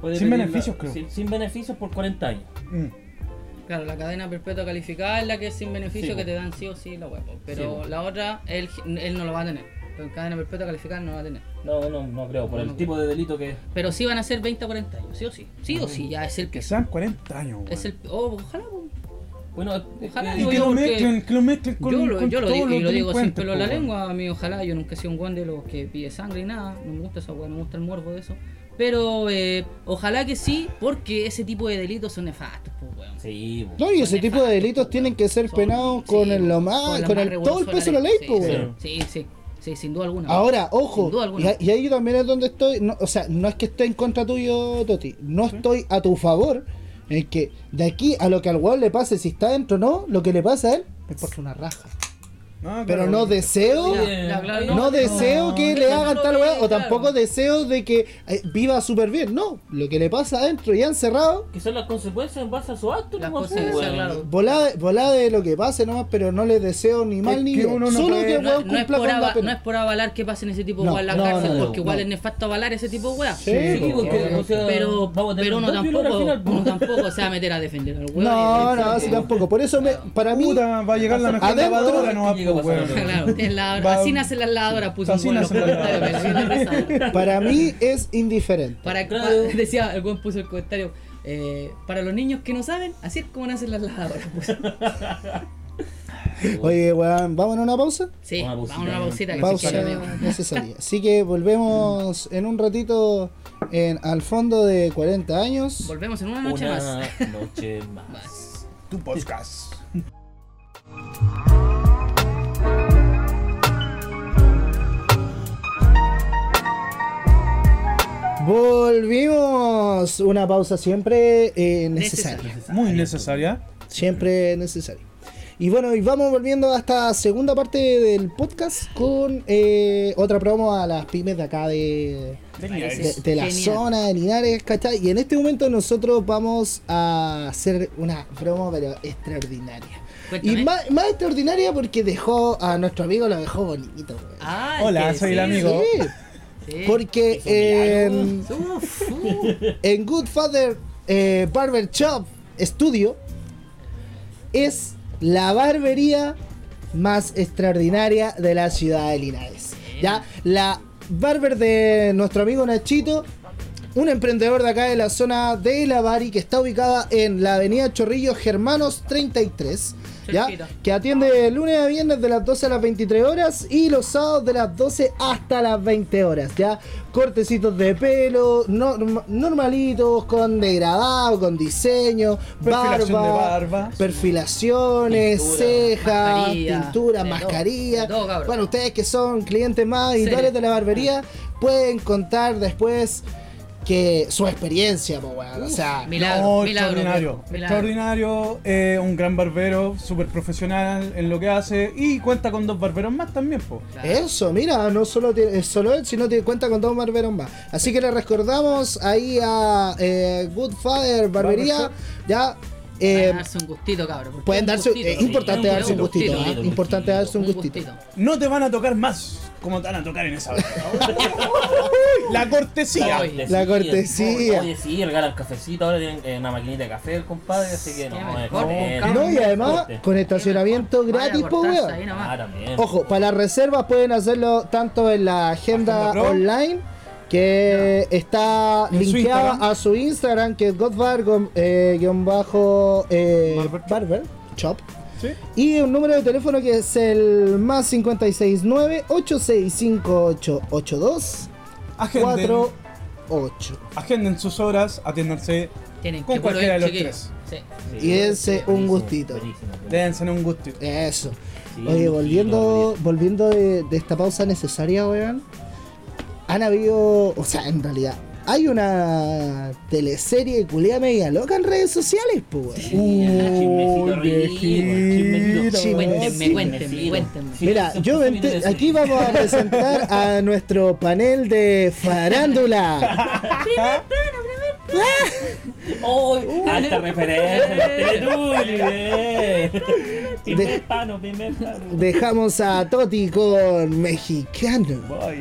Speaker 4: puede
Speaker 2: Sin
Speaker 4: pedir
Speaker 2: beneficios, creo.
Speaker 4: Sin, sin beneficios por 40 años.
Speaker 2: Mm.
Speaker 3: Claro, la cadena perpetua calificada es la que es sin beneficio
Speaker 4: Sí,
Speaker 3: que
Speaker 4: po.
Speaker 3: te dan sí o sí la huevo.
Speaker 4: Sí,
Speaker 3: Pero
Speaker 4: po.
Speaker 3: la otra, él, él no lo va a tener. Con cadena perpetua calificada no lo va a tener.
Speaker 4: No, no, no creo, por
Speaker 3: No,
Speaker 4: el
Speaker 3: no
Speaker 4: tipo de delito que es.
Speaker 3: Pero sí van a ser 20 o 40 años, sí o sí. Sí
Speaker 1: Mm.
Speaker 3: o sí, ya es el
Speaker 2: Que
Speaker 3: que
Speaker 2: sean 40 años, weón.
Speaker 3: Es el. Oh, ojalá. po.
Speaker 4: Bueno, es- es
Speaker 3: Ojalá,
Speaker 4: que-
Speaker 2: Y
Speaker 3: digo
Speaker 2: que
Speaker 3: yo,
Speaker 2: lo
Speaker 3: porque
Speaker 2: mezclen, que lo mezclen con.
Speaker 3: yo lo,
Speaker 2: con
Speaker 3: yo lo
Speaker 2: todos
Speaker 3: digo,
Speaker 2: los
Speaker 3: y lo digo sin
Speaker 2: delincuentes, po,
Speaker 3: pelo en la
Speaker 2: weón.
Speaker 3: lengua, amigo. Ojalá. Yo nunca he sido un guan de los que pide sangre y nada. No me gusta esa hueá, no me gusta el morbo de eso. Pero eh, ojalá que sí, porque ese tipo de delitos son nefastos, po, weón.
Speaker 4: Sí, pues. po.
Speaker 1: No, y ese
Speaker 3: Son
Speaker 1: tipo de
Speaker 3: nefastos,
Speaker 1: delitos
Speaker 3: po,
Speaker 1: tienen que ser
Speaker 3: Son-
Speaker 1: penados
Speaker 3: sí,
Speaker 1: con el lo
Speaker 3: con
Speaker 1: más,
Speaker 3: la
Speaker 1: con
Speaker 3: más
Speaker 1: el, todo el
Speaker 3: rigurosa
Speaker 1: peso de la ley, po,
Speaker 3: sí,
Speaker 1: weón.
Speaker 3: Sí, sí, sí, sin duda alguna.
Speaker 1: Ahora, ojo,
Speaker 3: Sin duda alguna.
Speaker 1: y, a- y ahí también es donde estoy, no, o sea, no es que esté en contra tuyo, Toti, no estoy a tu favor, es que de aquí a lo que al weón le pase, si está dentro o no, lo que le pasa a él, me importa una raja.
Speaker 2: Ah, No,
Speaker 1: Pero
Speaker 2: claro.
Speaker 1: no deseo...
Speaker 3: Ya, ya, claro,
Speaker 1: No, deseo que le
Speaker 3: no,
Speaker 1: hagan
Speaker 3: no,
Speaker 1: tal weá, o
Speaker 3: claro.
Speaker 1: tampoco deseo de que eh, viva súper bien. No, lo que le pasa adentro ya encerrado,
Speaker 4: Que son las consecuencias en base a su acto,
Speaker 3: Las
Speaker 4: nomás, po,
Speaker 3: consecuencias,
Speaker 4: weón.
Speaker 3: claro.
Speaker 1: volá, volá de lo que pase nomás, pero no le deseo ni mal ni
Speaker 2: que
Speaker 1: bien.
Speaker 2: uno no
Speaker 1: Solo
Speaker 2: puede-
Speaker 1: que el
Speaker 3: No,
Speaker 1: este weón
Speaker 3: no es
Speaker 1: cumpla
Speaker 3: por
Speaker 1: con la
Speaker 3: ava- no es
Speaker 1: pena.
Speaker 3: por avalar que pasen ese tipo de
Speaker 1: No,
Speaker 3: weas en la
Speaker 1: no,
Speaker 3: cárcel,
Speaker 4: no, no,
Speaker 3: porque igual
Speaker 4: no.
Speaker 3: es nefasto avalar ese tipo de weas.
Speaker 1: Sí,
Speaker 4: Sí,
Speaker 1: po,
Speaker 4: porque, o sea,
Speaker 3: pero,
Speaker 4: vamos a tener
Speaker 3: pero uno,
Speaker 4: dos violadores
Speaker 3: tampoco,
Speaker 4: al final, pues. po.
Speaker 3: uno tampoco se va a meter a defender al weón.
Speaker 1: No,
Speaker 3: Y-
Speaker 1: no,
Speaker 4: sí,
Speaker 1: si
Speaker 4: sí.
Speaker 1: tampoco. Por eso me, para mí,
Speaker 2: Puta, va a llegar la mejor
Speaker 1: Adentro-
Speaker 2: lavadora, no va a
Speaker 4: Llega sigo
Speaker 2: pues, weón.
Speaker 4: pasando.
Speaker 5: Claro, en la
Speaker 2: Va-
Speaker 5: así nace la lavadora, puso
Speaker 2: Así
Speaker 5: un
Speaker 2: nace la lavadora.
Speaker 5: comentario.
Speaker 1: Para mí es indiferente.
Speaker 5: Para,
Speaker 4: Claro.
Speaker 5: para- decía, el buen puso el comentario. eh, para los niños que no saben, así es como nacen las lavadoras. pues. puso.
Speaker 1: Oye, weón, vamos a una pausa.
Speaker 5: Sí,
Speaker 4: Una
Speaker 5: vamos a
Speaker 4: pausita, eh.
Speaker 5: una pausita que
Speaker 1: Pausa
Speaker 5: se quiere, amigo.
Speaker 1: necesaria. Así que volvemos en un ratito en al fondo de 40 años.
Speaker 5: Volvemos en una noche
Speaker 4: Una
Speaker 5: más.
Speaker 4: noche más.
Speaker 2: Tu podcast.
Speaker 1: Volvimos. Una pausa siempre eh, necesaria.
Speaker 2: Muy necesaria.
Speaker 1: Siempre necesaria. Y bueno, y vamos volviendo a esta segunda parte del podcast con eh, otra promo a las pymes de acá de, de, de la
Speaker 5: Genial.
Speaker 1: zona de Linares, ¿cachai? Y en este momento nosotros vamos a hacer una promo, pero extraordinaria.
Speaker 5: Cuéntame.
Speaker 1: Y más, más extraordinaria porque dejó a nuestro amigo, lo dejó bonito. güey.
Speaker 5: Ah,
Speaker 2: Hola,
Speaker 5: que
Speaker 2: soy
Speaker 5: sí,
Speaker 2: el amigo.
Speaker 1: Sí,
Speaker 5: sí.
Speaker 3: Eh,
Speaker 1: porque em, en,
Speaker 5: Uf, uf.
Speaker 1: en Good Father eh, Barber Shop Studio es la barbería más extraordinaria de la ciudad de Linares. Ya, la barber de nuestro amigo Nachito, un emprendedor de acá de la zona de La Bari que está ubicada en la avenida Chorrillos Germanos 33. ¿Ya?
Speaker 5: Cerquita.
Speaker 1: Que atiende de lunes a viernes de las 12 a las 23 horas y los sábados de las 12 hasta las 20 horas. ¿ya? Cortecitos de pelo, norm- normalitos, con degradado, con diseño,
Speaker 2: Perfilación
Speaker 1: barba,
Speaker 2: de barba.
Speaker 1: perfilaciones,
Speaker 4: Pintura.
Speaker 1: cejas,
Speaker 5: Mascarilla.
Speaker 1: pintura,
Speaker 5: De todo,
Speaker 1: mascarilla.
Speaker 5: de todo, cabrón.
Speaker 1: Bueno, ustedes que son clientes más habituales de la barbería
Speaker 5: Ah.
Speaker 1: pueden contar después que su experiencia, pues, weón. O sea,
Speaker 5: Milagro,
Speaker 2: No,
Speaker 5: milagro,
Speaker 2: extraordinario.
Speaker 5: milagro.
Speaker 2: Extraordinario, eh, un gran barbero, súper profesional en lo que hace y cuenta con dos barberos más también, po.
Speaker 5: Claro.
Speaker 1: Eso, mira, no solo tiene, es solo él, sino tiene cuenta con dos barberos más. Así que le recordamos ahí a eh, Good Father Barbería,
Speaker 2: Barber
Speaker 1: ya.
Speaker 5: Van
Speaker 1: eh,
Speaker 5: a darse un gustito, cabrón.
Speaker 1: pueden
Speaker 5: Un
Speaker 1: darse,
Speaker 5: gustito,
Speaker 1: eh,
Speaker 5: sí,
Speaker 1: importante darse un gustito,
Speaker 4: gustito,
Speaker 1: ¿ah?
Speaker 4: gustito,
Speaker 1: importante
Speaker 4: gustito,
Speaker 1: darse un gustito.
Speaker 2: No te van a tocar más como te van a tocar en esa barba. La cortesía.
Speaker 1: La cortesía.
Speaker 4: Oye, sí, regalan cafecito. Ahora tienen eh, una maquinita de café el compadre, así que
Speaker 5: Qué
Speaker 4: no, es
Speaker 5: mejor,
Speaker 4: eh,
Speaker 5: po,
Speaker 1: No, y además
Speaker 4: corte.
Speaker 1: con estacionamiento
Speaker 5: Vaya a
Speaker 1: gratis, pues
Speaker 5: cortarse
Speaker 1: weón.
Speaker 5: ahí nomás.
Speaker 4: Ah, también.
Speaker 1: Ojo, para las reservas pueden hacerlo tanto en la agenda
Speaker 2: Agenda Pro.
Speaker 1: online que está
Speaker 2: En su
Speaker 1: linkeada
Speaker 2: Instagram.
Speaker 1: a su Instagram que es godbar gon- eh, guión bajo, eh,
Speaker 2: Barber Shop.
Speaker 1: barber shop
Speaker 2: ¿Sí?
Speaker 1: y un número de teléfono que es el más 569 86588248
Speaker 2: Agenden, agenden sus horas, atiéndanse,
Speaker 5: Tienen
Speaker 2: Con
Speaker 5: que
Speaker 2: cualquiera de los
Speaker 5: chiquillos. Sí.
Speaker 1: y dense un gustito.
Speaker 4: buenísimo, buenísimo.
Speaker 2: déjense un gustito.
Speaker 1: Eso.
Speaker 4: Sí,
Speaker 1: Oye,
Speaker 4: un
Speaker 1: volviendo,
Speaker 4: gustito,
Speaker 1: volviendo de, de esta pausa necesaria, weón. Han habido, o sea, en realidad, hay una teleserie culia media loca en redes sociales, pues, weón.
Speaker 4: Sí, ajá, chismecito
Speaker 2: Uy,
Speaker 4: riquísimo,
Speaker 2: viejito.
Speaker 4: chismecito.
Speaker 1: Cuéntenme,
Speaker 4: Sí,
Speaker 5: cuéntenme,
Speaker 4: chismecito.
Speaker 5: cuéntenme.
Speaker 4: Sí,
Speaker 1: Mira,
Speaker 4: se
Speaker 1: yo
Speaker 4: puso
Speaker 1: me
Speaker 4: bien
Speaker 1: ente-
Speaker 4: de
Speaker 1: aquí
Speaker 4: serie.
Speaker 1: vamos a presentar a nuestro panel de farándula.
Speaker 4: ¡Uy! ¡Alta referencia! Teletubbies, eh.
Speaker 1: De-
Speaker 4: Primer plano, primer plano.
Speaker 1: Dejamos a Toti con mexicano.
Speaker 4: Boys.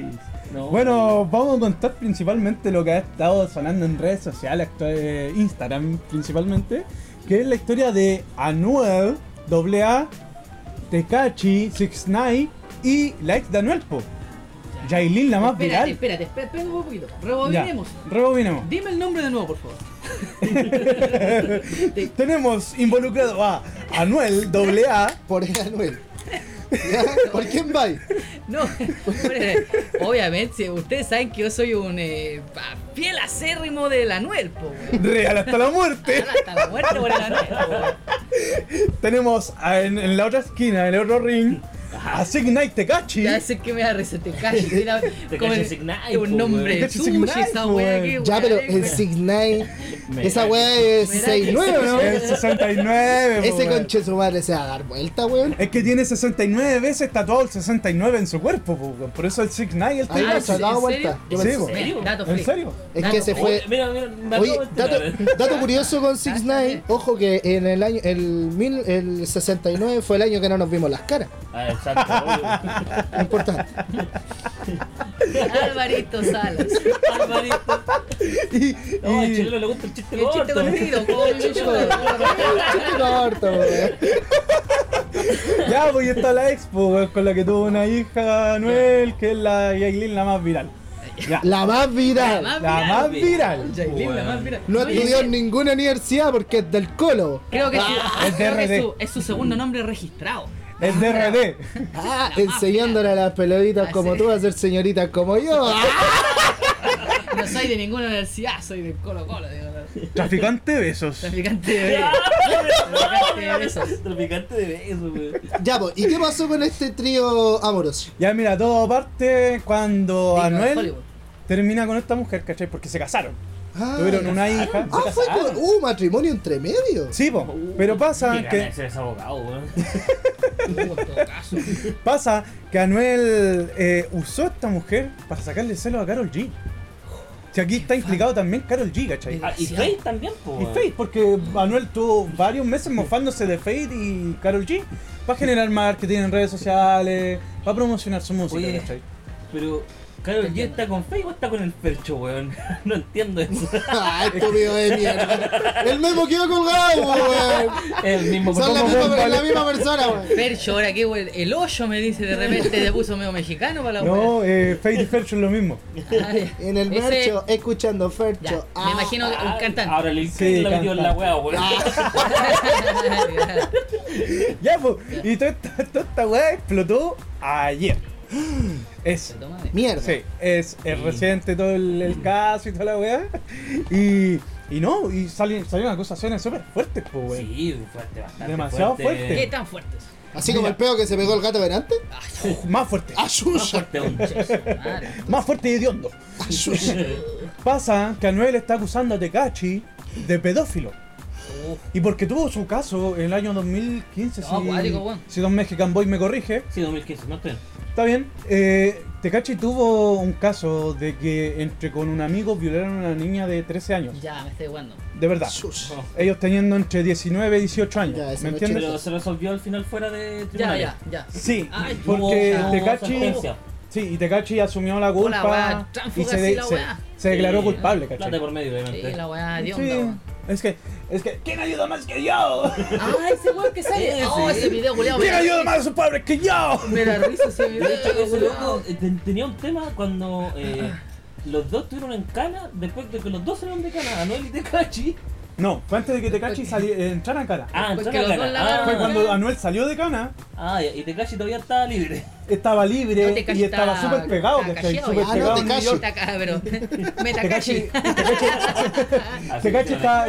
Speaker 4: No,
Speaker 2: Bueno, vamos a contar principalmente lo que ha estado sonando en redes sociales, actua- eh, Instagram principalmente, que es la historia de Anuel, AA, Tekachi, Six Nine y la ex de Anuel, po. Yailin, la más
Speaker 5: Espérate,
Speaker 2: viral.
Speaker 5: espérate, espérate, espérate un poquito.
Speaker 2: Ya,
Speaker 5: Rebobinemos.
Speaker 2: rebobinemos.
Speaker 5: Dime el nombre de nuevo, por favor.
Speaker 2: Tenemos involucrado a Anuel, AA,
Speaker 1: Por el Anuel. ¿Ya? ¿Por quién va?
Speaker 5: No, hombre, obviamente, ustedes saben que yo soy un eh, pa- fiel acérrimo de la Anuel, po, weón.
Speaker 2: real hasta la muerte.
Speaker 5: Hasta la muerte por el Anuel, po, weón.
Speaker 2: Tenemos a- en, en la otra esquina, en el otro ring, a Six Nine, Tekachi.
Speaker 5: Ya sé que me da risa, te calles. mira, como
Speaker 4: calles
Speaker 5: el-
Speaker 4: Signal, po,
Speaker 5: Un nombre
Speaker 2: weón.
Speaker 5: de
Speaker 2: Te calles Signal,
Speaker 5: sushi, esa
Speaker 2: po,
Speaker 5: wea
Speaker 2: weón.
Speaker 5: que
Speaker 1: Ya,
Speaker 5: weón,
Speaker 1: pero
Speaker 5: weón.
Speaker 1: el Signite.
Speaker 4: me-
Speaker 1: Esa weá es
Speaker 5: Mira,
Speaker 1: 6-9, ¿no?
Speaker 2: El 69, po,
Speaker 1: Ese
Speaker 2: weón.
Speaker 1: conche su madre se va a dar vuelta, weón.
Speaker 2: Es que tiene 69 veces tatuado el 69 en su cuerpo, po, weón. por eso el Six Nine el
Speaker 1: Ahí
Speaker 5: Ah,
Speaker 1: no
Speaker 5: ¿en
Speaker 1: se ha dado
Speaker 5: serio?
Speaker 1: vuelta. Yo
Speaker 2: Sí,
Speaker 1: pensé-
Speaker 2: bo.
Speaker 5: Mira, dato
Speaker 2: ¿En
Speaker 5: freak.
Speaker 2: serio?
Speaker 1: Es
Speaker 5: Dato
Speaker 1: que
Speaker 5: freak.
Speaker 1: se Este fue.
Speaker 4: Oye, Mira, mira, me acabo
Speaker 1: Oye,
Speaker 4: de
Speaker 1: dato,
Speaker 4: enterar.
Speaker 1: dato curioso con Six Nine, ojo que en el año el, mil, el 69 fue el año que no nos vimos las caras.
Speaker 4: Ah, exacto. obvio.
Speaker 1: Importante.
Speaker 5: Alvarito Salas.
Speaker 4: Alvarito.
Speaker 2: Y,
Speaker 4: No, al
Speaker 2: y-
Speaker 4: chileno le gusta el chiste
Speaker 5: El chiste
Speaker 4: corto.
Speaker 5: conocido, como el
Speaker 1: Chico corto, weón.
Speaker 2: Ya, pues y está la expo, weón, con la que tuvo una hija, Anuel, que es la Yailin, la más viral. Ya.
Speaker 1: La más viral.
Speaker 5: La más
Speaker 2: La
Speaker 5: viral,
Speaker 2: más
Speaker 5: weón.
Speaker 2: viral.
Speaker 5: Yailin, la más viral.
Speaker 1: No
Speaker 5: Oye,
Speaker 1: estudió
Speaker 5: sí,
Speaker 1: en ninguna universidad porque es del colo.
Speaker 5: Creo que, su-
Speaker 2: es
Speaker 5: creo que
Speaker 2: DRD.
Speaker 5: su- es su segundo nombre registrado.
Speaker 2: Es DRD.
Speaker 1: Ah, enseñándole a las peladitas
Speaker 5: Ah,
Speaker 1: como
Speaker 5: sí.
Speaker 1: tú a ser señoritas como yo. Ah,
Speaker 5: No soy de ninguna universidad, soy de Colo Colo, digo. no.
Speaker 2: Traficante de besos.
Speaker 5: Traficante de besos. Traficante de besos.
Speaker 4: Traficante de besos, weón.
Speaker 1: Ya, pues, ¿y qué pasó con este trío amoroso?
Speaker 2: Ya, mira, todo parte cuando
Speaker 5: Digno de
Speaker 2: Anuel
Speaker 5: Hollywood.
Speaker 2: termina con esta mujer, ¿cachai? Porque se casaron.
Speaker 1: Ah,
Speaker 2: Tuvieron una hija.
Speaker 1: ah,
Speaker 2: se
Speaker 1: fue
Speaker 2: casaron.
Speaker 1: con un matrimonio entre medio.
Speaker 2: Sí, po. pero pasa
Speaker 4: Uh, Qué
Speaker 2: que
Speaker 4: gana de ser desabogado, weón.
Speaker 5: Uh, en todo caso.
Speaker 2: pasa que Anuel eh, usó a esta mujer para sacarle celos a Carol G. Si aquí está implicado también Carol G, ¿cachai?
Speaker 4: Ah, y Faith también, po,
Speaker 2: Y
Speaker 4: weón.
Speaker 2: Fade, porque Anuel tuvo varios meses mofándose de Fade y Carol G. Para generar marketing en redes sociales, para promocionar su música,
Speaker 4: Oye.
Speaker 2: ¿cachai?
Speaker 4: Pero, claro, ¿quién está con Faith o está con el percho, weón? No entiendo eso.
Speaker 1: Ah, estúpido de mierda. El mismo quedó colgado, weón.
Speaker 4: El mismo
Speaker 1: Son la
Speaker 4: como
Speaker 1: misma,
Speaker 4: Gonzalo.
Speaker 1: la misma persona, weón.
Speaker 5: Percho, ahora qué, güey. El hoyo me dice de repente te puso medio mexicano para la Ah,
Speaker 2: No, eh, Fade y Fercho es lo mismo.
Speaker 1: En el
Speaker 5: Ese-
Speaker 1: Fercho, escuchando
Speaker 5: Ya,
Speaker 1: Fercho.
Speaker 5: me imagino un
Speaker 4: Ah,
Speaker 5: cantante.
Speaker 4: Ahora Lil
Speaker 2: Sí,
Speaker 4: Kane la metió en la
Speaker 2: cantante. Ah,
Speaker 4: weá, weón.
Speaker 2: Ya, pues, y toda esta, toda esta weá explotó ayer. Es,
Speaker 1: Mierda.
Speaker 2: sí, es, es reciente todo el, el caso y toda la weá. Y, y no, y salen, salieron acusaciones súper fuertes, pues, weón.
Speaker 4: Sí, fuerte, bastante.
Speaker 2: Demasiado
Speaker 5: ¿Qué tan fuertes?
Speaker 1: Así como el peo que se pegó el gato delante.
Speaker 2: Uf, Más fuerte,
Speaker 4: Más
Speaker 1: Ayuya,
Speaker 4: fuerte, weón.
Speaker 5: Madre.
Speaker 2: más fuerte y hediondo.
Speaker 1: ayuya.
Speaker 2: Pasa que Anuel está acusando a Tekachi de pedófilo. Y porque tuvo su caso en el año 2015,
Speaker 5: No,
Speaker 2: si,
Speaker 5: cuático, weón.
Speaker 2: si Don Mexican Boy me corrige,
Speaker 4: Sí, 2015, no estoy.
Speaker 2: Está bien. Eh, Tecachi tuvo un caso de que entre con un amigo violaron a una niña de 13 años.
Speaker 5: Ya, me estoy jugando.
Speaker 2: De verdad.
Speaker 1: Ayuya.
Speaker 2: Ellos teniendo entre 19 y 18 años.
Speaker 1: Ya, esa
Speaker 2: ¿Me
Speaker 1: no es
Speaker 2: entiendes?
Speaker 4: Pero se resolvió al final fuera de
Speaker 5: Ya,
Speaker 4: tribunales.
Speaker 5: ya, ya.
Speaker 2: Sí,
Speaker 5: Ay,
Speaker 2: porque
Speaker 4: hubo- hubo
Speaker 2: Tecachi.
Speaker 4: sentencia.
Speaker 2: Sí, y Tecachi asumió la culpa.
Speaker 5: Hola, weá, tránsfuga,
Speaker 2: y se,
Speaker 5: sí, la
Speaker 2: se-
Speaker 5: weá.
Speaker 2: se declaró
Speaker 4: Sí,
Speaker 2: culpable,
Speaker 4: Plata
Speaker 2: ¿cachai?
Speaker 4: por medio,
Speaker 5: Sí,
Speaker 4: obviamente.
Speaker 5: la weá de
Speaker 2: Sí,
Speaker 5: onda, weón.
Speaker 2: es que, es que, ¿quién ayuda más que yo?
Speaker 5: Ah, ese weón que sale. Oh, ese video, culiao.
Speaker 2: ¿Quién ayuda más a sus padres que yo?
Speaker 5: Me da risa ese
Speaker 4: De hecho,
Speaker 5: video,
Speaker 4: ese loco
Speaker 5: culiao.
Speaker 4: eh, ten- tenía un tema cuando eh, los dos estuvieron en cana, después de que los dos salieron de cana, Anuel y Tecachi.
Speaker 2: No, fue antes de que Tecachi sali- eh, entrara en cana.
Speaker 4: Ah,
Speaker 5: Después
Speaker 4: entraron
Speaker 5: que los dos
Speaker 4: a cana.
Speaker 2: Fue
Speaker 5: lavaron.
Speaker 4: Ah,
Speaker 2: cuando Anuel salió de cana.
Speaker 4: ah, ya, y Tecachi todavía estaba libre.
Speaker 2: estaba
Speaker 5: No,
Speaker 2: libre
Speaker 5: Tekashi
Speaker 2: y estaba
Speaker 5: está-
Speaker 2: súper pegado,
Speaker 5: está
Speaker 2: ¿cachai?
Speaker 5: cacheado
Speaker 2: Súper
Speaker 5: ya.
Speaker 1: Ah, no,
Speaker 2: pegado en este
Speaker 1: Tekashi.
Speaker 2: New York.
Speaker 5: Está cabrón. Me
Speaker 2: Tekashi-
Speaker 5: Takashi.
Speaker 2: Tekashi está-
Speaker 4: Ah,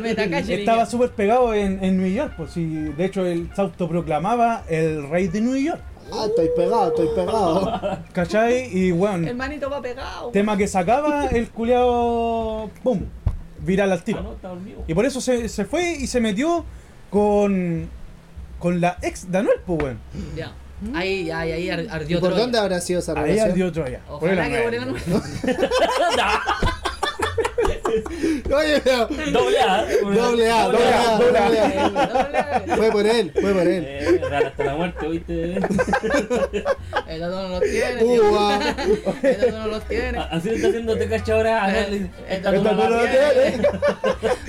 Speaker 5: Me Takashi.
Speaker 2: estaba súper pegado en, en New York, pues sí. De hecho, él se autoproclamaba el rey de New York,
Speaker 1: Ah, estoy pegado, estoy pegado.
Speaker 2: ¿cachai? Y
Speaker 5: El
Speaker 2: bueno,
Speaker 5: manito va pegado.
Speaker 2: tema que sacaba, el culeado, ¡boom! Viral al
Speaker 4: Ah, no,
Speaker 2: tiro.
Speaker 4: estaba dormido.
Speaker 2: Y por eso se, se fue y se metió con, con la ex de Anuel, pues, weón.
Speaker 5: Ya. Ahí, ahí, ahí ar-
Speaker 1: ¿Y
Speaker 5: ardió
Speaker 1: por
Speaker 5: Troya.
Speaker 1: dónde habrá sido esa
Speaker 2: Ahí
Speaker 1: relación?
Speaker 2: ardió Troya. por el
Speaker 5: Ojalá que
Speaker 2: Anuel.
Speaker 5: por el Anuel.
Speaker 1: Oye, pero-
Speaker 4: Doble A.
Speaker 1: doble A, doble A, doble A. Fue por él, fue por él.
Speaker 4: Eh, raro hasta la muerte, oíste.
Speaker 5: El otro no los tiene.
Speaker 2: Uh,
Speaker 5: tío.
Speaker 1: Uva.
Speaker 5: El otro no los tiene.
Speaker 4: A- Así lo está haciendo Tecachi ahora. a Anuel,
Speaker 5: Eh, esta
Speaker 4: esta tú
Speaker 2: Esta
Speaker 4: no la
Speaker 2: no la
Speaker 4: tienes.
Speaker 2: tiene.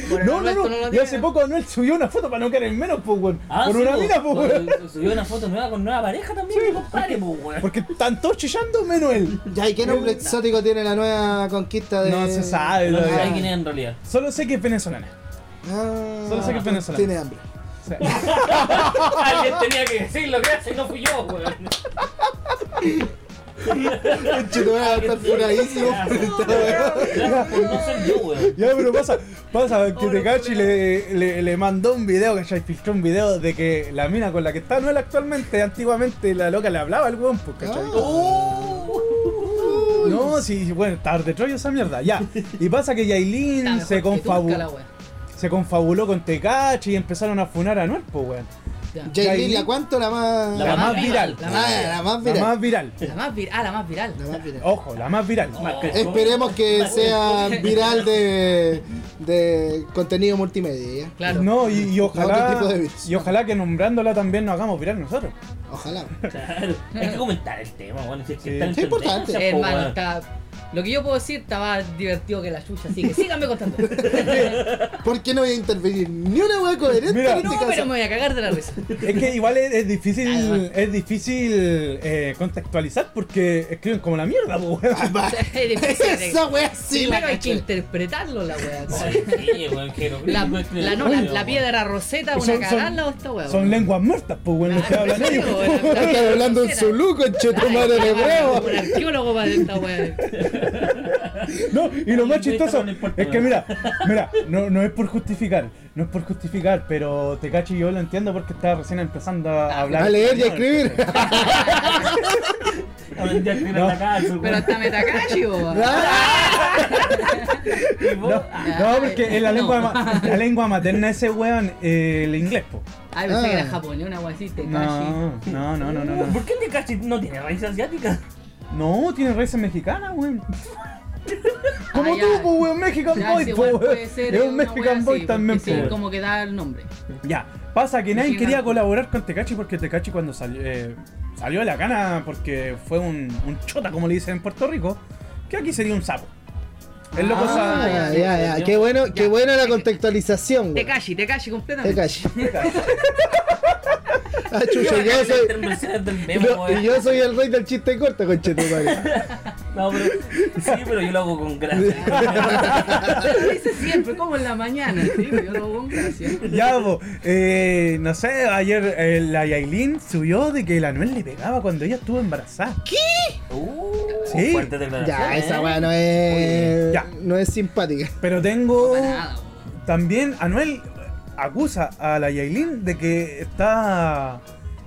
Speaker 5: Por el
Speaker 2: eh. No, no,
Speaker 5: Anuel, tú
Speaker 2: no.
Speaker 5: los
Speaker 2: Y hace
Speaker 5: tienes.
Speaker 2: poco Anuel subió una foto para no quedar en menos, pues, weón.
Speaker 4: Ah,
Speaker 2: Por
Speaker 4: sí,
Speaker 2: una
Speaker 4: po.
Speaker 2: mina, pues, weón.
Speaker 4: No, Subió una foto nueva con nueva pareja también, mi compadre, po, weón.
Speaker 2: Porque están todos chillando menos él.
Speaker 1: Ya, ¿y qué nombre exótico tiene la nueva conquista de.?
Speaker 2: No se sabe
Speaker 4: No sé
Speaker 2: todavía.
Speaker 4: quién es en realidad.
Speaker 2: Solo sé que es venezolana.
Speaker 1: Ah,
Speaker 2: Solo sé que es venezolana.
Speaker 1: Tiene hambre.
Speaker 2: O sea,
Speaker 4: Alguien tenía que decir lo que hace y no fui yo, weón.
Speaker 1: Chito, voy a estar furadísimo.
Speaker 4: Gracias por no ser yo, weón.
Speaker 2: ya, pero pasa, pasa que
Speaker 5: Pobre
Speaker 2: Tecachi
Speaker 5: culiao.
Speaker 2: le, le, le mandó un video, que ya filtró un video de que la mina con la que está Anuel actualmente, antiguamente la loca le hablaba al weón, pues, ¿cachai?
Speaker 4: Uh.
Speaker 2: No, sí, bueno, tarde troyo esa mierda, ya. Y pasa que
Speaker 5: Está
Speaker 2: Yailin
Speaker 5: mejor
Speaker 2: se,
Speaker 5: que
Speaker 2: confabu-
Speaker 5: Turca la wea.
Speaker 2: se confabuló con Tecachi y empezaron a funar a Anuel, pues, weón.
Speaker 5: Ya.
Speaker 1: Jaylin,
Speaker 2: Jaylin.
Speaker 1: ¿la cuánto? La más.
Speaker 2: La más viral.
Speaker 5: La más
Speaker 1: Ah,
Speaker 5: viral.
Speaker 1: la más
Speaker 2: La
Speaker 1: viral.
Speaker 2: más viral.
Speaker 5: La más viral. Ah, la más viral.
Speaker 1: La más viral.
Speaker 2: Ojo, la más viral.
Speaker 4: Marca el codo.
Speaker 1: Esperemos que sea viral de, de contenido multimedia. ¿ya?
Speaker 5: Claro.
Speaker 2: No, y, y
Speaker 1: Otro
Speaker 2: ojalá
Speaker 1: tipo de virus.
Speaker 2: y ojalá que nombrándola también nos hagamos virar nosotros.
Speaker 1: Ojalá.
Speaker 4: Claro. Hay que comentar el tema, weón. Si es que
Speaker 2: Sí.
Speaker 4: está en
Speaker 1: Sí, importante.
Speaker 4: tendencia, po,
Speaker 5: Hermano,
Speaker 4: weón.
Speaker 5: está.
Speaker 3: Lo que yo puedo decir, estaba divertido que la chucha, así que síganme contando.
Speaker 1: ¿Por qué no voy a intervenir? Ni una hueá coherente
Speaker 2: Mira,
Speaker 1: en este
Speaker 3: No,
Speaker 1: caso.
Speaker 3: pero me voy a cagar de la risa.
Speaker 2: Es que igual es, es difícil,
Speaker 3: Además.
Speaker 2: es difícil eh, contextualizar porque escriben como la mierda, po, weón.
Speaker 1: Ah,
Speaker 3: Es difícil de-
Speaker 1: Esa wea sí la
Speaker 3: Primero hay que
Speaker 1: caché.
Speaker 3: interpretarlo la wea.
Speaker 4: Ay, sí, weón, que lo-
Speaker 3: La,
Speaker 4: lo-
Speaker 3: la, no, la, la piedra roseta,
Speaker 2: Son-
Speaker 3: una
Speaker 2: son-
Speaker 3: cagada al lado de esta wea. Ah,
Speaker 2: Son lenguas muertas, pues weón, no te hablan ellos.
Speaker 1: Están hablando en Zulu, conchetumare de huevo.
Speaker 3: Un arqueólogo para esta wea.
Speaker 2: No, y lo más
Speaker 4: Ahí está,
Speaker 2: chistoso
Speaker 4: no importa,
Speaker 2: es que
Speaker 4: weón.
Speaker 2: mira, mira, no, no es por justificar, no es por justificar, pero te cacho yo lo entiendo porque estaba recién empezando a hablar.
Speaker 1: A leer y a
Speaker 2: español.
Speaker 1: escribir.
Speaker 4: Aprendí a escribir en
Speaker 2: No.
Speaker 4: la cárcel,
Speaker 3: Pero
Speaker 4: weón.
Speaker 3: hasta Metakashi, bo.
Speaker 4: Y vos-
Speaker 2: No, no, porque es la
Speaker 3: No.
Speaker 2: lengua, ma- la lengua materna de ese weón, eh, el inglés, po.
Speaker 3: Ay, pensé que
Speaker 1: Ah.
Speaker 3: era japonés, una wea así, Tekashi.
Speaker 2: No, no, no, no, no, no.
Speaker 4: ¿Por qué el de Cachi no tiene raíz asiática?
Speaker 2: No, tiene raíces mexicanas, weón. Como
Speaker 3: Ah, ya.
Speaker 2: tú, po, weón, Mexican
Speaker 3: Ya,
Speaker 2: Boy,
Speaker 3: sí,
Speaker 2: po,
Speaker 3: igual
Speaker 2: weón.
Speaker 3: puede ser
Speaker 2: Es un
Speaker 3: una
Speaker 2: Mexican
Speaker 3: wea
Speaker 2: Boy
Speaker 3: así,
Speaker 2: también, po.
Speaker 3: porque Sí,
Speaker 2: weón.
Speaker 3: como que da el nombre.
Speaker 2: Ya, pasa que nadie
Speaker 3: Mexican
Speaker 2: quería
Speaker 3: Boy.
Speaker 2: colaborar con Tecachi porque Tecachi cuando salió, eh, salió de la cana porque fue un, un chota, como le dicen en Puerto Rico, que aquí sería un sapo. El loco
Speaker 1: Ah,
Speaker 2: sabe.
Speaker 1: ya, ya, ya. Qué bueno, qué buena la contextualización, güey.
Speaker 3: Tekashi, Tekashi completamente.
Speaker 1: Te calles. Ah, chucha, yo
Speaker 4: Las
Speaker 1: soy.
Speaker 4: intervenciones del memo,
Speaker 1: yo-
Speaker 4: weón.
Speaker 1: Y yo soy el rey del chiste corto, conchetumare.
Speaker 4: No, pero. Sí, pero yo lo hago con gracia.
Speaker 3: Lo dice siempre, como en la mañana. Sí, pero yo lo hago con gracia.
Speaker 2: Ya, po, eh, no sé, ayer eh, la Yailin subió de que la Anuel le pegaba cuando ella estuvo embarazada.
Speaker 4: Uh,
Speaker 2: Sí.
Speaker 4: Fuerte declaración. ¿eh?
Speaker 1: Ya, esa weá no es.
Speaker 2: Ya.
Speaker 1: No es simpática.
Speaker 2: Pero tengo
Speaker 3: Para nada, bo.
Speaker 2: también, Anuel acusa a la Yailin de que está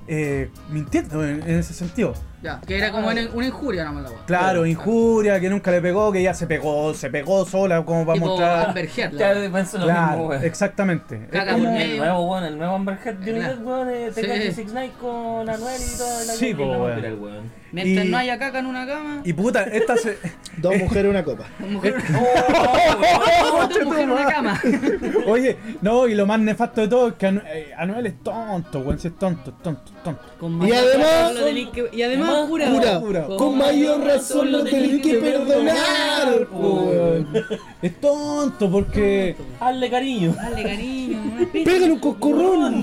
Speaker 2: eh, mintiendo en- en ese sentido.
Speaker 3: Ya, que era como una, una injuria nomás la wea.
Speaker 2: Claro, injuria, que nunca le pegó, que ya se pegó, se pegó sola, como para
Speaker 3: Tipo
Speaker 2: mostrar.
Speaker 3: Amber Heard, la
Speaker 4: Ya,
Speaker 3: wea.
Speaker 4: yo pienso lo mismo,
Speaker 2: Claro,
Speaker 4: weón.
Speaker 2: exactamente. Eh,
Speaker 3: Claro.
Speaker 4: Como
Speaker 3: Cagan
Speaker 4: el
Speaker 3: medio.
Speaker 4: nuevo, weón, el nuevo Amber Heard de Unidad, weón, eh, te
Speaker 3: Sí.
Speaker 4: cae Six Night con Anuel y todo. la-
Speaker 2: Sí,
Speaker 4: y
Speaker 2: po,
Speaker 4: la-
Speaker 2: weón.
Speaker 4: mira el weón.
Speaker 3: Mientras
Speaker 2: y-
Speaker 3: no haya caca en una cama,
Speaker 2: Y puta, esta se.
Speaker 1: Dos mujeres, una copa.
Speaker 3: dos mujeres
Speaker 2: Oye,
Speaker 3: Oh, dos mujeres en una cama.
Speaker 2: Oye, no, y lo más nefasto de todo es que Anu- eh, Anuel es tonto, weón, si es tonto, es tonto, es tonto.
Speaker 3: Con
Speaker 1: Y
Speaker 3: mayor
Speaker 1: además-
Speaker 3: razón lo tenéis que- y además
Speaker 4: Además,
Speaker 3: cura.
Speaker 1: Cura,
Speaker 2: Cura.
Speaker 1: con mayor razón lo tenés que perdonar.
Speaker 2: Oh,
Speaker 1: po.
Speaker 2: weón. Es tonto porque.
Speaker 4: Hazle cariño.
Speaker 3: Dale cariño, una pizza,
Speaker 1: Pégale un coscorrón.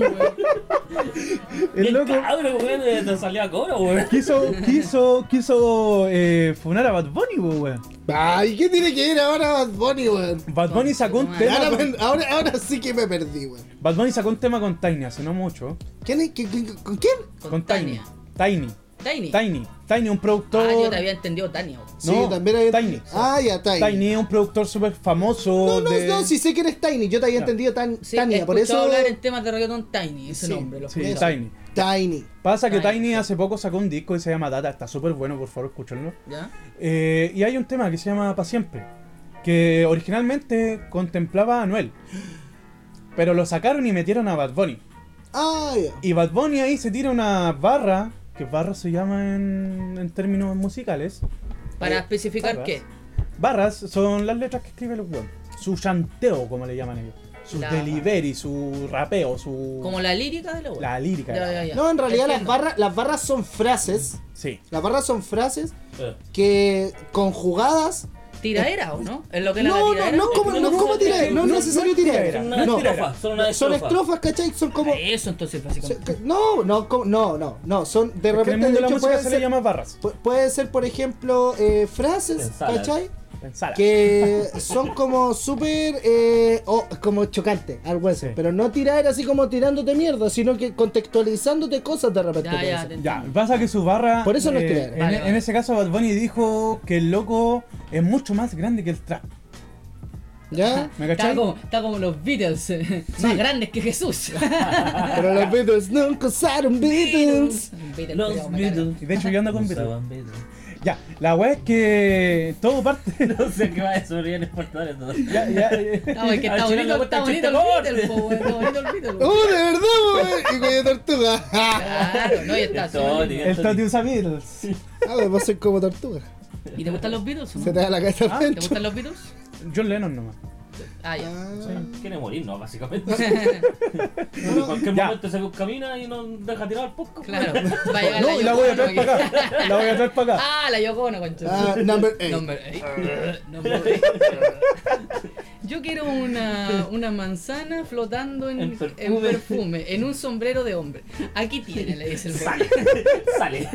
Speaker 2: El loco
Speaker 4: Cabrón, weón, eh, te salió a coro, weón.
Speaker 2: quiso, quiso, quiso eh, funar a Bad Bunny, weón.
Speaker 1: Ay, ¿qué tiene que ir ahora Bad Bunny, weón?
Speaker 2: Bad Bunny sacó un
Speaker 3: Ahora
Speaker 2: tema.
Speaker 1: Ahora,
Speaker 2: Con,
Speaker 1: me- ahora, ahora sí que me perdí, weón.
Speaker 2: Bad Bunny sacó un tema con Tiny hace no mucho.
Speaker 1: ¿Quién es? ¿Qui- qui- ¿Con quién?
Speaker 2: Con Tiny. Tiny.
Speaker 3: Tiny.
Speaker 2: Tiny, Tiny, un productor.
Speaker 3: Ah, yo te había entendido Tania. bo.
Speaker 1: Sí, también hay...
Speaker 2: Tiny.
Speaker 1: Ah, ya, Tiny.
Speaker 2: Tiny es un productor súper famoso.
Speaker 1: No, no,
Speaker 2: de-
Speaker 1: no, si sé que eres Tiny, yo te había entendido tan,
Speaker 3: Sí,
Speaker 1: Tania,
Speaker 3: he
Speaker 1: por eso...
Speaker 3: escuchado hablar en temas de reggaetón Tiny, ese
Speaker 1: Sí,
Speaker 3: nombre. Lo
Speaker 2: Sí,
Speaker 3: escucho.
Speaker 2: Tiny.
Speaker 1: Tiny.
Speaker 2: Pasa que
Speaker 3: Tiny,
Speaker 2: Tiny hace poco sacó un disco que se llama Data, está súper bueno, por favor, escúchenlo.
Speaker 3: ¿Ya?
Speaker 2: Eh, y hay un tema que se llama Pa' Siempre, que originalmente contemplaba a Anuel, pero lo sacaron y metieron a Bad Bunny.
Speaker 1: Ah, ya.
Speaker 2: Y Bad Bunny ahí se tira una barra, que barra se llama en, en términos musicales.
Speaker 3: Para
Speaker 2: Eh,
Speaker 3: especificar
Speaker 2: barras.
Speaker 3: qué.
Speaker 2: Barras son las letras que escribe el weón. Su chanteo, como le llaman ellos. Su
Speaker 3: La-
Speaker 2: delivery, su rapeo, su.
Speaker 3: Como la lírica de la web.
Speaker 2: la lírica.
Speaker 3: Ya, ya, ya.
Speaker 1: No, en realidad las
Speaker 3: Entiendo.
Speaker 1: barras, las barras son frases,
Speaker 2: Sí.
Speaker 1: las barras son frases que conjugadas...
Speaker 3: Tiradera, ¿o no? Es lo que era la
Speaker 1: No, no,
Speaker 3: tiradera.
Speaker 1: no, como,
Speaker 4: Este
Speaker 1: no, es como tirar, no es
Speaker 2: no,
Speaker 1: necesario
Speaker 2: no es
Speaker 1: tirar.
Speaker 2: tiradera,
Speaker 4: Son
Speaker 1: No.
Speaker 4: una estrofa, son una
Speaker 1: Son
Speaker 4: estrofa.
Speaker 1: estrofas, ¿cachai? Son como...
Speaker 3: Ah, Eso entonces,
Speaker 1: son-
Speaker 3: básicamente.
Speaker 1: que- No, no, como- no, no, no, son de
Speaker 2: Es que en el
Speaker 1: repente,
Speaker 2: mundo
Speaker 1: de
Speaker 2: de la
Speaker 1: hecho,
Speaker 2: música
Speaker 1: puede
Speaker 2: se le
Speaker 1: ser,
Speaker 2: llama barras.
Speaker 1: pu- puede ser, por ejemplo, eh, frases,
Speaker 4: Pensalas.
Speaker 1: ¿cachai?
Speaker 2: Pensala.
Speaker 1: que son como súper eh, o- como chocante al hueso
Speaker 2: Sí.
Speaker 1: pero no tirar así como tirándote mierda sino que contextualizándote cosas de repente
Speaker 3: Ya,
Speaker 1: puede
Speaker 3: ya,
Speaker 1: ser.
Speaker 3: te
Speaker 2: Ya,
Speaker 3: entiendo.
Speaker 2: Mm. pasa que su barra. eh,
Speaker 1: Por eso no es tiradera.
Speaker 2: en,
Speaker 3: Vale,
Speaker 2: en
Speaker 3: vale.
Speaker 2: ese caso, Bad Bunny dijo que el loco es mucho más grande que el trap.
Speaker 1: ¿Ya?
Speaker 2: ¿Me
Speaker 3: Está
Speaker 2: cachai?
Speaker 3: como, está como los Beatles, eh, más grandes que Jesús.
Speaker 1: pero los Beatles nunca usaron Beatles
Speaker 3: Beatles, culiao,
Speaker 4: Los
Speaker 3: me cago.
Speaker 4: Beatles.
Speaker 2: Y de hecho, yo ando con Beatles.
Speaker 4: Usaban Beatles.
Speaker 2: Ya, la wea es que todo parte.
Speaker 4: No sé qué va a sobre en exportadores. ¿no?
Speaker 2: Ya, ya, ya.
Speaker 3: No, es que está
Speaker 4: Al chileno le
Speaker 3: bonito, está
Speaker 4: gusta el
Speaker 3: bonito el
Speaker 4: chiste
Speaker 3: Beatles, po, weón, está bonito el Beatles.
Speaker 1: oh
Speaker 3: weón.
Speaker 1: de verdad wey! y cuello tortuga ah
Speaker 3: Claro, no, y está
Speaker 4: El Tony,
Speaker 3: así.
Speaker 2: El Tati usa Beatles.
Speaker 1: me paso como tortuga
Speaker 3: ¿Y te gustan los Beatles
Speaker 1: se
Speaker 3: o no?
Speaker 1: te da la cabeza al
Speaker 2: Ah,
Speaker 3: ¿Te
Speaker 1: pecho
Speaker 3: gustan los Beatles?
Speaker 2: John Lennon nomás.
Speaker 3: Ah, ya.
Speaker 4: Quiere morir, ¿no? Básicamente. en cualquier
Speaker 2: Ya.
Speaker 4: momento se camina y nos deja tirar al podcast.
Speaker 3: Claro. Va a llegar
Speaker 2: No, y la voy a traer
Speaker 3: Yoko Ono
Speaker 2: para
Speaker 3: que-
Speaker 2: acá. La voy a traer para acá.
Speaker 3: Ah, la Yoko Ono, concho.
Speaker 1: Ah, number eight.
Speaker 3: Number eight. Number eight. Yo quiero una, una manzana flotando en,
Speaker 4: En
Speaker 3: en perfume.
Speaker 4: perfume.
Speaker 3: en un sombrero de hombre. Aquí tiene, le dice el
Speaker 4: Sale.
Speaker 3: boy.
Speaker 4: Sale.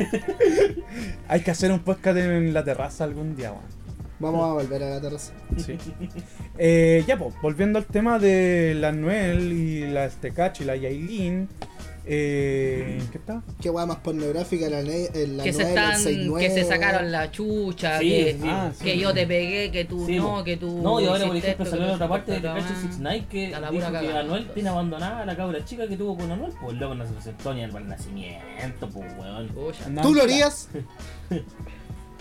Speaker 2: Hay que hacer un podcast en la terraza algún día, weón.
Speaker 1: Vamos a volver a la terraza.
Speaker 2: Sí. Eh, ya, pues, volviendo al tema de la Noel y la Stecach y la Yailin. Eh, ¿Qué está?
Speaker 1: Qué guay más pornográfica la ley. La
Speaker 3: Que se
Speaker 1: novela, el
Speaker 3: están,
Speaker 1: 6-9.
Speaker 3: que se sacaron la chucha,
Speaker 4: Sí,
Speaker 3: que,
Speaker 4: sí.
Speaker 2: Ah,
Speaker 3: que yo te pegué, que tú
Speaker 4: Sí,
Speaker 3: no,
Speaker 4: po.
Speaker 3: que tú.
Speaker 4: No, y ahora, por
Speaker 3: hiciste
Speaker 4: ejemplo,
Speaker 3: esto,
Speaker 4: salió en
Speaker 3: que tú
Speaker 4: otra parte de
Speaker 3: hiciste
Speaker 4: Pikachu
Speaker 3: otra
Speaker 4: Six
Speaker 3: más.
Speaker 4: Night que
Speaker 3: Está la
Speaker 4: dijo
Speaker 3: pura
Speaker 4: que
Speaker 3: cagada,
Speaker 4: Anuel tiene
Speaker 3: entonces.
Speaker 4: abandonada a la cabra chica que tuvo con Anuel. Pues loco, no se presentó ni al nacimiento, pues weón.
Speaker 3: Pucha.
Speaker 2: Andan-
Speaker 1: ¿Tú lo harías?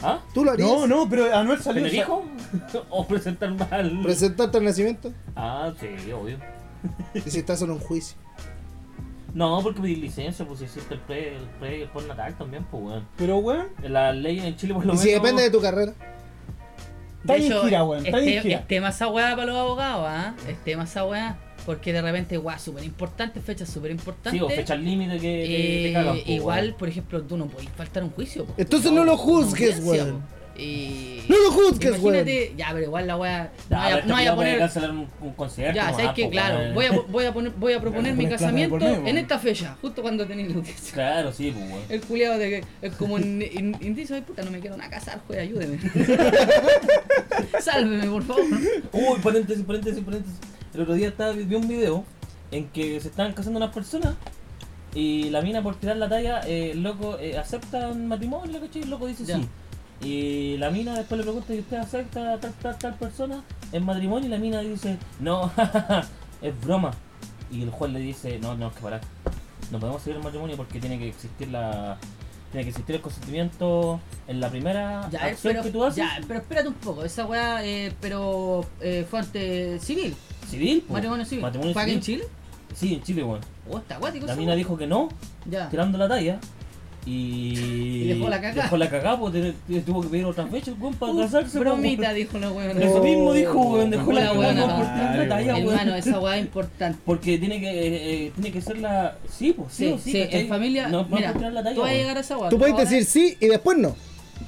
Speaker 4: ¿Ah?
Speaker 1: ¿Tú lo harías?
Speaker 2: No, no, pero Anuel salió.
Speaker 4: ¿Tener hijo? ¿O presentar mal?
Speaker 1: ¿Presentarte al nacimiento?
Speaker 4: ah, sí, obvio.
Speaker 1: Y si estás en un juicio.
Speaker 4: No, porque pedí licencia, pues si existe el pre, el pre y el postnatal también, pues weón.
Speaker 2: Pero, weón,
Speaker 4: Las leyes en Chile por lo
Speaker 1: Y
Speaker 4: menos.
Speaker 1: si depende de tu carrera.
Speaker 2: está en gira, weón. Está en
Speaker 3: este,
Speaker 2: gira.
Speaker 3: es tema esa weá para los abogados, ¿ah? Es tema esa weá. Porque de repente, weá, súper importante, fecha súper importante.
Speaker 4: Sí, o fecha límite que, que
Speaker 3: Eh,
Speaker 4: te cagan, pues,
Speaker 3: igual, por ejemplo, tú no podés faltar a un juicio. po.
Speaker 1: Entonces no lo juzgues,
Speaker 3: Una audiencia,
Speaker 1: weón.
Speaker 3: po. Y...
Speaker 1: No lo juzgues, weón.
Speaker 3: Imagínate, ya, pero igual la weá. No
Speaker 4: weón. Ya,
Speaker 3: vaya,
Speaker 4: Ah, pero
Speaker 3: no vaya
Speaker 4: esta
Speaker 3: a
Speaker 4: weá puede
Speaker 3: poner.
Speaker 4: cancelar un, un concierto.
Speaker 3: Ya, sabes
Speaker 4: nomás,
Speaker 3: que,
Speaker 4: pues,
Speaker 3: claro,
Speaker 4: weón.
Speaker 3: voy a, voy a, poner, voy a proponer
Speaker 2: Voy a
Speaker 3: mi
Speaker 2: poner plata de por
Speaker 3: casamiento
Speaker 2: medio,
Speaker 3: en
Speaker 2: weón.
Speaker 3: esta fecha, justo cuando tenéis luces.
Speaker 4: Claro, sí, pues weón.
Speaker 3: El culiado de que es como en in- indicio, ay puta, no me quiero nada casar, juez, ayúdeme. Sálveme, por favor.
Speaker 4: Uy, paréntesis, paréntesis, paréntesis. El otro día estaba, vi un video en que se estaban casando unas personas y la mina por tirar la talla, eh, el loco eh, acepta un matrimonio, ¿cachai? El loco dice
Speaker 3: Ya.
Speaker 4: sí. Y la mina después le pregunta si usted acepta a tal, tal, tal persona en matrimonio y la mina dice, no, es broma. Y el juez le dice, no, tenemos que parar. No podemos seguir el matrimonio porque tiene que existir la... Tiene que existir el consentimiento en la primera
Speaker 3: Ya, eh,
Speaker 4: acción
Speaker 3: pero,
Speaker 4: que tú haces.
Speaker 3: ya, pero espérate un poco, esa weá, eh, pero eh, fue ante civil,
Speaker 4: Civil, pues.
Speaker 3: matrimonio civil.
Speaker 4: Matrimonio
Speaker 3: ¿Fue acá
Speaker 4: civil.
Speaker 3: en Chile?
Speaker 4: Sí, en Chile, weón.
Speaker 3: Oh, está acuático.
Speaker 4: La
Speaker 3: esa
Speaker 4: mina
Speaker 3: weá.
Speaker 4: dijo que no,
Speaker 3: Ya.
Speaker 4: tirando la talla. Y.
Speaker 3: Ah. Y dejó la cagá.
Speaker 4: Dejó la cagá, pues te- te- tuvo que pedir otra fecha, weón, para
Speaker 3: Uh,
Speaker 4: casarse.
Speaker 3: bromita,
Speaker 4: weón.
Speaker 3: dijo la weona.
Speaker 4: Eso
Speaker 1: Oh,
Speaker 4: mismo dijo, weón, dejó
Speaker 3: Hola,
Speaker 4: la cagá
Speaker 3: weón,
Speaker 4: weón,
Speaker 3: no.
Speaker 4: por tirar la talla,
Speaker 3: Hermano,
Speaker 4: weón.
Speaker 3: esa weá es importante.
Speaker 4: Porque tiene que, eh, eh, tiene que ser la. Sí, pues, sí,
Speaker 3: Sí,
Speaker 4: o sí.
Speaker 3: sí,
Speaker 4: ¿cachai?
Speaker 3: en familia,
Speaker 4: No, no
Speaker 3: mira,
Speaker 4: por tirar la talla.
Speaker 3: tú vas a
Speaker 4: weón.
Speaker 3: llegar a esa weá.
Speaker 1: Tú
Speaker 3: tú
Speaker 1: puedes
Speaker 3: vas a-
Speaker 1: decir sí y después no.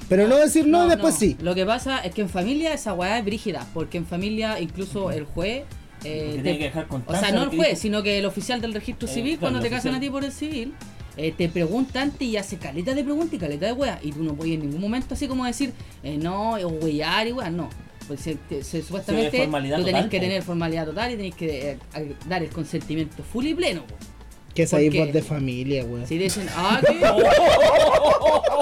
Speaker 1: Pero no decir no, y después sí.
Speaker 3: Lo que pasa es que en familia esa weá es brígida, porque en familia incluso el juez... eh,
Speaker 4: Porque
Speaker 3: te-
Speaker 4: tiene que dejar
Speaker 3: o
Speaker 4: constancia
Speaker 3: sea,
Speaker 4: de
Speaker 3: no el
Speaker 4: lo que
Speaker 3: juez,
Speaker 4: dijo.
Speaker 3: sino que el oficial del registro
Speaker 4: Eh,
Speaker 3: civil,
Speaker 4: claro,
Speaker 3: cuando
Speaker 4: el
Speaker 3: te casan a
Speaker 4: oficial.
Speaker 3: ti por el civil, eh, te pregunta antes y hace caleta de preguntas y caleta de weá. Y tú no puedes en ningún momento así como decir, eh, no, o wear y weá, no. Pues se, te- se- supuestamente tú
Speaker 4: formalidad
Speaker 3: tenés
Speaker 4: total,
Speaker 3: que
Speaker 4: po.
Speaker 3: tener formalidad total y tenés que eh, ag- dar el consentimiento full y pleno. po.
Speaker 1: Que es ahí
Speaker 3: ¿Por qué?
Speaker 1: voz de familia, weón.
Speaker 3: Si dicen, ah, ¿qué?
Speaker 4: "Oh,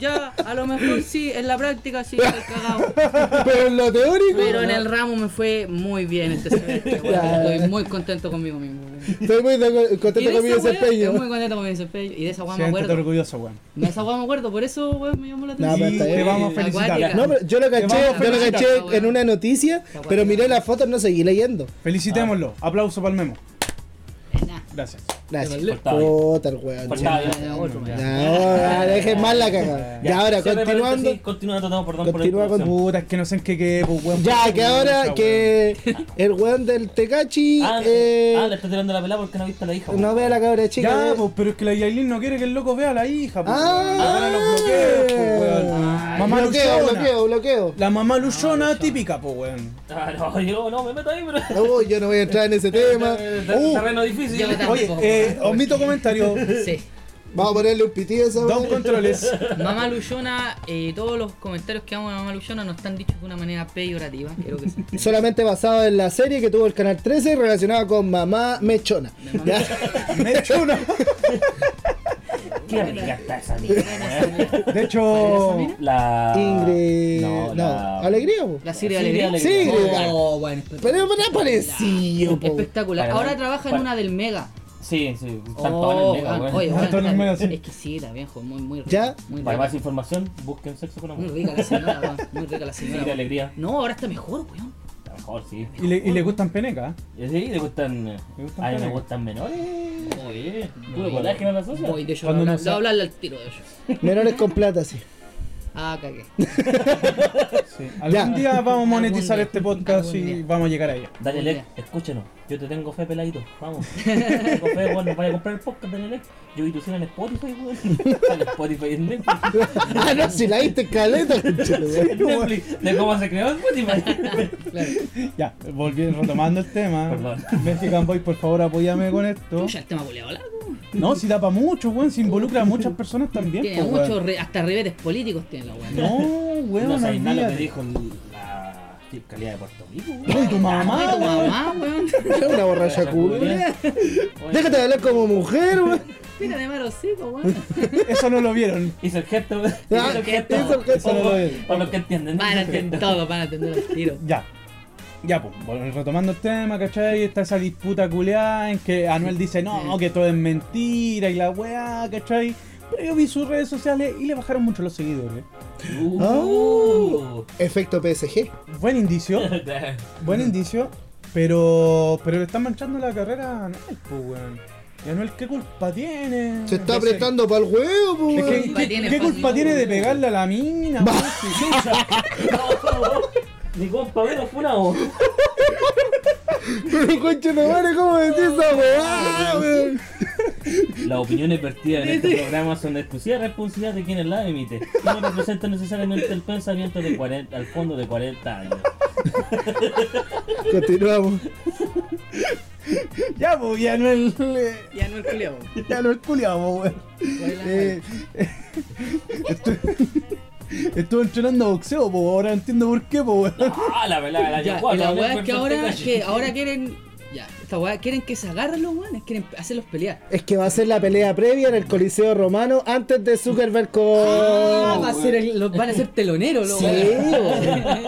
Speaker 3: ya, a lo mejor sí, en la práctica sí, estoy cagado.
Speaker 1: Pero en lo teórico.
Speaker 3: Pero en el ramo me fue muy bien este semestre. weón.
Speaker 1: Ya.
Speaker 3: Estoy muy contento conmigo mismo. weón.
Speaker 1: Estoy muy de acuerdo-
Speaker 3: Y de
Speaker 1: contento
Speaker 3: esa
Speaker 1: con mi
Speaker 3: weá,
Speaker 1: desempeño.
Speaker 3: Estoy muy contento con mi desempeño. Y de esa weá me
Speaker 2: Siéntete
Speaker 3: acuerdo.
Speaker 2: orgulloso, weón.
Speaker 3: De esa weá me acuerdo. Por eso weón, me llamó la
Speaker 1: No, pero
Speaker 2: Y
Speaker 3: atención.
Speaker 1: está bien.
Speaker 2: te vamos a
Speaker 3: La
Speaker 2: felicitar.
Speaker 3: guática.
Speaker 1: No, pero yo lo
Speaker 2: Te
Speaker 1: caché,
Speaker 2: vamos a
Speaker 1: yo lo
Speaker 2: felicitar,
Speaker 1: caché
Speaker 3: weón.
Speaker 1: en una noticia,
Speaker 3: Está
Speaker 1: pero
Speaker 3: bueno.
Speaker 1: miré las fotos no seguí leyendo.
Speaker 2: Felicitémoslo. Aplauso para el memo.
Speaker 3: Nah,
Speaker 2: Gracias.
Speaker 1: Gracias.
Speaker 4: Faltaba yo.
Speaker 1: Puta el weón.
Speaker 4: Faltaba yo.
Speaker 3: nah, otro, weón.
Speaker 1: No, dejen mal la cagada. Y ahora,
Speaker 4: Cierre
Speaker 1: continuando.
Speaker 4: paréntesis, Continúa, Totó, perdón por la
Speaker 1: Continúa con-
Speaker 4: interrupción.
Speaker 2: Puta, es que no sé en qué quedé, pues, weón.
Speaker 1: Ya, que
Speaker 2: Puta,
Speaker 1: ahora
Speaker 2: weón.
Speaker 1: que el weón del Tecachi
Speaker 4: Ah,
Speaker 1: eh,
Speaker 4: ah, le está tirando la pelada porque no ha visto a la hija.
Speaker 1: no
Speaker 4: weón.
Speaker 1: ve a la cabra chica.
Speaker 2: Ya,
Speaker 1: eh.
Speaker 2: pues, pero es que la Yailin no quiere que el loco vea a la hija, pues. weón.
Speaker 1: Ah.
Speaker 2: Ahora los bloqueos, pues, weón. Mamá
Speaker 1: bloqueo,
Speaker 2: luchona.
Speaker 1: bloqueo, bloqueo.
Speaker 2: La mamá luchona típica, pues, weón.
Speaker 4: Ah, no, yo no me meto ahí, pero.
Speaker 1: No, yo no voy a entrar en ese tema.
Speaker 4: Uh, terreno difícil.
Speaker 3: yo me tampoco.
Speaker 2: Oye, eh,
Speaker 3: weón.
Speaker 2: omito comentario.
Speaker 3: Eh, Sí.
Speaker 1: Vamos a ponerle un pitido a esa
Speaker 2: Dos
Speaker 1: weá.
Speaker 2: controles.
Speaker 3: Mamá Luchona, eh, todos los comentarios que hago a Mamá Luchona no están dichos de una manera peyorativa. Quiero que se entienda.
Speaker 1: Solamente basado en la serie que tuvo el canal 13 relacionada con mamá mechona. Ya.
Speaker 2: Mechuna.
Speaker 4: Qué rica está esa niña.
Speaker 2: De hecho,
Speaker 4: La.
Speaker 1: Ingrid. No,
Speaker 4: No, la.
Speaker 1: alegría, po.
Speaker 3: La Siria
Speaker 4: Sí,
Speaker 3: Alegría.
Speaker 4: Alegría.
Speaker 1: Sí, Alegría.
Speaker 3: Oh, bueno, espectacular.
Speaker 1: Pero me parecido, po.
Speaker 3: Espectacular.
Speaker 4: Para-
Speaker 3: Ahora trabaja en
Speaker 4: para-
Speaker 3: una del Mega.
Speaker 4: Sí, sí. Están todas en el
Speaker 3: Oh,
Speaker 4: mega,
Speaker 3: weón,
Speaker 4: weón.
Speaker 3: oye,
Speaker 2: Están todas en el mega,
Speaker 3: weón,
Speaker 2: sí.
Speaker 3: exquisita, viejo, muy, muy rica.
Speaker 1: ¿Ya?
Speaker 3: Muy
Speaker 4: Para
Speaker 3: rica.
Speaker 4: más información, busquen sexo con
Speaker 3: Muy
Speaker 4: amor.
Speaker 3: rica la señora, weón, muy rica la
Speaker 4: Sí,
Speaker 3: señora.
Speaker 4: de
Speaker 3: weón.
Speaker 4: alegría.
Speaker 3: No, ahora está mejor, weón.
Speaker 4: A lo mejor, sí.
Speaker 2: y le, y le gustan penecas.
Speaker 4: Y Sí, le gustan. eh,
Speaker 2: Le gustan
Speaker 4: A mí me
Speaker 2: penecas.
Speaker 4: gustan menores. Oye, puro
Speaker 3: Voy-
Speaker 4: colágeno a la socia.
Speaker 3: Voy, de hecho,
Speaker 2: Cuando
Speaker 3: voy
Speaker 2: uno
Speaker 3: a hablar- voy a hablarle al tiro de ellos.
Speaker 1: Menores con plata, sí.
Speaker 3: Ah, cagué.
Speaker 2: Sí. Algún
Speaker 1: Ya.
Speaker 2: día vamos a monetizar
Speaker 3: Algún
Speaker 2: este
Speaker 3: día.
Speaker 2: podcast
Speaker 3: Algún
Speaker 2: y
Speaker 3: día.
Speaker 2: vamos a llegar allá.
Speaker 4: Danielec, escúchanos. Yo te tengo fe, peladito. Vamos. tengo fe, weón. Nos vaya a comprar el podcast, Danielec. Yo vi tu cena en Spotify, weón. En Spotify, en Netflix.
Speaker 1: Ah, no, si la viste caleta, conchetumare.
Speaker 4: En Netflix. De cómo se creó Spotify.
Speaker 2: Ya, volviendo, retomando el tema.
Speaker 4: Perdón.
Speaker 2: Mexican Boy, por favor, apóyame con esto.
Speaker 3: Chucha, el tema culiao largo.
Speaker 2: No, si da para mucho, weón. Se involucra a muchas personas también,
Speaker 3: Tiene
Speaker 2: po, weón.
Speaker 3: muchos, re- hasta ribetes políticos tiene la weá.
Speaker 2: No, weón,
Speaker 4: No sabes nada lo que
Speaker 2: olvídate.
Speaker 4: dijo la fiscalía de Puerto Rico, weón.
Speaker 2: Uy, tu
Speaker 3: Ay,
Speaker 2: mamá,
Speaker 3: tu
Speaker 2: weón.
Speaker 3: mamá, weón.
Speaker 1: Una borracha culia. Déjate de hablar como mujer, weón.
Speaker 3: Mira de malo hocico, weón.
Speaker 2: Eso no lo vieron.
Speaker 4: Hizo el gesto, weón.
Speaker 1: Ah,
Speaker 4: Hizo el gesto.
Speaker 1: hizo el gesto.
Speaker 4: Ojo, Para los que entienden.
Speaker 3: Van a entender todo, van a entender los tiros.
Speaker 2: Ya. Ya, pues, vol- retomando el tema, ¿cachai? Está esa disputa culeada en que Anuel dice, no, que todo es mentira y la weá, ¿cachai? Pero yo vi sus redes sociales y le bajaron mucho los seguidores.
Speaker 1: Ah.
Speaker 4: Uh.
Speaker 1: Efecto PSG.
Speaker 2: Buen indicio,
Speaker 4: Claro.
Speaker 2: buen indicio, pero pero le están manchando la carrera a Anuel, pues, weón. ¿Y Anuel qué culpa tiene?
Speaker 1: Se está
Speaker 2: Entonces,
Speaker 1: apretando para el huevo, po,
Speaker 2: es que-
Speaker 1: weón.
Speaker 3: Culpa
Speaker 2: ¿qué,
Speaker 3: tiene,
Speaker 2: qué
Speaker 3: pues,
Speaker 2: culpa
Speaker 3: no,
Speaker 2: tiene de
Speaker 3: weón.
Speaker 2: pegarle a la mina? weón? Sí, sí,
Speaker 4: Mi compa Vero fue una voz.
Speaker 1: Pero conchetumare, ¿cómo decís esa weá, weón?
Speaker 4: Las opiniones vertidas en este programa son de exclusiva responsabilidad de quienes la emiten. No representan necesariamente el pensamiento de 40, al fondo de 40 años.
Speaker 1: Continuamos.
Speaker 2: ya, pues, y Anuel... le-
Speaker 3: Ya no el culiao. weón.
Speaker 2: Ya lo culiado, pues, weón. Eh, estu- Estuve entrenando boxeo, po, ahora entiendo por qué, po, weón.
Speaker 4: Ah, la verdad, la
Speaker 3: Ya,
Speaker 4: verdad.
Speaker 3: y la weá es que ahora, que ahora quieren. Ya, esta weá quieren que se agarren los weones, quieren hacerlos pelear.
Speaker 1: Es que va a ser la pelea previa en el Coliseo Romano antes de Zuckerberg con. Eh,
Speaker 3: Ah, va a ser el- los- van a ser teloneros, los
Speaker 1: Sí,
Speaker 3: weones.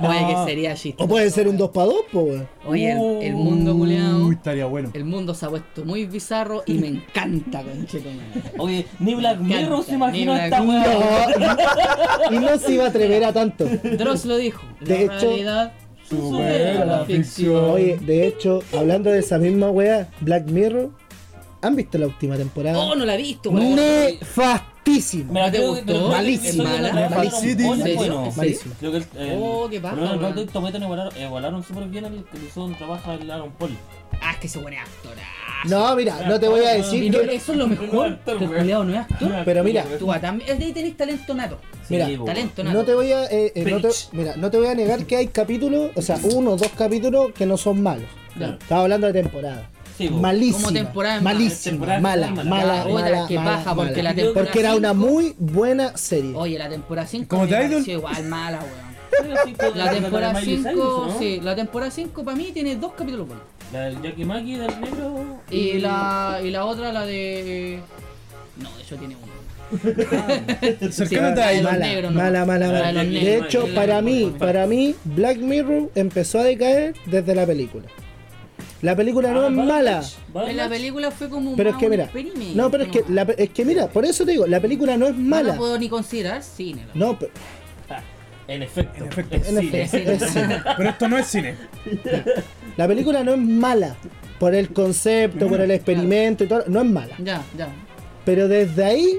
Speaker 3: Oye, que sería
Speaker 1: O
Speaker 3: chiste.
Speaker 1: puede ser un 2 para 2, po, weón.
Speaker 3: Oye, el, el mundo culiao.
Speaker 2: Oh, Uy, estaría bueno.
Speaker 3: El mundo se ha puesto muy bizarro y me encanta, conchetumare.
Speaker 4: Oye, ni Black
Speaker 3: Me
Speaker 4: Mirror
Speaker 3: encanta,
Speaker 4: se imaginó
Speaker 3: ni
Speaker 4: esta
Speaker 3: Black
Speaker 4: weá.
Speaker 1: No, y no se iba a atrever a tanto.
Speaker 3: Dross lo dijo.
Speaker 1: De
Speaker 3: la
Speaker 1: hecho-
Speaker 3: realidad
Speaker 2: Supera la ficción.
Speaker 1: Oye, de hecho, hablando de esa misma wea, Black Mirror, ¿han visto la última temporada?
Speaker 3: Oh, no la he visto, weón.
Speaker 1: Nefastísima.
Speaker 4: Me la
Speaker 3: ¿No te
Speaker 4: creo que-
Speaker 3: gustó?
Speaker 4: me la-
Speaker 1: Malísima,
Speaker 4: me la- me la-
Speaker 1: malísima.
Speaker 4: me la- me
Speaker 3: ¿En
Speaker 4: la-
Speaker 3: serio?
Speaker 4: bueno.
Speaker 3: ¿En
Speaker 1: serio?
Speaker 3: Sí.
Speaker 4: Creo que el- el-
Speaker 3: Oh, qué paja,
Speaker 4: por lo menos el
Speaker 3: weón.
Speaker 4: Rotten Tomatoes evaluaron- evaluaron súper bien el que hizo un trabajo el Aaron Paul.
Speaker 3: Ah, es que ese weón es actor. ah.
Speaker 1: No, mira, no te voy a
Speaker 3: Y
Speaker 1: decir
Speaker 3: no-
Speaker 1: que.
Speaker 3: eso es lo mejor.
Speaker 4: actor,
Speaker 3: Que el
Speaker 4: weón.
Speaker 3: culiao no es actor.
Speaker 1: Pero mira,
Speaker 3: Actúa también. Es de ahí tenés talento nato.
Speaker 1: Mira,
Speaker 4: Sí, po.
Speaker 3: Talento nato.
Speaker 1: No te voy a. eh, eh, no te-
Speaker 4: Bitch.
Speaker 1: mira, no te voy a negar que hay capítulos, o sea, uno o dos capítulos que no son malos.
Speaker 3: Claro.
Speaker 1: Estaba hablando de temporada.
Speaker 4: Sí, po.
Speaker 1: Malísima.
Speaker 3: Como temporada es mala.
Speaker 1: malísima.
Speaker 4: Temporada es
Speaker 1: mala,
Speaker 4: mala.
Speaker 1: mala,
Speaker 3: Otra
Speaker 1: mala,
Speaker 3: que
Speaker 1: mala,
Speaker 3: baja, porque
Speaker 1: mala.
Speaker 3: la temporada
Speaker 1: Porque era una
Speaker 3: cinco-
Speaker 1: muy buena serie.
Speaker 3: Oye, la temporada 5
Speaker 2: ¿Cómo
Speaker 3: me
Speaker 2: te ha ido?
Speaker 3: pareció igual mala, weón.
Speaker 4: Pero sí, po,
Speaker 3: La temporada
Speaker 4: Miley
Speaker 3: 5,
Speaker 4: Cyrus, ¿no?
Speaker 3: sí, la temporada 5 para mí tiene dos capítulos buenos.
Speaker 4: La del Jackie Mackie del negro.
Speaker 3: Y la, y la otra, la de. eh, No, de hecho tiene uno.
Speaker 2: Cercano
Speaker 3: sí,
Speaker 2: te ha ido.
Speaker 3: los
Speaker 1: mala,
Speaker 3: negros, no.
Speaker 1: mala, mala,
Speaker 3: La de
Speaker 1: mala.
Speaker 3: los
Speaker 1: De
Speaker 3: negros,
Speaker 1: hecho,
Speaker 3: la de
Speaker 1: para
Speaker 3: los
Speaker 1: mí,
Speaker 3: negros.
Speaker 1: para mí, Black Mirror empezó a decaer desde la película. La película
Speaker 4: Ah,
Speaker 1: no es mala.
Speaker 3: En la película fue como
Speaker 1: Pero es
Speaker 3: más
Speaker 1: que
Speaker 3: Ah, un
Speaker 1: mira,
Speaker 3: experimento,
Speaker 1: no, pero es que,
Speaker 3: nomás.
Speaker 1: la, es que mira, por eso te digo, la película no es
Speaker 3: No
Speaker 1: mala.
Speaker 3: la puedo ni considerar cine. la
Speaker 1: No, pero,
Speaker 4: En efecto.
Speaker 2: En efecto.
Speaker 4: Es
Speaker 1: en
Speaker 4: cine.
Speaker 1: efecto, es cine.
Speaker 2: Pero esto no es cine.
Speaker 1: la película no es mala por el concepto, por el experimento y todo, no es mala.
Speaker 3: Ya, ya.
Speaker 1: Pero desde ahí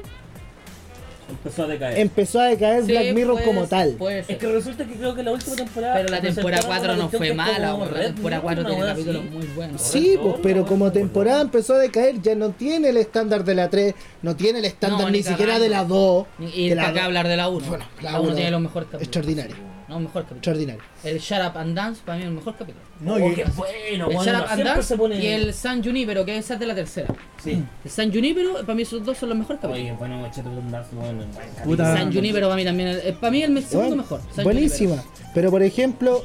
Speaker 4: Empezó a decaer.
Speaker 1: empezó a decaer
Speaker 3: Sí, pues,
Speaker 1: Black Mirror
Speaker 3: puede
Speaker 1: como
Speaker 3: ser,
Speaker 1: tal.
Speaker 3: puede ser.
Speaker 4: Es que resulta que creo que la última temporada.
Speaker 3: Pero la temporada
Speaker 4: presentaron
Speaker 3: 4
Speaker 4: una
Speaker 3: no fue
Speaker 4: cuestión que es
Speaker 3: mala,
Speaker 4: como
Speaker 3: weón. La
Speaker 4: Red
Speaker 3: temporada
Speaker 4: Bull,
Speaker 3: 4
Speaker 4: una
Speaker 3: tiene
Speaker 4: weá
Speaker 3: capítulos
Speaker 4: así.
Speaker 3: muy buenos.
Speaker 1: Sí,
Speaker 4: Correcto,
Speaker 1: pues, pero
Speaker 4: no,
Speaker 1: como
Speaker 4: no,
Speaker 1: temporada
Speaker 4: no.
Speaker 1: empezó a decaer, ya no tiene el estándar de la 3, no tiene el estándar
Speaker 3: No,
Speaker 1: ni,
Speaker 3: ni
Speaker 1: siquiera
Speaker 3: cagando.
Speaker 1: de la 2.
Speaker 3: Ni- Y
Speaker 1: que
Speaker 3: para
Speaker 1: la
Speaker 3: acá
Speaker 1: dos-
Speaker 3: hablar de la 1.
Speaker 1: Bueno, la
Speaker 3: la
Speaker 1: uno
Speaker 3: 1 tiene los mejores capítulos.
Speaker 1: Extraordinario,
Speaker 3: No, mejor capítulo.
Speaker 1: extraordinario.
Speaker 3: El Shut Up and Dance para mí es el mejor capítulo.
Speaker 2: No,
Speaker 4: Oh,
Speaker 2: y-
Speaker 4: qué bueno,
Speaker 3: El
Speaker 4: weón.
Speaker 3: Shut
Speaker 4: no,
Speaker 3: Up and
Speaker 4: siempre
Speaker 3: Dance
Speaker 4: se pone-
Speaker 3: y el San Junipero, que esa es de la tercera.
Speaker 4: Sí.
Speaker 3: El San Junipero, para mí esos dos son los mejores capítulos.
Speaker 4: Oye, bueno, Shut Up and Dance, bueno. buen
Speaker 2: Puta.
Speaker 3: San Junipero para mí también. el- eh, Para mí el me- segundo
Speaker 1: Bueno,
Speaker 3: mejor. San
Speaker 1: buenísima. Pero por ejemplo,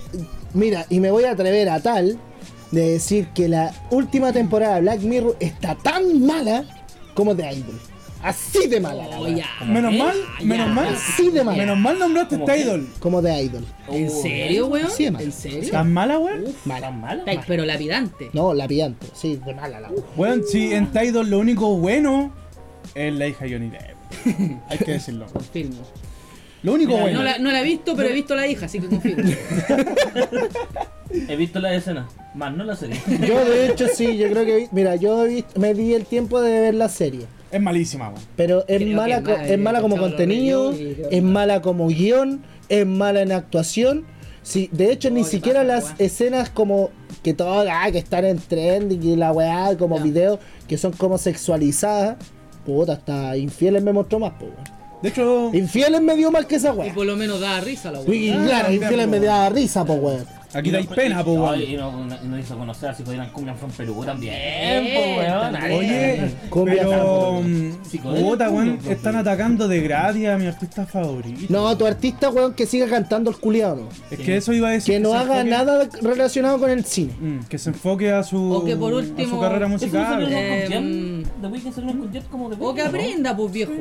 Speaker 1: mira, y me voy a atrever a tal de decir que la última temporada de Black Mirror está tan mala como The Idol. Así de mala. la
Speaker 3: Junipero. Oh,
Speaker 1: wea.
Speaker 3: ya. ah,
Speaker 2: Menos mal,
Speaker 3: Ya,
Speaker 2: menos
Speaker 3: ya.
Speaker 2: mal.
Speaker 1: Así de mala.
Speaker 2: Menos mal nombraste
Speaker 4: ¿Cómo
Speaker 2: esta
Speaker 4: qué?
Speaker 2: idol.
Speaker 1: Como The Idol.
Speaker 4: capítulo.
Speaker 3: ¿En
Speaker 4: Oh,
Speaker 2: ¿eh?
Speaker 3: serio, weón?
Speaker 1: Así de mal.
Speaker 3: ¿En serio?
Speaker 2: ¿Tan mala, weón?
Speaker 1: Mala.
Speaker 4: ¿Tan malo?
Speaker 3: Estáis, pero lapidante.
Speaker 1: No, la pianto. Sí, de mala la wea.
Speaker 2: Weón, sí, en esta idol lo único bueno es la hija de Johnny Depp. Hay que decirlo.
Speaker 3: Confirmo.
Speaker 2: Lo único
Speaker 3: No,
Speaker 2: bueno.
Speaker 3: la, no la he visto, pero he visto la hija, así que confirmo.
Speaker 4: He visto la escena, más no la serie.
Speaker 1: Yo de hecho sí, yo creo que vi- mira, yo he visto- me di el tiempo de ver la serie.
Speaker 2: Es malísima, weón.
Speaker 1: Pero es
Speaker 3: Creo que
Speaker 1: mala,
Speaker 3: es
Speaker 1: co-
Speaker 3: mala,
Speaker 1: es mala
Speaker 3: yo
Speaker 1: como
Speaker 3: escuchaba los
Speaker 1: contenido,
Speaker 3: reviews y-
Speaker 1: es mala como guión, es mala en actuación. Sí, de hecho, ni
Speaker 3: Oye,
Speaker 1: siquiera
Speaker 3: baja,
Speaker 1: las
Speaker 3: weá.
Speaker 1: escenas como que todo, ah, que están en trending y la weá, como
Speaker 3: Ya.
Speaker 1: videos que son como sexualizadas. Puta, hasta infieles me mostró más, po, weón.
Speaker 2: De hecho,
Speaker 1: Infieles me dio más que esa
Speaker 3: Y
Speaker 1: weá.
Speaker 3: por lo menos da risa la
Speaker 1: Y
Speaker 3: weá.
Speaker 1: claro,
Speaker 2: Ah,
Speaker 1: infieles
Speaker 2: tampoco.
Speaker 1: me daba risa, po, weón.
Speaker 2: aquí dais
Speaker 4: no-
Speaker 2: pena, po,
Speaker 4: no,
Speaker 2: weón.
Speaker 4: Y no, no, no hizo conocer así podían Cumbia from Perú también,
Speaker 3: También,
Speaker 4: po, weón.
Speaker 3: también.
Speaker 2: Oye,
Speaker 1: Cumbia
Speaker 2: pero.
Speaker 1: Tango.
Speaker 3: um,
Speaker 2: mm,
Speaker 4: Psicodelia,
Speaker 2: Puta, weón,
Speaker 4: cumbia,
Speaker 2: están
Speaker 4: profe.
Speaker 2: atacando de gratis a mi artista favorito.
Speaker 1: No, tu artista, weón, que siga cantando el culiado, no.
Speaker 2: Es que eso iba a decir.
Speaker 1: Que no
Speaker 2: se
Speaker 1: haga
Speaker 2: enfoque-
Speaker 1: nada relacionado con el cine.
Speaker 2: Mm, que se enfoque a su,
Speaker 3: O que por
Speaker 2: a
Speaker 3: último-
Speaker 2: su carrera
Speaker 3: Eso
Speaker 4: ¿Eso no
Speaker 2: musical.
Speaker 4: salieron
Speaker 2: weón.
Speaker 3: Eh,
Speaker 4: con Jet? The Weeknd salieron con Jet como de
Speaker 3: O que aprenda, pues viejo.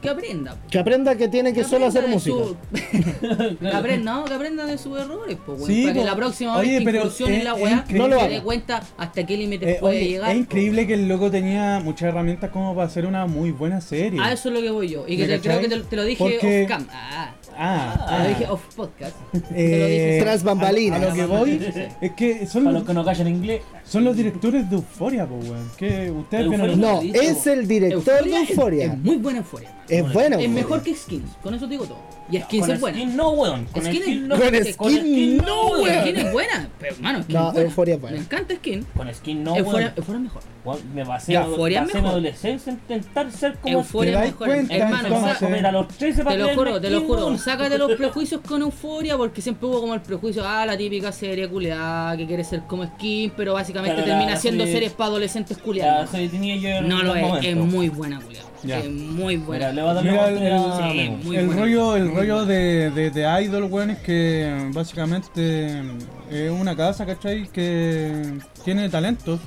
Speaker 3: Que aprenda. po.
Speaker 1: Que aprenda que tiene que, solo hacer
Speaker 3: aprenda de
Speaker 1: música.
Speaker 3: su- que aprenda, no, que aprenda de sus errores, pues,
Speaker 2: Sí,
Speaker 3: para
Speaker 2: po.
Speaker 3: que la próxima
Speaker 2: Oye,
Speaker 3: vez que
Speaker 2: pero
Speaker 3: incursione
Speaker 2: es-
Speaker 3: en la
Speaker 2: es
Speaker 3: weá,
Speaker 2: increíble.
Speaker 1: No lo
Speaker 3: se
Speaker 1: haga.
Speaker 3: dé cuenta hasta qué límites
Speaker 2: Eh,
Speaker 3: puede
Speaker 2: oye,
Speaker 3: llegar.
Speaker 2: es
Speaker 3: po.
Speaker 2: increíble que el loco tenía muchas herramientas como para hacer una muy buena serie.
Speaker 3: pues. A Ah, eso es lo que voy yo. Y
Speaker 2: ¿Me
Speaker 3: que te, creo
Speaker 2: cachai?
Speaker 3: que te, te lo dije
Speaker 2: Porque-
Speaker 3: off cam. Ah,
Speaker 2: Ah,
Speaker 3: te
Speaker 2: ah.
Speaker 3: lo dije off podcast. te lo
Speaker 2: Eh,
Speaker 3: dije.
Speaker 1: Tras bambalinas.
Speaker 2: A lo que voy es que son
Speaker 4: Para
Speaker 2: los,
Speaker 4: los que no callan inglés.
Speaker 2: son los directores de Euforia, po, weón. Que ustedes vieron
Speaker 4: Euphoria.
Speaker 2: el-
Speaker 1: No,
Speaker 4: Lo dicho.
Speaker 1: es el director de
Speaker 3: es- Es,
Speaker 1: Euforia.
Speaker 3: muy buena euforia.
Speaker 1: Es bueno. pues.
Speaker 3: Es mejor que Skins, con eso te digo todo. Y Skins
Speaker 4: Con
Speaker 3: es buena.
Speaker 4: skin no, weón. Con
Speaker 3: Skin
Speaker 4: el
Speaker 3: es-
Speaker 4: skin no.
Speaker 1: Con skin no, weón.
Speaker 3: Skin es buena, pero hermano, Skin
Speaker 1: No,
Speaker 3: es buena.
Speaker 1: Euphoria es buena.
Speaker 3: Me encanta Skin.
Speaker 4: Con skin no,
Speaker 3: euforia,
Speaker 4: weón.
Speaker 3: euforia es mejor.
Speaker 4: Weón, Me basé
Speaker 2: Ya,
Speaker 4: en
Speaker 3: Euphoria
Speaker 4: basé en
Speaker 3: mejor.
Speaker 4: adolescencia en intentar ser como
Speaker 2: ¿Te
Speaker 4: este
Speaker 3: Euforia
Speaker 2: das
Speaker 3: es mejor.
Speaker 2: cuenta,
Speaker 3: Hermano,
Speaker 4: Skin.
Speaker 3: sa-
Speaker 2: entonces?
Speaker 4: Comer a los 13 para
Speaker 3: te lo
Speaker 4: tener
Speaker 3: juro, te lo
Speaker 4: skin,
Speaker 3: juro.
Speaker 4: weón.
Speaker 3: Sácate los prejuicios con euforia porque siempre hubo como el prejuicio, ah, la típica serie culeada que quiere ser como Skin, pero básicamente
Speaker 4: Pero la
Speaker 3: termina siendo
Speaker 4: serie-
Speaker 3: series para adolescentes
Speaker 4: Ya,
Speaker 3: culeadas.
Speaker 4: soy tenía yo en
Speaker 3: No lo
Speaker 4: un
Speaker 3: es,
Speaker 4: momento.
Speaker 3: es muy buena culeada.
Speaker 2: Ya.
Speaker 3: Es muy buena.
Speaker 4: Mira, le voy a dar
Speaker 2: Mira,
Speaker 4: la oportunidad a
Speaker 3: el-
Speaker 4: Memo.
Speaker 3: Muy
Speaker 2: el
Speaker 3: bueno.
Speaker 2: rollo, el rollo de, de, de Idol, weón, es que mm, básicamente mm, es una casa, ¿cachai? Que tiene talentos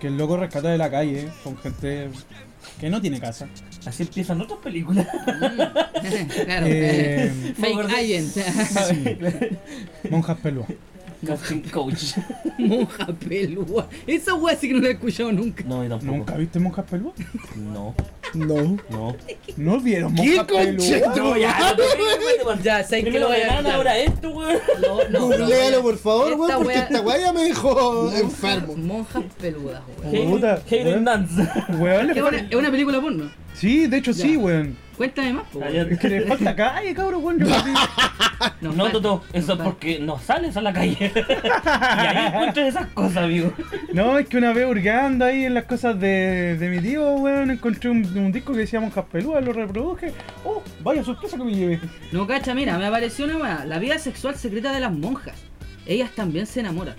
Speaker 2: que el loco rescata de la calle con gente que no tiene casa.
Speaker 4: Así empiezan otras películas.
Speaker 3: Mm. claro.
Speaker 2: Eh,
Speaker 3: Fake agent.
Speaker 2: monjas pelúas.
Speaker 4: Casting coach.
Speaker 3: Monja pelúa. Esa wea sí que no la he escuchado nunca.
Speaker 4: No, yo tampoco.
Speaker 2: ¿Nunca viste monjas pelúas?
Speaker 4: No,
Speaker 1: No.
Speaker 4: no.
Speaker 2: ¿No vieron monjas pelúas?
Speaker 4: No, ya, no te rías,
Speaker 3: Ya, sé que
Speaker 4: Primero
Speaker 3: lo voy a
Speaker 4: verano,
Speaker 3: dar.
Speaker 4: ahora esto, weón.
Speaker 3: No, no, no,
Speaker 6: Googlealo, por favor,
Speaker 3: Esta
Speaker 6: weón, porque
Speaker 3: wea-
Speaker 6: esta weá ya me dejó enfermo.
Speaker 3: Monjas peludas, weón.
Speaker 2: Puta, ¿eh?
Speaker 4: Hayden
Speaker 2: weón.
Speaker 4: Dance.
Speaker 2: Weón, le
Speaker 3: Es una,
Speaker 2: falta-
Speaker 3: es una película porno.
Speaker 2: Sí, de hecho sí,
Speaker 3: Ya.
Speaker 2: weón.
Speaker 3: Cuéntame más, po, weón.
Speaker 2: Es que le falta calle, cabrón, weón. Yo
Speaker 3: Nos
Speaker 4: No,
Speaker 3: falta-
Speaker 4: Toto, eso
Speaker 3: nos
Speaker 4: es
Speaker 3: falta.
Speaker 4: porque no sales a la calle. y ahí encuentras esas cosas, amigo.
Speaker 2: No, es que una vez hurgando ahí en las cosas de, de mi tío, weón, encontré un, un disco que decía Monjas Pelúas, lo reproduje. ¡Oh! Vaya sorpresa que me llevé.
Speaker 3: No, cacha, mira, me apareció una weá. La vida sexual secreta de las monjas. Ellas también se enamoran.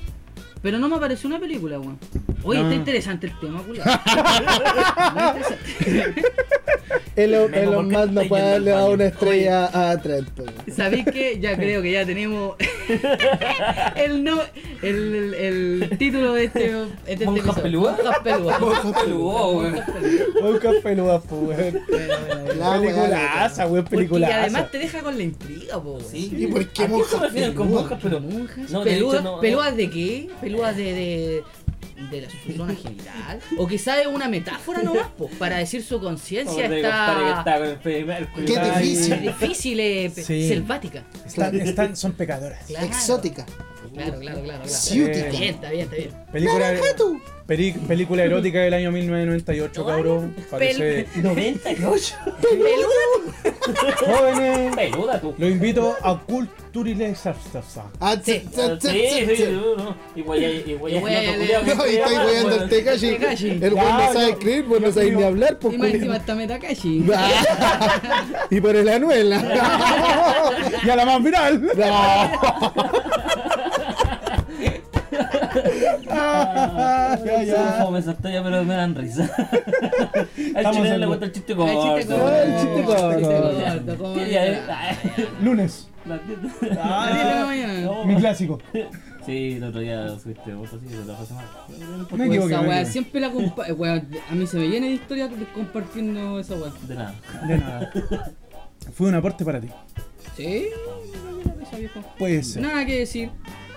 Speaker 3: Pero no me apareció una película, weón. Oye,
Speaker 2: No.
Speaker 3: está interesante el tema, culo.
Speaker 1: El
Speaker 4: Memo, ¿por
Speaker 1: Elon Musk
Speaker 4: qué te
Speaker 1: no
Speaker 4: estás
Speaker 1: puede
Speaker 4: yendo
Speaker 1: darle
Speaker 4: al
Speaker 1: a
Speaker 4: baño?
Speaker 1: una estrella a pues. Trent, po, weón.
Speaker 3: ¿Sabéis que Ya creo que ya tenemos el, no, el, el, el título de este, de este
Speaker 4: ¿Monjas
Speaker 3: episodio.
Speaker 4: peludas?
Speaker 3: Monjas peludas.
Speaker 4: Wow, weón.
Speaker 2: Monjas Pelúas, Oh, po, weón.
Speaker 3: Eh,
Speaker 6: La weá,
Speaker 2: Peliculaza, weón,
Speaker 3: Porque
Speaker 2: peliculaza.
Speaker 3: además te deja con la intriga, po. weón.
Speaker 4: Sí.
Speaker 6: ¿Y por qué
Speaker 4: ¿A qué se
Speaker 6: monjas
Speaker 4: refieren con
Speaker 6: peludas?
Speaker 4: monjas peludas?
Speaker 3: Monjas,
Speaker 4: No, de
Speaker 3: peludas,
Speaker 4: hecho, no, no.
Speaker 3: ¿peludas de qué? ¿Peludas de, de, de la su zona genital? O quizá es una metáfora nomás, po, para decir su conciencia
Speaker 4: Pobre compadre que
Speaker 3: está
Speaker 4: está con el Freddie Mercury.
Speaker 6: Qué
Speaker 4: Ay,
Speaker 6: difícil.
Speaker 3: difícil, eh, pe-
Speaker 2: Sí.
Speaker 3: selvática.
Speaker 2: Están, están, son pecadoras.
Speaker 3: Claro.
Speaker 6: Exótica.
Speaker 3: Claro, claro, claro. claro. Está bien,
Speaker 6: Ciútica.
Speaker 3: está bien, está bien.
Speaker 2: Película, peri- película erótica del año 1998, cabrón. Parece.
Speaker 4: 98.
Speaker 2: Jóvenes,
Speaker 4: Peluda, tú.
Speaker 2: lo invito a culturilizarse.
Speaker 6: Ah, tsa,
Speaker 3: Sí.
Speaker 6: tsa, tsa,
Speaker 4: Sí,
Speaker 6: tsa,
Speaker 4: sí,
Speaker 6: tsa.
Speaker 4: no, no. Y voy a- y voy a-
Speaker 3: Y voy a-
Speaker 4: no, culiao,
Speaker 6: No, y estoy weyando al Tekashi.
Speaker 3: Tekashi.
Speaker 6: El weón no sabe escribir, pues no sabe ni hablar, pues
Speaker 3: Y más encima
Speaker 6: culiao.
Speaker 3: está Metakashi.
Speaker 6: Y por el anuela.
Speaker 2: ¡Y a la más viral!
Speaker 4: Ay, son fome esas tallas, pero me dan risa. Al
Speaker 2: Estamos
Speaker 4: chileno
Speaker 2: en-
Speaker 4: le gusta el chiste
Speaker 3: El
Speaker 4: corto.
Speaker 3: chiste corto.
Speaker 2: el chiste corto.
Speaker 3: El chiste corto, ¿cómo
Speaker 4: Sí,
Speaker 3: no?
Speaker 4: eh, ay,
Speaker 2: Lunes,
Speaker 4: la tienda.
Speaker 3: Así es la mañana.
Speaker 2: mi clásico.
Speaker 4: Sí, el otro día fuiste vos así, pero la pasé mal.
Speaker 2: Me
Speaker 3: Pues
Speaker 2: equivoqué.
Speaker 3: Esa
Speaker 2: me
Speaker 3: weá
Speaker 2: equivoqué.
Speaker 3: siempre la compa... eh, weá, a mí se me llena de historia compartiendo esa weá.
Speaker 4: De nada.
Speaker 2: De nada. Fue un aporte para ti.
Speaker 3: Sí, no me la pesa, viejo.
Speaker 2: Puede ser.
Speaker 3: Nada que decir.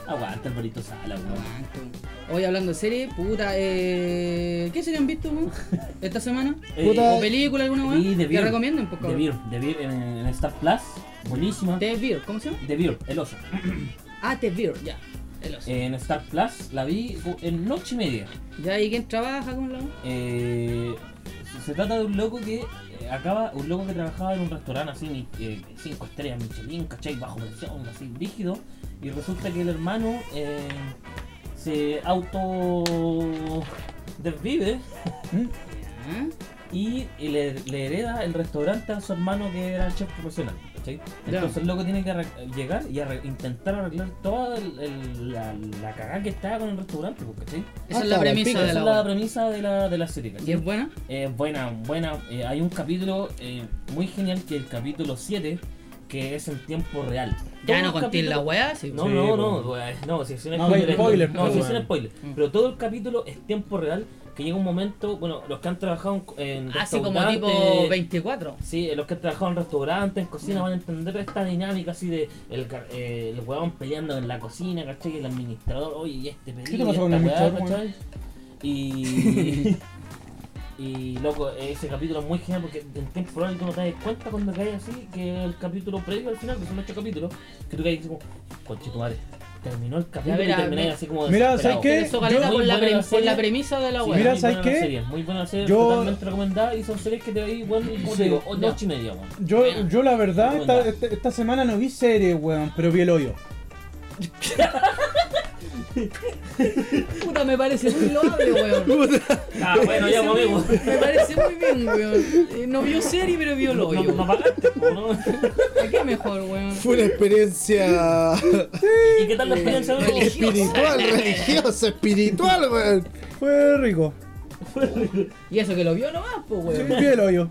Speaker 4: Aguanta el barito sala, weón.
Speaker 3: Aguanto. Hoy hablando de serie, puta, eh, ¿qué serie han visto weón? esta semana?
Speaker 4: Eh,
Speaker 3: ¿O
Speaker 6: Puta,
Speaker 3: película alguna
Speaker 4: y
Speaker 3: weón?
Speaker 4: The
Speaker 3: ¿Qué
Speaker 4: Beer.
Speaker 3: recomienden? Por
Speaker 4: De
Speaker 3: favor?
Speaker 4: Beer, de Beer en, en Star Plus. Buenísima.
Speaker 3: The Beer, ¿cómo se llama?
Speaker 4: De Beer, el oso.
Speaker 3: Ah, The Beer, ya. El oso.
Speaker 4: En Star Plus la vi en noche y media.
Speaker 3: Ya, ¿y quién trabaja con la weá?
Speaker 4: Eh, Se trata de un loco que eh, acaba, un loco que trabajaba en un restaurante así, mi- eh, cinco estrellas Michelin, ¿cachai? Bajo presión, así, rígido. Y resulta que el hermano eh, se auto desvive
Speaker 3: ¿Ah?
Speaker 4: y le, le hereda el restaurante a su hermano que era el chef profesional. ¿cachai?
Speaker 3: Ya.
Speaker 4: Entonces el loco tiene que arreg- llegar y arre- intentar arreglar toda el- el- la, la cagada que estaba con el restaurante. pues, ¿cachai?
Speaker 3: Esa es
Speaker 1: Ah,
Speaker 3: la
Speaker 1: claro,
Speaker 3: premisa
Speaker 1: pico,
Speaker 4: Esa
Speaker 3: de
Speaker 4: es
Speaker 3: la
Speaker 4: la
Speaker 3: obra.
Speaker 4: premisa de la, de la serie. ¿cachai?
Speaker 3: ¿Y es buena?
Speaker 4: Eh, buena, buena. Eh, hay un capítulo eh, muy genial que es el capítulo 7, que es el tiempo real.
Speaker 3: Ya
Speaker 4: Todos
Speaker 3: no
Speaker 4: los
Speaker 3: conté la
Speaker 4: capítulos-
Speaker 3: weá, sí.
Speaker 4: No,
Speaker 2: Sí,
Speaker 4: no,
Speaker 2: po.
Speaker 4: no, wea, no, si es un
Speaker 2: No,
Speaker 4: spoiler.
Speaker 2: spoiler,
Speaker 4: no,
Speaker 2: po,
Speaker 4: si es un
Speaker 2: weón. Mm.
Speaker 4: spoiler. Pero todo el capítulo es tiempo real, que llega un momento, bueno, los que han trabajado en- en
Speaker 3: Así Ah, como
Speaker 4: restaurantes,
Speaker 3: tipo 24.
Speaker 4: Sí, eh, los que han trabajado en restaurantes, en cocina, van a entender esta dinámica así de el, gar- eh, el huevón peleando en la cocina, ¿cachai? El administrador, oye, y este pedido,
Speaker 2: te
Speaker 4: y
Speaker 2: pasó con el
Speaker 4: esta weá,
Speaker 2: administrador,
Speaker 4: ¿cachai? Y... y, loco, ese capítulo es muy genial porque en tiempo real tú no te das cuenta cuando caes así, que el capítulo previo al final, que son ocho capítulos, que tú caes así como, "Conche tu madre, terminó el capítulo y
Speaker 3: mira,
Speaker 4: termináis
Speaker 3: mira.
Speaker 4: así como
Speaker 2: Mira,
Speaker 4: desesperado".
Speaker 2: ¿sabes qué?
Speaker 3: Eso caleta
Speaker 4: Eh, Yo-
Speaker 3: por la,
Speaker 4: Muy buena
Speaker 3: pre- por la
Speaker 4: serie.
Speaker 3: premia premisa de la
Speaker 4: Sí,
Speaker 3: weá.
Speaker 2: Mira,
Speaker 4: muy
Speaker 2: ¿sabes
Speaker 4: buena
Speaker 2: qué?
Speaker 4: serie, muy buena serie,
Speaker 2: Yo-
Speaker 4: totalmente recomendada y son series que te da igual, como te digo, ocho y media, weón.
Speaker 2: Yo, yo la verdad,
Speaker 4: Buena.
Speaker 2: esta, esta- esta semana no vi serie, weón, pero vi el hoyo.
Speaker 3: Puta, me parece muy loable, weón.
Speaker 4: Ah, bueno, ya, pues, amigo.
Speaker 3: Me parece muy bien, weón. Eh, No vio serie, pero vio lo
Speaker 4: No,
Speaker 3: hoyo.
Speaker 4: no pagaste, po, ¿no?
Speaker 3: ¿A qué mejor, weón?
Speaker 1: Fue una experiencia
Speaker 4: ¿Y qué tal la experiencia? amigo?
Speaker 1: espiritual, religiosa, espiritual, weón.
Speaker 2: Fue rico.
Speaker 3: Y eso que lo vio nomás, pues,
Speaker 2: Sí,
Speaker 3: weón.
Speaker 2: vi el hoyo.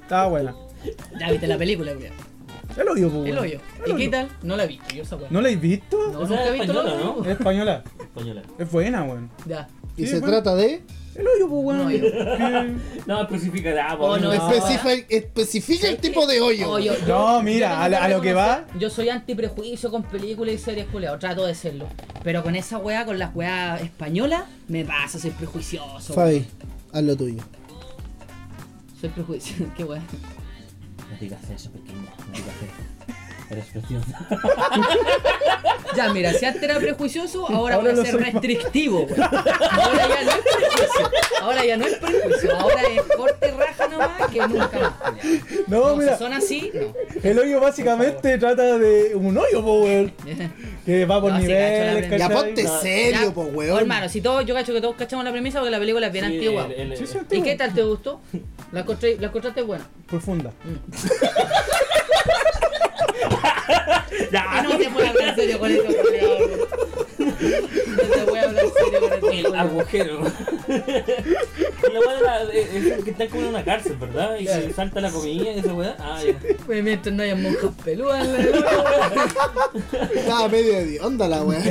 Speaker 2: Estaba buena.
Speaker 3: Ya viste la película, weón.
Speaker 2: El hoyo, pues,
Speaker 3: El
Speaker 2: weón.
Speaker 3: hoyo.
Speaker 2: El
Speaker 3: ¿Y qué
Speaker 2: hoyo.
Speaker 3: tal? No la he visto, yo esa weón.
Speaker 2: ¿No la has visto?
Speaker 3: No,
Speaker 4: Esa
Speaker 3: nunca he
Speaker 4: es
Speaker 3: visto la
Speaker 4: española,
Speaker 3: weón.
Speaker 2: Es española.
Speaker 4: Española.
Speaker 2: Es buena, weón.
Speaker 3: Ya.
Speaker 1: Y
Speaker 2: Sí,
Speaker 1: se
Speaker 2: bueno.
Speaker 1: trata de.
Speaker 2: El hoyo, pues, weón.
Speaker 3: No,
Speaker 2: Que-
Speaker 4: No, especifica ya, po,
Speaker 3: Oh,
Speaker 4: amigo.
Speaker 3: no, es-
Speaker 1: Especifica, especifica el tipo de hoyo.
Speaker 3: Oh, yo- yo-
Speaker 2: No,
Speaker 3: yo
Speaker 2: mira,
Speaker 3: tengo
Speaker 2: a la- a lo que
Speaker 3: reconocer,
Speaker 2: va-
Speaker 3: Yo soy antiprejuicio con películas y series, culeado. Trato de serlo. Pero con esa weá, con las weá españolas, me pasa, soy prejuicioso. weón.
Speaker 1: Fabi, haz lo tuyo.
Speaker 3: Soy prejuicioso. qué weá.
Speaker 4: No digas eso, pequeña. No digas eso. Eres preciosa.
Speaker 3: Ya, mira, si antes era prejuicioso, ahora,
Speaker 2: Ahora
Speaker 3: voy
Speaker 2: lo
Speaker 3: a ser
Speaker 2: soy más.
Speaker 3: restrictivo, weón. Ahora ya no es prejuicio. Ahora ya no es prejuicio. Ahora es corte raja nomás que nunca más. culiao.
Speaker 2: No,
Speaker 3: No,
Speaker 2: mira.
Speaker 3: si son así, no.
Speaker 2: El hoyo básicamente trata de un hoyo, pues, weón. Que va por
Speaker 3: No, sí,
Speaker 2: niveles,
Speaker 3: cacho, la
Speaker 1: Ya
Speaker 2: ¿cachai?
Speaker 1: ponte serio,
Speaker 3: Ya,
Speaker 1: po,
Speaker 3: oh,
Speaker 1: weón.
Speaker 3: hermano, si todos, yo cacho que todos cachamos la premisa porque la película es bien antigua.
Speaker 4: El- el-
Speaker 2: Sí, sí,
Speaker 3: ¿Y
Speaker 2: antiguo.
Speaker 3: qué tal te gustó? La encontré, la encontraste buena.
Speaker 2: Profunda.
Speaker 3: Y Ah, no te voy a hablar en serio con esto, culiao, weón. No te voy a hablar en serio con esto,
Speaker 4: El
Speaker 3: culiao.
Speaker 4: agujero. La weá de la- eh, es el que está como en una cárcel, ¿verdad? Y se salta la comida y esa weá. Ah, ya.
Speaker 3: Pues mientras no haya monjas peludas, en la weá.
Speaker 1: Estaba medio de onda la weón.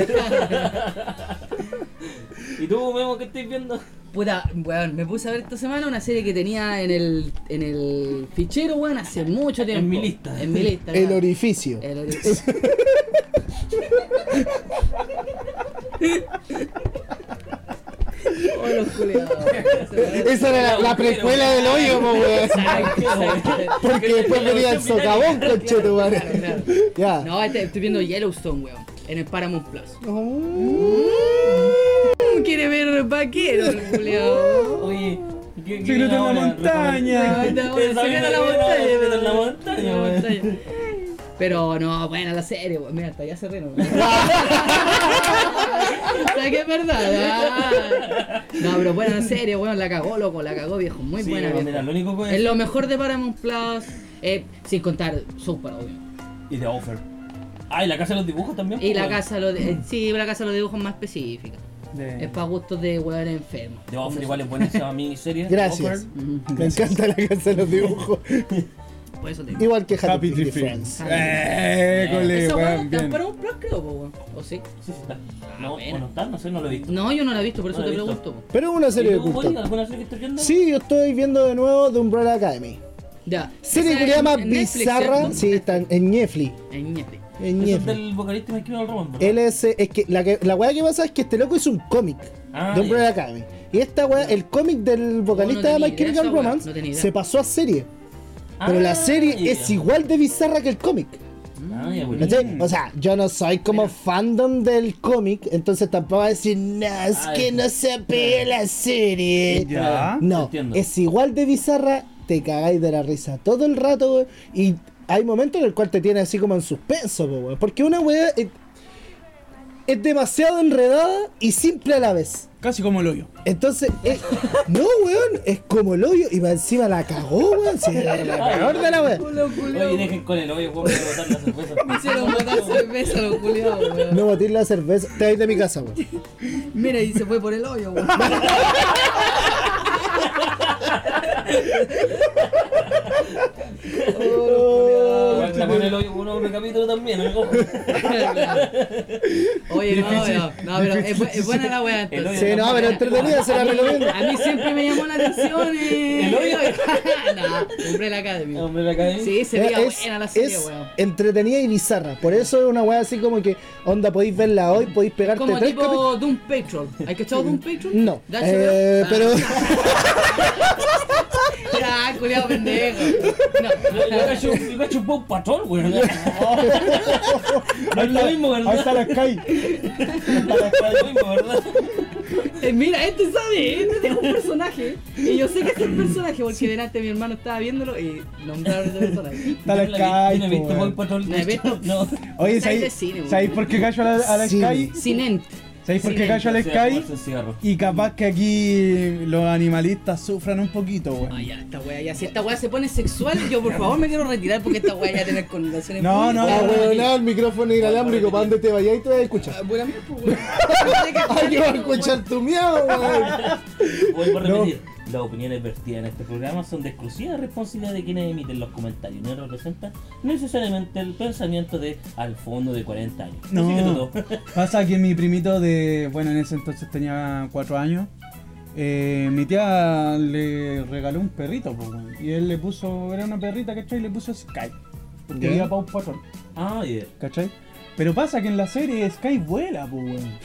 Speaker 4: ¿Y tú, Memo, qué estáis viendo?
Speaker 3: Puta, weón, me puse a ver esta semana una serie que tenía en el, en el fichero, weón, hace mucho tiempo.
Speaker 4: mi lista.
Speaker 3: En mi lista.
Speaker 1: El
Speaker 3: claro.
Speaker 1: orificio.
Speaker 3: El orificio. oh, los culiados.
Speaker 1: Esa era la, la precuela del hoyo, po, weón. Porque después venía el socavón,
Speaker 3: Claro,
Speaker 1: conchetumare.
Speaker 3: claro.
Speaker 1: Ya.
Speaker 3: No, este- estoy viendo Yellowstone, weón, en el Paramount Plus. Mm, Quiere ver vaquero, el culiao.
Speaker 4: Oye, ¿qué, qué
Speaker 2: Secreto en la
Speaker 4: ahora?
Speaker 2: montaña.
Speaker 3: Ahí está, bueno,
Speaker 4: Esa
Speaker 3: se viene
Speaker 4: viene
Speaker 3: la
Speaker 4: bien,
Speaker 3: montaña,
Speaker 4: viene
Speaker 3: pero-
Speaker 4: la montaña,
Speaker 3: viene la
Speaker 4: weón.
Speaker 3: montaña. Pero no, bueno, la serie, weón. Mira, hasta allá se reno. weón. ¿Sabes qué es verdad? ah. No, pero bueno, la serie, weón, la cagó, loco, la cagó, viejo. Muy
Speaker 4: Sí,
Speaker 3: buena,
Speaker 4: bueno,
Speaker 3: viejo.
Speaker 4: mira, lo único que
Speaker 3: Es lo mejor de Paramount Plus, eh, sin contar Super, obvio.
Speaker 4: Y The Offer. Ah, y la casa de los dibujos también.
Speaker 3: Y
Speaker 4: po,
Speaker 3: la
Speaker 4: weón.
Speaker 3: casa, lo de- eh, sí, la casa de los dibujos más específica.
Speaker 2: De-
Speaker 4: Eh.
Speaker 3: Es para gustos de weón enfermo.
Speaker 4: The Offer igual es buena esa miniserie. The
Speaker 1: Gracias.
Speaker 4: Offer.
Speaker 1: Me encanta la casa de los dibujos.
Speaker 3: Por eso te digo.
Speaker 1: Igual que Happy,
Speaker 2: Happy
Speaker 1: Tree
Speaker 2: Tree
Speaker 1: Friends.
Speaker 3: Friends.
Speaker 2: Eh, cole,
Speaker 3: Esa weón
Speaker 2: weón,
Speaker 3: está en
Speaker 2: bien.
Speaker 3: Paramount Plus, creo, po, weón. ¿O sí?
Speaker 4: Sí, sí, está. No,
Speaker 3: Ah, buena.
Speaker 4: o no está, no sé, no lo he visto.
Speaker 3: No, yo no la he visto, por eso
Speaker 4: No la
Speaker 3: te
Speaker 4: he visto.
Speaker 3: pregunto. po.
Speaker 1: Pero es una serie
Speaker 4: ¿Y
Speaker 1: de
Speaker 4: tú, Bonnie,
Speaker 1: culto.
Speaker 4: alguna serie que estés viendo?
Speaker 1: Sí, yo estoy viendo de nuevo The Umbrella Academy.
Speaker 3: Ya.
Speaker 1: Serie
Speaker 3: Esa
Speaker 1: culiada
Speaker 3: en-
Speaker 1: más
Speaker 3: en Netflix,
Speaker 1: bizarra.
Speaker 3: ¿cierto?
Speaker 1: Sí, está en Netflix.
Speaker 3: En Netflix.
Speaker 1: En
Speaker 4: Eso es
Speaker 1: Netflix.
Speaker 4: del vocalista mexicano Roman, ¿verdad?
Speaker 1: Él es, eh, es que la, que- la weá que pasa es que este loco hizo un cómic
Speaker 4: Ah,
Speaker 1: de Umbrella
Speaker 4: ya.
Speaker 1: Academy. Y esta weá, el cómic del
Speaker 3: Oh, No
Speaker 1: vocalista
Speaker 3: tenía
Speaker 1: de My
Speaker 3: idea
Speaker 1: Chemical
Speaker 3: esa weá,
Speaker 1: Romance,
Speaker 3: no tenía idea.
Speaker 1: se pasó a serie.
Speaker 4: Ah,
Speaker 1: Pero la serie
Speaker 4: ya. Ah,
Speaker 1: es igual de bizarra que el cómic.
Speaker 4: Ay, abuelito.
Speaker 1: ¿Cachai? O sea, yo no soy como fandom del cómic, entonces tampoco va a decir, no, es
Speaker 4: Ay.
Speaker 1: que no se apega a la serie.
Speaker 3: Ah,
Speaker 2: Ya.
Speaker 1: No,
Speaker 4: Entiendo.
Speaker 1: es igual de bizarra, te cagáis de la risa todo el rato, weón, y hay momentos en el cual te tiene así como en suspenso, po, weón, porque una weá es, es demasiado enredada y simple a la vez.
Speaker 2: Casi como el hoyo.
Speaker 1: Entonces, es- no, weón, es como el hoyo y va encima la cagó, weón. sí, la peor de la weá.
Speaker 4: Oye, dejen con el hoyo, weón, voy a botar la cerveza.
Speaker 3: Me hicieron botar cerveza los culiados, weón.
Speaker 1: No botéis la cerveza, te vais de mi casa, weón.
Speaker 3: Mira, y se fue por el hoyo, weón.
Speaker 4: Aguanta con el hoyo, uno, uno capítulo también, ¿eh? Ojo.
Speaker 3: Oye, no, no, no, pero es, bu- es buena la weá. entonces.
Speaker 1: Sí, no, pero entretenida, se la recomiendo.
Speaker 3: A mí siempre me llamó la atención. eh,
Speaker 4: ¿El hoyo?
Speaker 3: no, compré la academia.
Speaker 4: Hombre, la academia.
Speaker 3: Sí, se veía
Speaker 1: Es-
Speaker 3: buena la serie,
Speaker 1: es
Speaker 3: weón.
Speaker 1: entretenida y bizarra. Por eso es una weá así como que, onda, podéis verla hoy, podéis pegarte
Speaker 3: Como
Speaker 1: tres capítulos.
Speaker 3: tipo Doom Patrol. ¿Hay que echar Doom Patrol?
Speaker 1: No.
Speaker 3: ¿De
Speaker 1: Eh,
Speaker 2: Ah.
Speaker 3: HBO?
Speaker 1: pero
Speaker 3: Ya, culiado Ah, pendejo. No.
Speaker 4: Yo- Yo cacho un- yo cacho un Paw Patrol, weón. No es lo mismo,
Speaker 2: Ahí está
Speaker 4: ¿verdad?
Speaker 2: la Sky.
Speaker 4: No es lo mismo, ¿verdad?
Speaker 3: Eh, mira, este sabe, este tiene un personaje. Y yo sé que es un personaje porque delante mi hermano estaba viéndolo y nombraron ese personaje.
Speaker 2: Está la
Speaker 4: Yo la vi- yo
Speaker 2: Sky.
Speaker 4: no he visto
Speaker 2: po,
Speaker 4: Paw
Speaker 2: weón.
Speaker 4: Patrol.
Speaker 3: No he visto.
Speaker 4: No.
Speaker 2: Oye,
Speaker 3: Está ahí de
Speaker 2: ¿sabéis
Speaker 3: cine, weón.
Speaker 2: ¿sabéis por qué callo a la, a la
Speaker 1: Sí.
Speaker 2: Sky?
Speaker 3: Sinent.
Speaker 2: ¿Sabéis por
Speaker 3: Sí,
Speaker 2: qué callo a la
Speaker 4: Sí,
Speaker 2: Sky?
Speaker 4: fuerza, cigarro.
Speaker 2: Y capaz que aquí los animalistas sufran un poquito, weón.
Speaker 3: Ay, Ah, ya, esta wea, ya si esta wea se pone sexual, yo por favor me quiero retirar porque esta wea ya tiene connotaciones.
Speaker 2: No,
Speaker 3: muy-
Speaker 2: no,
Speaker 1: la
Speaker 3: Ah,
Speaker 2: no,
Speaker 3: weón,
Speaker 1: weonada, el micrófono inalámbrico, para donde te vayáis, te vas a escuchar.
Speaker 3: Buena mierda, pues, weón.
Speaker 1: Ay, que vas a escuchar tu miedo, weón.
Speaker 4: Vuelvo a repetir. Las opiniones vertidas en este programa son de exclusiva responsabilidad de quienes emiten los comentarios. No representan necesariamente el pensamiento de al fondo de 40 años. Así que
Speaker 2: No.
Speaker 4: todo.
Speaker 2: Pasa que mi primito de. Bueno, en ese entonces tenía cuatro años. eh, mi tía le regaló un perrito, po, weón. Y él le puso. Era una perrita, ¿cachai? Y le puso Sky. Porque
Speaker 1: Ya.
Speaker 2: había Pau Patrol,
Speaker 4: Ah, yeah.
Speaker 2: ¿cachai? Pero pasa que en la serie Sky vuela, po, weón.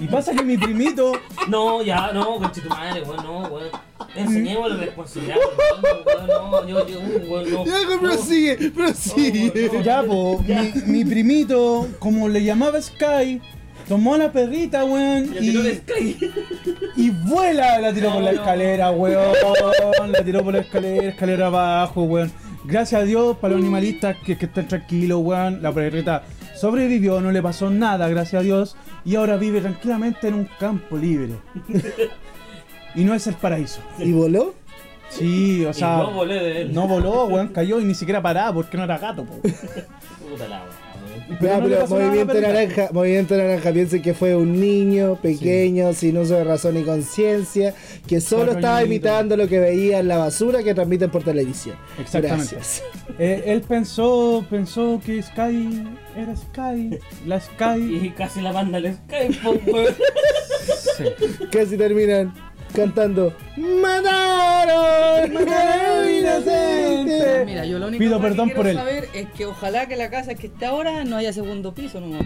Speaker 2: Y pasa que mi primito.
Speaker 4: No, ya, no, conche tu madre, weón, no, weón. Enseñemos la responsabilidad, weón, weón, no, yo, yo, weón, no.
Speaker 1: Ya,
Speaker 2: Oh.
Speaker 4: No.
Speaker 1: prosigue, prosigue.
Speaker 2: Ya, po, Mi, mi primito, como le llamaba Sky, tomó a la perrita, weón.
Speaker 4: Le
Speaker 2: y-
Speaker 4: tiró el Sky.
Speaker 2: Y vuela, la tiró por la
Speaker 4: No, no.
Speaker 2: escalera, weón. La tiró por la escalera, escalera abajo, weón. Gracias a Dios para los
Speaker 4: Mm.
Speaker 2: animalistas que, que están tranquilos, weón. La perrita sobrevivió, no le pasó nada, gracias a Dios. Y ahora vive tranquilamente en un campo libre. y no es el paraíso.
Speaker 1: ¿Y voló?
Speaker 2: Sí, o
Speaker 4: Y
Speaker 2: sea.
Speaker 4: no volé de él.
Speaker 2: No voló, weón, cayó y ni siquiera paraba porque no era gato, po.
Speaker 4: Puta la weón.
Speaker 2: Pero
Speaker 1: Ya,
Speaker 2: no
Speaker 1: Ah,
Speaker 2: le
Speaker 1: pero
Speaker 2: pasó nada a la
Speaker 1: movimiento
Speaker 2: perrita.
Speaker 1: naranja, movimiento naranja, piensen que fue un niño pequeño, sin uso de razón y conciencia, que solo
Speaker 2: Cuatro
Speaker 1: estaba
Speaker 2: añitos.
Speaker 1: imitando lo que veía en la basura que transmiten por televisión.
Speaker 2: Exactamente.
Speaker 1: Gracias.
Speaker 2: Eh, él pensó, pensó que Sky era Sky. La Sky.
Speaker 4: Y casi la banda al Sky, po, weón.
Speaker 2: Sí.
Speaker 1: Casi terminan cantando ¡Mataron! a un inocente!
Speaker 3: Mira, yo lo único
Speaker 2: Pido
Speaker 3: que
Speaker 2: perdón
Speaker 3: quiero
Speaker 2: por él.
Speaker 3: saber es que ojalá que la casa que está ahora no haya segundo piso, no.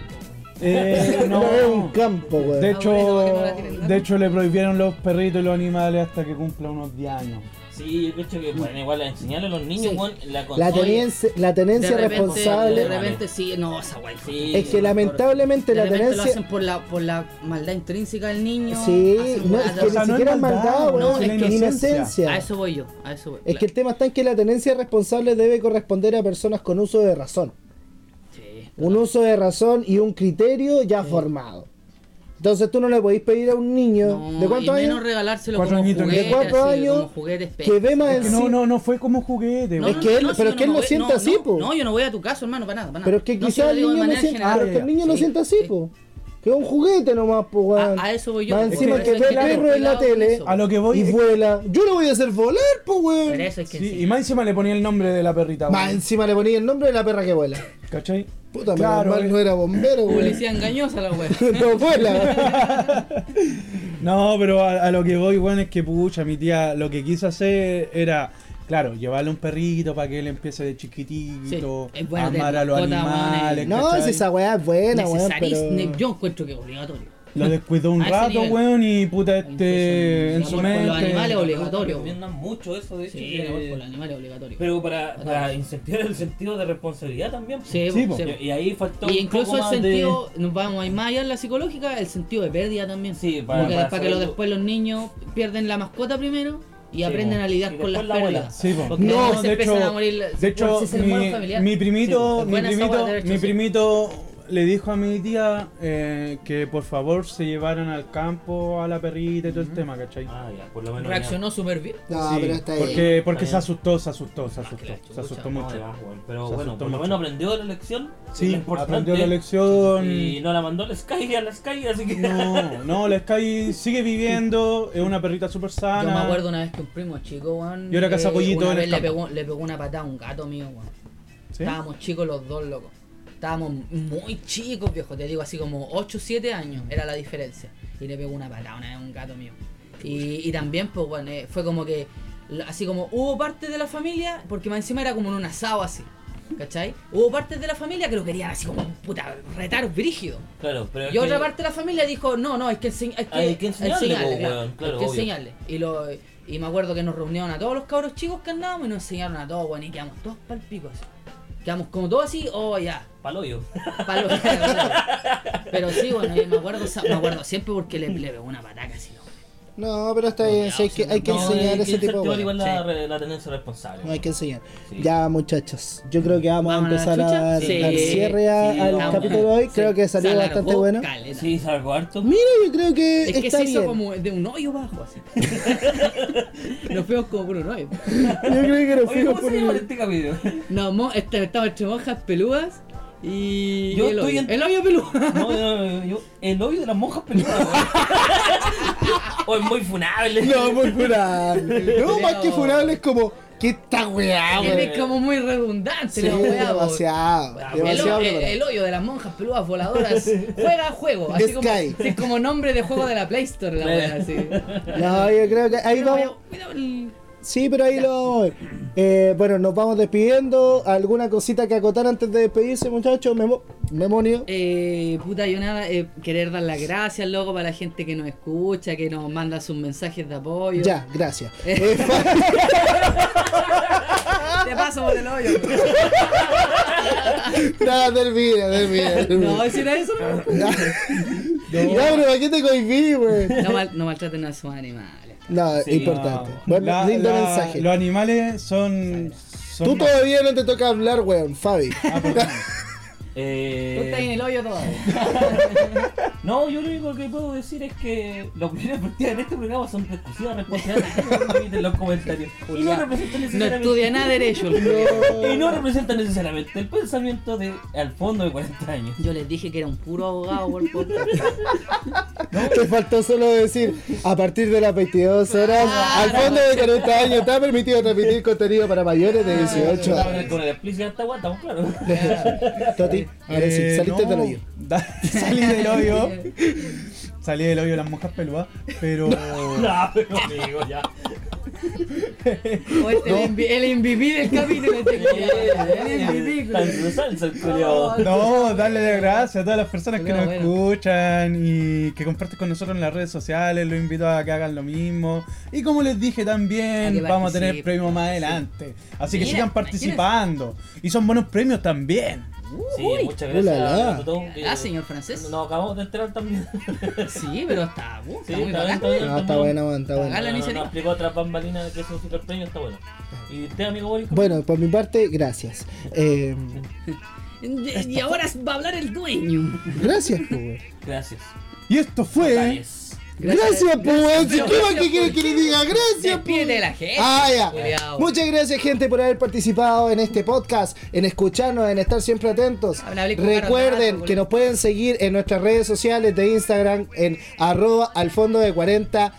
Speaker 2: Eh,
Speaker 1: No, es un
Speaker 2: no.
Speaker 1: campo, weón.
Speaker 2: De
Speaker 3: Aburrido, que no
Speaker 2: hecho,
Speaker 3: la tienen, ¿no?
Speaker 2: de hecho le prohibieron los perritos y los animales hasta que cumpla unos 10 años.
Speaker 4: Sí, yo creo que, bueno, igual enseñarle a los niños,
Speaker 3: Sí.
Speaker 4: weón, la
Speaker 1: La,
Speaker 4: consola.
Speaker 1: tenencia, la tenencia responsable
Speaker 3: de repente sí, no, esa wea.
Speaker 4: Sí,
Speaker 1: es que lamentablemente
Speaker 3: De
Speaker 1: la
Speaker 3: repente lo
Speaker 1: tenencia...
Speaker 3: hacen por la, por la maldad intrínseca del niño.
Speaker 1: Sí,
Speaker 3: hacen
Speaker 1: no,
Speaker 3: weas
Speaker 1: es
Speaker 3: de
Speaker 1: que ni
Speaker 2: no es
Speaker 1: siquiera es
Speaker 2: maldad,
Speaker 1: maldad,
Speaker 2: no,
Speaker 1: weón,
Speaker 3: es
Speaker 1: es
Speaker 3: que-
Speaker 1: inocencia.
Speaker 3: A eso voy yo, a eso voy.
Speaker 1: Es que el tema está en que la tenencia responsable debe corresponder a personas con uso de razón.
Speaker 3: Sí.
Speaker 1: Un uso de razón y un criterio ya formado. Entonces tú no le podéis pedir a un niño
Speaker 3: No,
Speaker 1: de
Speaker 3: y
Speaker 1: cuántos
Speaker 3: menos
Speaker 1: años
Speaker 3: regalárselo
Speaker 2: Cuatro
Speaker 3: como
Speaker 2: añitos, ¿no?
Speaker 3: juguete,
Speaker 1: De cuatro
Speaker 3: así,
Speaker 1: años,
Speaker 3: como juguete espejo.
Speaker 1: que ve más
Speaker 2: Es que no,
Speaker 1: encima-
Speaker 2: no, no fue como juguete.
Speaker 3: No,
Speaker 2: güey.
Speaker 1: es que él-
Speaker 3: si
Speaker 1: pero
Speaker 3: yo
Speaker 1: es que él
Speaker 3: me
Speaker 1: lo
Speaker 3: voy-
Speaker 1: siente
Speaker 3: no,
Speaker 1: así,
Speaker 3: no,
Speaker 1: po.
Speaker 3: No, yo no voy a tu caso, hermano, para nada, para nada.
Speaker 1: Pero es que
Speaker 3: No, si yo
Speaker 1: quizás
Speaker 3: lo
Speaker 1: el
Speaker 3: digo de
Speaker 1: niño no
Speaker 3: manera
Speaker 1: sienta,
Speaker 3: general.
Speaker 1: pero es que el niño no
Speaker 3: Sí,
Speaker 1: sienta así,
Speaker 3: sí.
Speaker 1: po. Que es un juguete nomás, po, weón.
Speaker 3: A, a eso voy yo.
Speaker 1: Más
Speaker 3: po,
Speaker 1: encima
Speaker 3: por
Speaker 1: que
Speaker 3: eso
Speaker 1: ve
Speaker 3: es tengo
Speaker 1: perro en la
Speaker 3: cuidado con
Speaker 1: tele.
Speaker 3: eso,
Speaker 2: A lo que voy.
Speaker 1: Y
Speaker 2: es-
Speaker 1: vuela. Yo lo voy a hacer volar, po,
Speaker 3: Pero
Speaker 1: weón.
Speaker 3: eso es que
Speaker 2: sí,
Speaker 3: sí.
Speaker 2: y más encima le ponía el nombre de la perrita. güey.
Speaker 1: Más encima le ponía el nombre de la perra que vuela.
Speaker 2: ¿Cachai?
Speaker 1: Puta,
Speaker 2: Claro,
Speaker 1: menos mal
Speaker 2: eh.
Speaker 1: no era bombero, weón.
Speaker 3: Publicidad engañosa la wea.
Speaker 1: no pues, vuela.
Speaker 2: No, pero a, a lo que voy, weón, es que pucha, mi tía lo que quiso hacer era, claro, llevarle un perrito para que él empiece de chiquitito,
Speaker 3: Sí, es buena
Speaker 2: amar a los
Speaker 3: mascota, weón,
Speaker 2: animales.
Speaker 3: es-
Speaker 1: No,
Speaker 2: ¿cachai?
Speaker 1: si esa weá es buena, weón.
Speaker 3: Necesaris-
Speaker 1: Pero...
Speaker 3: ne- Yo encuentro que es obligatorio.
Speaker 2: Lo descuidó un
Speaker 3: A ese
Speaker 2: rato,
Speaker 3: nivel.
Speaker 2: weón, y puta, este.
Speaker 3: Entonces,
Speaker 2: En
Speaker 3: mi
Speaker 2: su
Speaker 3: amor por
Speaker 2: mente.
Speaker 3: los animales,
Speaker 4: Los
Speaker 3: obligatorio.
Speaker 4: recomiendan mucho eso, de hecho.
Speaker 3: Sí,
Speaker 4: que-
Speaker 3: el amor por los animales obligatorio.
Speaker 4: Pero para, para incentivar el sentido de responsabilidad también. pues.
Speaker 3: Sí,
Speaker 2: Sí, po.
Speaker 3: po, sí, po.
Speaker 4: Y, y ahí faltó
Speaker 3: Y
Speaker 4: un
Speaker 3: incluso
Speaker 4: poco
Speaker 3: el
Speaker 4: más de-
Speaker 3: sentido, nos vamos a ir más allá en la psicológica, el sentido de pérdida también.
Speaker 4: Sí, para-
Speaker 3: para, Porque,
Speaker 4: para
Speaker 3: para que lo-
Speaker 4: saber-
Speaker 3: después los niños pierden la mascota primero y
Speaker 4: Sí,
Speaker 3: aprenden
Speaker 4: po.
Speaker 3: a
Speaker 4: Y
Speaker 3: lidiar con las
Speaker 4: después la abuela.
Speaker 3: pérdidas.
Speaker 2: Sí, po.
Speaker 3: Porque
Speaker 2: No,
Speaker 3: después
Speaker 2: de
Speaker 3: empiezan
Speaker 2: hecho-
Speaker 3: a morir las-
Speaker 2: De hecho,
Speaker 3: ese es el hermano
Speaker 2: mi,
Speaker 3: familiar.
Speaker 2: mi
Speaker 3: Sí,
Speaker 2: primito,
Speaker 3: es
Speaker 2: mi
Speaker 3: buena esa
Speaker 2: primito,
Speaker 3: hueá, derecho,
Speaker 2: mi
Speaker 3: sí.
Speaker 2: primito le dijo a mi tía eh, que por favor se llevaran al campo a la perrita y todo el tema, ¿cachai?
Speaker 4: Ah, ya, por lo menos.
Speaker 3: Reaccionó súper bien.
Speaker 1: No,
Speaker 2: Sí,
Speaker 1: pero está ahí.
Speaker 2: porque porque
Speaker 4: Está
Speaker 2: se
Speaker 4: bien.
Speaker 2: asustó, se asustó, se asustó,
Speaker 3: que la chucha,
Speaker 2: se asustó
Speaker 4: ya. No,
Speaker 2: mucho.
Speaker 4: de más, weón. Pero
Speaker 2: Se
Speaker 4: bueno,
Speaker 2: asustó
Speaker 4: por lo
Speaker 2: mucho.
Speaker 4: menos aprendió la lección. que
Speaker 2: Sí,
Speaker 4: es lo
Speaker 2: aprendió la
Speaker 4: importante,
Speaker 2: lección.
Speaker 4: Y no la mandó al Sky a la Sky, así que.
Speaker 2: No, no, la Sky sigue viviendo, es una perrita súper sana.
Speaker 3: Yo me acuerdo una vez que un primo chico, weón. eh,
Speaker 2: Y ahora caza pollito
Speaker 3: una
Speaker 2: en
Speaker 3: vez
Speaker 2: el
Speaker 3: le
Speaker 2: campo.
Speaker 3: pegó, le pegó una patada a un gato mío, weón.
Speaker 2: ¿Sí?
Speaker 3: Estábamos chicos los dos, locos. Estábamos muy chicos, viejo. Te digo, así como 8 o 7 años era la diferencia. Y le pegó una patada una vez a un gato mío. Y, y también, pues, bueno, eh, fue como que, la- así como hubo partes de la familia, porque más encima era como en un asado así. ¿Cachai? Hubo partes de la familia que lo querían así como puta, retar brígido.
Speaker 4: Claro, pero. es
Speaker 3: Y otra
Speaker 4: que- Ah,
Speaker 3: parte de la familia dijo, no, no, hay que, enseñ- hay que,
Speaker 4: Hay que enseñarle, po, weón, claro,
Speaker 3: hay que
Speaker 4: obvio.
Speaker 3: enseñarle. Y, lo, y me acuerdo que nos reunieron a todos los cabros chicos que andábamos y nos enseñaron a todos, weón, y quedamos todos pal pico así. Quedamos como todos así, oh ya,
Speaker 4: Paloyo.
Speaker 3: palo. Pero sí, bueno, yo me acuerdo, esa- me acuerdo siempre porque le, le pegó una pataca así, ¿no?
Speaker 1: No, pero está bien. sí, hay que, hay que
Speaker 4: No,
Speaker 1: enseñar
Speaker 4: hay que
Speaker 1: ese tipo de
Speaker 4: incentivar
Speaker 1: weas.
Speaker 4: igual la, re- la tenencia responsable.
Speaker 1: No hay que enseñar.
Speaker 4: Sí.
Speaker 7: Ya, muchachos, yo creo que vamos,
Speaker 3: ¿Vamos
Speaker 7: a
Speaker 3: a la
Speaker 7: empezar a,
Speaker 3: chucha? Sí.
Speaker 7: dar cierre a-
Speaker 4: Sí,
Speaker 7: al
Speaker 4: vamos.
Speaker 7: capítulo de hoy. Creo que salió
Speaker 3: Se alargó
Speaker 7: bastante bueno.
Speaker 3: caleta.
Speaker 4: Sí, salgo harto.
Speaker 7: Mira, yo creo que
Speaker 3: Es que
Speaker 7: está
Speaker 3: se hizo
Speaker 7: bien.
Speaker 3: como de un hoyo bajo así. Nos fuimos como por un hoyo.
Speaker 7: Yo creo que nos
Speaker 4: Oye,
Speaker 7: fuimos
Speaker 4: ¿cómo
Speaker 7: por
Speaker 4: se llama
Speaker 7: un...
Speaker 4: este capítulo?
Speaker 3: Nos mo- est- estamos entre monjas peludas y.
Speaker 4: Yo
Speaker 3: y el
Speaker 4: estoy
Speaker 3: hoyo.
Speaker 4: en-
Speaker 3: El hoyo peludo.
Speaker 4: No, no, no, yo, el hoyo de las monjas peludas. weón. o es muy funable.
Speaker 1: No, muy funable. No, más que funable es como, ¿qué esta weá,
Speaker 3: Él
Speaker 1: weón?
Speaker 3: es como muy redundante
Speaker 1: Ah, Sí,
Speaker 3: la weá, po.
Speaker 1: demasiado.
Speaker 3: El,
Speaker 1: Demasiado.
Speaker 3: el-
Speaker 1: preparado.
Speaker 3: el hoyo de las monjas peludas voladoras juega a juego. Así como,
Speaker 1: Sky.
Speaker 3: sí, como nombre de juego de la Play Store, la weá, así.
Speaker 7: No, yo creo que ahí
Speaker 3: Pero,
Speaker 7: vamos.
Speaker 3: weá, cuidado el-
Speaker 7: Sí, pero ahí lo vamos a ver. Eh, bueno, nos vamos despidiendo. ¿Alguna cosita que acotar antes de despedirse, muchachos? Memo- Memonio.
Speaker 3: Eh, puta, yo nada, eh, querer dar las gracias, loco, para la gente que nos escucha, que nos manda sus mensajes de apoyo.
Speaker 7: Ya, gracias.
Speaker 1: Eh,
Speaker 3: Te paso por el hoyo.
Speaker 1: No, termina, termina. termina.
Speaker 3: No, si era eso, no.
Speaker 1: Ya, pero ¿para qué te cohibí, weón?
Speaker 3: No, mal- no maltraten a sus animales.
Speaker 1: No,
Speaker 4: Sí,
Speaker 1: importante.
Speaker 2: No.
Speaker 1: Bueno,
Speaker 2: La-
Speaker 1: lindo
Speaker 2: Ah, la-
Speaker 1: mensaje.
Speaker 2: Los animales son. son
Speaker 1: Tú todavía no te toca hablar, weón, Fabi.
Speaker 2: Ah, perdón.
Speaker 3: Tú estás en
Speaker 4: Eh,
Speaker 3: el hoyo todo.
Speaker 4: no, yo lo único que puedo decir es que las opiniones vertidas en este programa son de exclusiva responsabilidad de quienes escriben en los comentarios. Y no representan
Speaker 3: No
Speaker 4: necesariamente.
Speaker 3: estudia nada derecho. el culiao.
Speaker 4: Y no representan necesariamente el pensamiento de al fondo de 40 años.
Speaker 3: Yo les dije que era un puro abogado por podcast.
Speaker 7: Te faltó solo decir, a partir de las 22 horas, al fondo de 40 años, está permitido transmitir contenido para mayores de 18
Speaker 4: Estamos
Speaker 7: años.
Speaker 4: Con el explícito hasta guata, estamos claros.
Speaker 7: Toti, ahora sí,
Speaker 2: Eh,
Speaker 7: saliste
Speaker 2: no,
Speaker 7: del hoyo.
Speaker 2: da- salí del hoyo. salí del hoyo de las monjas peludas. Pero.
Speaker 4: No, pero amigo, ya.
Speaker 3: O este, el, MV- el MVP del capítulo. Este, culiao. el MVP,
Speaker 4: Tan
Speaker 3: culiao.
Speaker 4: de salsa el culiao.
Speaker 2: No, darle las gracias a todas las personas que
Speaker 3: Bueno,
Speaker 2: nos
Speaker 3: bueno.
Speaker 2: escuchan y que comparten con nosotros en las redes sociales. Los invito a que hagan lo mismo. Y como les dije
Speaker 3: A que
Speaker 2: también, vamos a tener
Speaker 3: participen,
Speaker 2: premios más adelante. Así que
Speaker 3: Mira,
Speaker 2: sigan participando. Y son buenos premios también.
Speaker 4: Sí, muchas
Speaker 7: Ulala.
Speaker 4: gracias. a todos que-
Speaker 3: Ah, señor francés.
Speaker 4: Nos acabamos de enterar también.
Speaker 3: Sí, pero está, uh,
Speaker 4: Sí,
Speaker 3: está
Speaker 4: está
Speaker 3: muy
Speaker 4: bien,
Speaker 3: bacán.
Speaker 4: está bien.
Speaker 7: No, está bueno, weón, está bueno.
Speaker 3: Hagan
Speaker 4: No,
Speaker 3: la
Speaker 4: no,
Speaker 3: iniciativa.
Speaker 4: No, explicó otra bambalina que es un super premio, está bueno. ¿Y usted, amigo Boris?
Speaker 7: Bueno, por mi parte, gracias. Eh,
Speaker 3: Y y ahora va a hablar el dueño.
Speaker 7: gracias, pues, weón.
Speaker 4: Gracias.
Speaker 2: Y esto fue.
Speaker 4: Detalles.
Speaker 7: Gracias, pues, weón. Si qué más que quieres que le diga, gracias, pues.
Speaker 3: Despide la gente.
Speaker 7: Ah, ya.
Speaker 3: Cuidado.
Speaker 7: Muchas gracias, gente, por haber participado en este podcast, en escucharnos, en estar siempre atentos.
Speaker 3: Habla, hablé con Carol
Speaker 7: Recuerden
Speaker 3: Dato,
Speaker 7: que nos pueden seguir en nuestras redes sociales de Instagram en arroba al fondo de 40 años.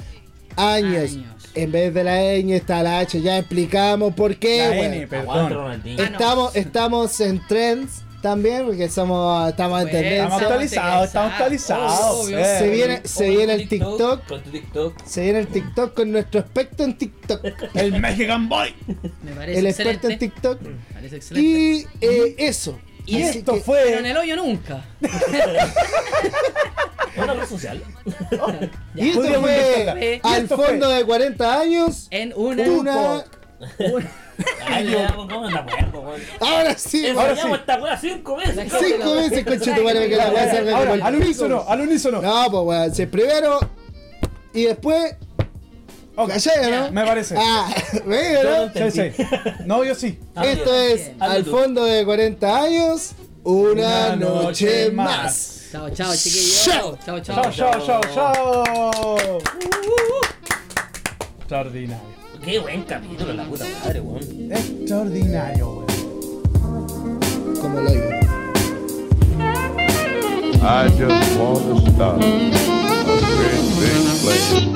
Speaker 3: Años.
Speaker 7: En vez de la ñ está la H, ya explicamos por qué.
Speaker 2: La
Speaker 7: weón.
Speaker 2: N,
Speaker 4: Aguante,
Speaker 2: perdón.
Speaker 4: Ronaldinho.
Speaker 7: Estamos, estamos en trends también, porque somos, estamos en
Speaker 3: Bueno,
Speaker 2: Estamos
Speaker 7: tendencia.
Speaker 2: actualizados, estamos actualizados.
Speaker 3: Obvio,
Speaker 2: eh.
Speaker 7: Se viene, se
Speaker 4: Oye,
Speaker 7: viene el
Speaker 4: con
Speaker 7: TikTok,
Speaker 4: Con tu TikTok.
Speaker 7: se viene el TikTok con nuestro experto en TikTok.
Speaker 2: El Mexican Boy.
Speaker 3: Me parece
Speaker 7: El experto en
Speaker 3: excelente.
Speaker 7: TikTok.
Speaker 3: Me parece excelente.
Speaker 7: Y eh, eso.
Speaker 2: Y
Speaker 7: Así
Speaker 2: esto
Speaker 7: que-
Speaker 3: Pero en
Speaker 2: fue.
Speaker 3: el hoyo nunca.
Speaker 4: ¿Una red social?
Speaker 1: Y esto
Speaker 7: Podríamos
Speaker 1: fue
Speaker 7: investigarla.
Speaker 1: al
Speaker 7: Y esto fue-
Speaker 1: fondo de 40 años.
Speaker 5: En una.
Speaker 1: Una.
Speaker 4: Ay, ya, pues, ¿cómo la weá, pues, weón?
Speaker 1: Ahora sí, ahora sí.
Speaker 4: Enseñamos esta weá cinco veces.
Speaker 5: La-
Speaker 1: Cinco veces, conchito, para que la weá salga como el
Speaker 2: Ahora, al
Speaker 1: pico.
Speaker 2: unísono, al unísono.
Speaker 1: No, pues weón, si primero y después.
Speaker 2: Ok,
Speaker 1: Caché, ¿no?
Speaker 2: Me parece.
Speaker 1: Ah, venga,
Speaker 4: Yo no
Speaker 1: ¿no?
Speaker 2: Sí,
Speaker 4: entendí.
Speaker 2: sí. No, yo sí.
Speaker 4: Ah, bien.
Speaker 1: Esto es
Speaker 4: Hazlo
Speaker 1: Al
Speaker 4: tú.
Speaker 1: fondo de 40 años, una, noche más.
Speaker 5: Chao, chao, chiquillos.
Speaker 1: Chao.
Speaker 5: Chao, chao.
Speaker 2: Chao, chao, chao, chao. Extraordinario.
Speaker 4: Qué buen capítulo, la puta madre, weón.
Speaker 2: Extraordinario, weón.
Speaker 1: Como lo digo.
Speaker 8: I just want to stop a great big place.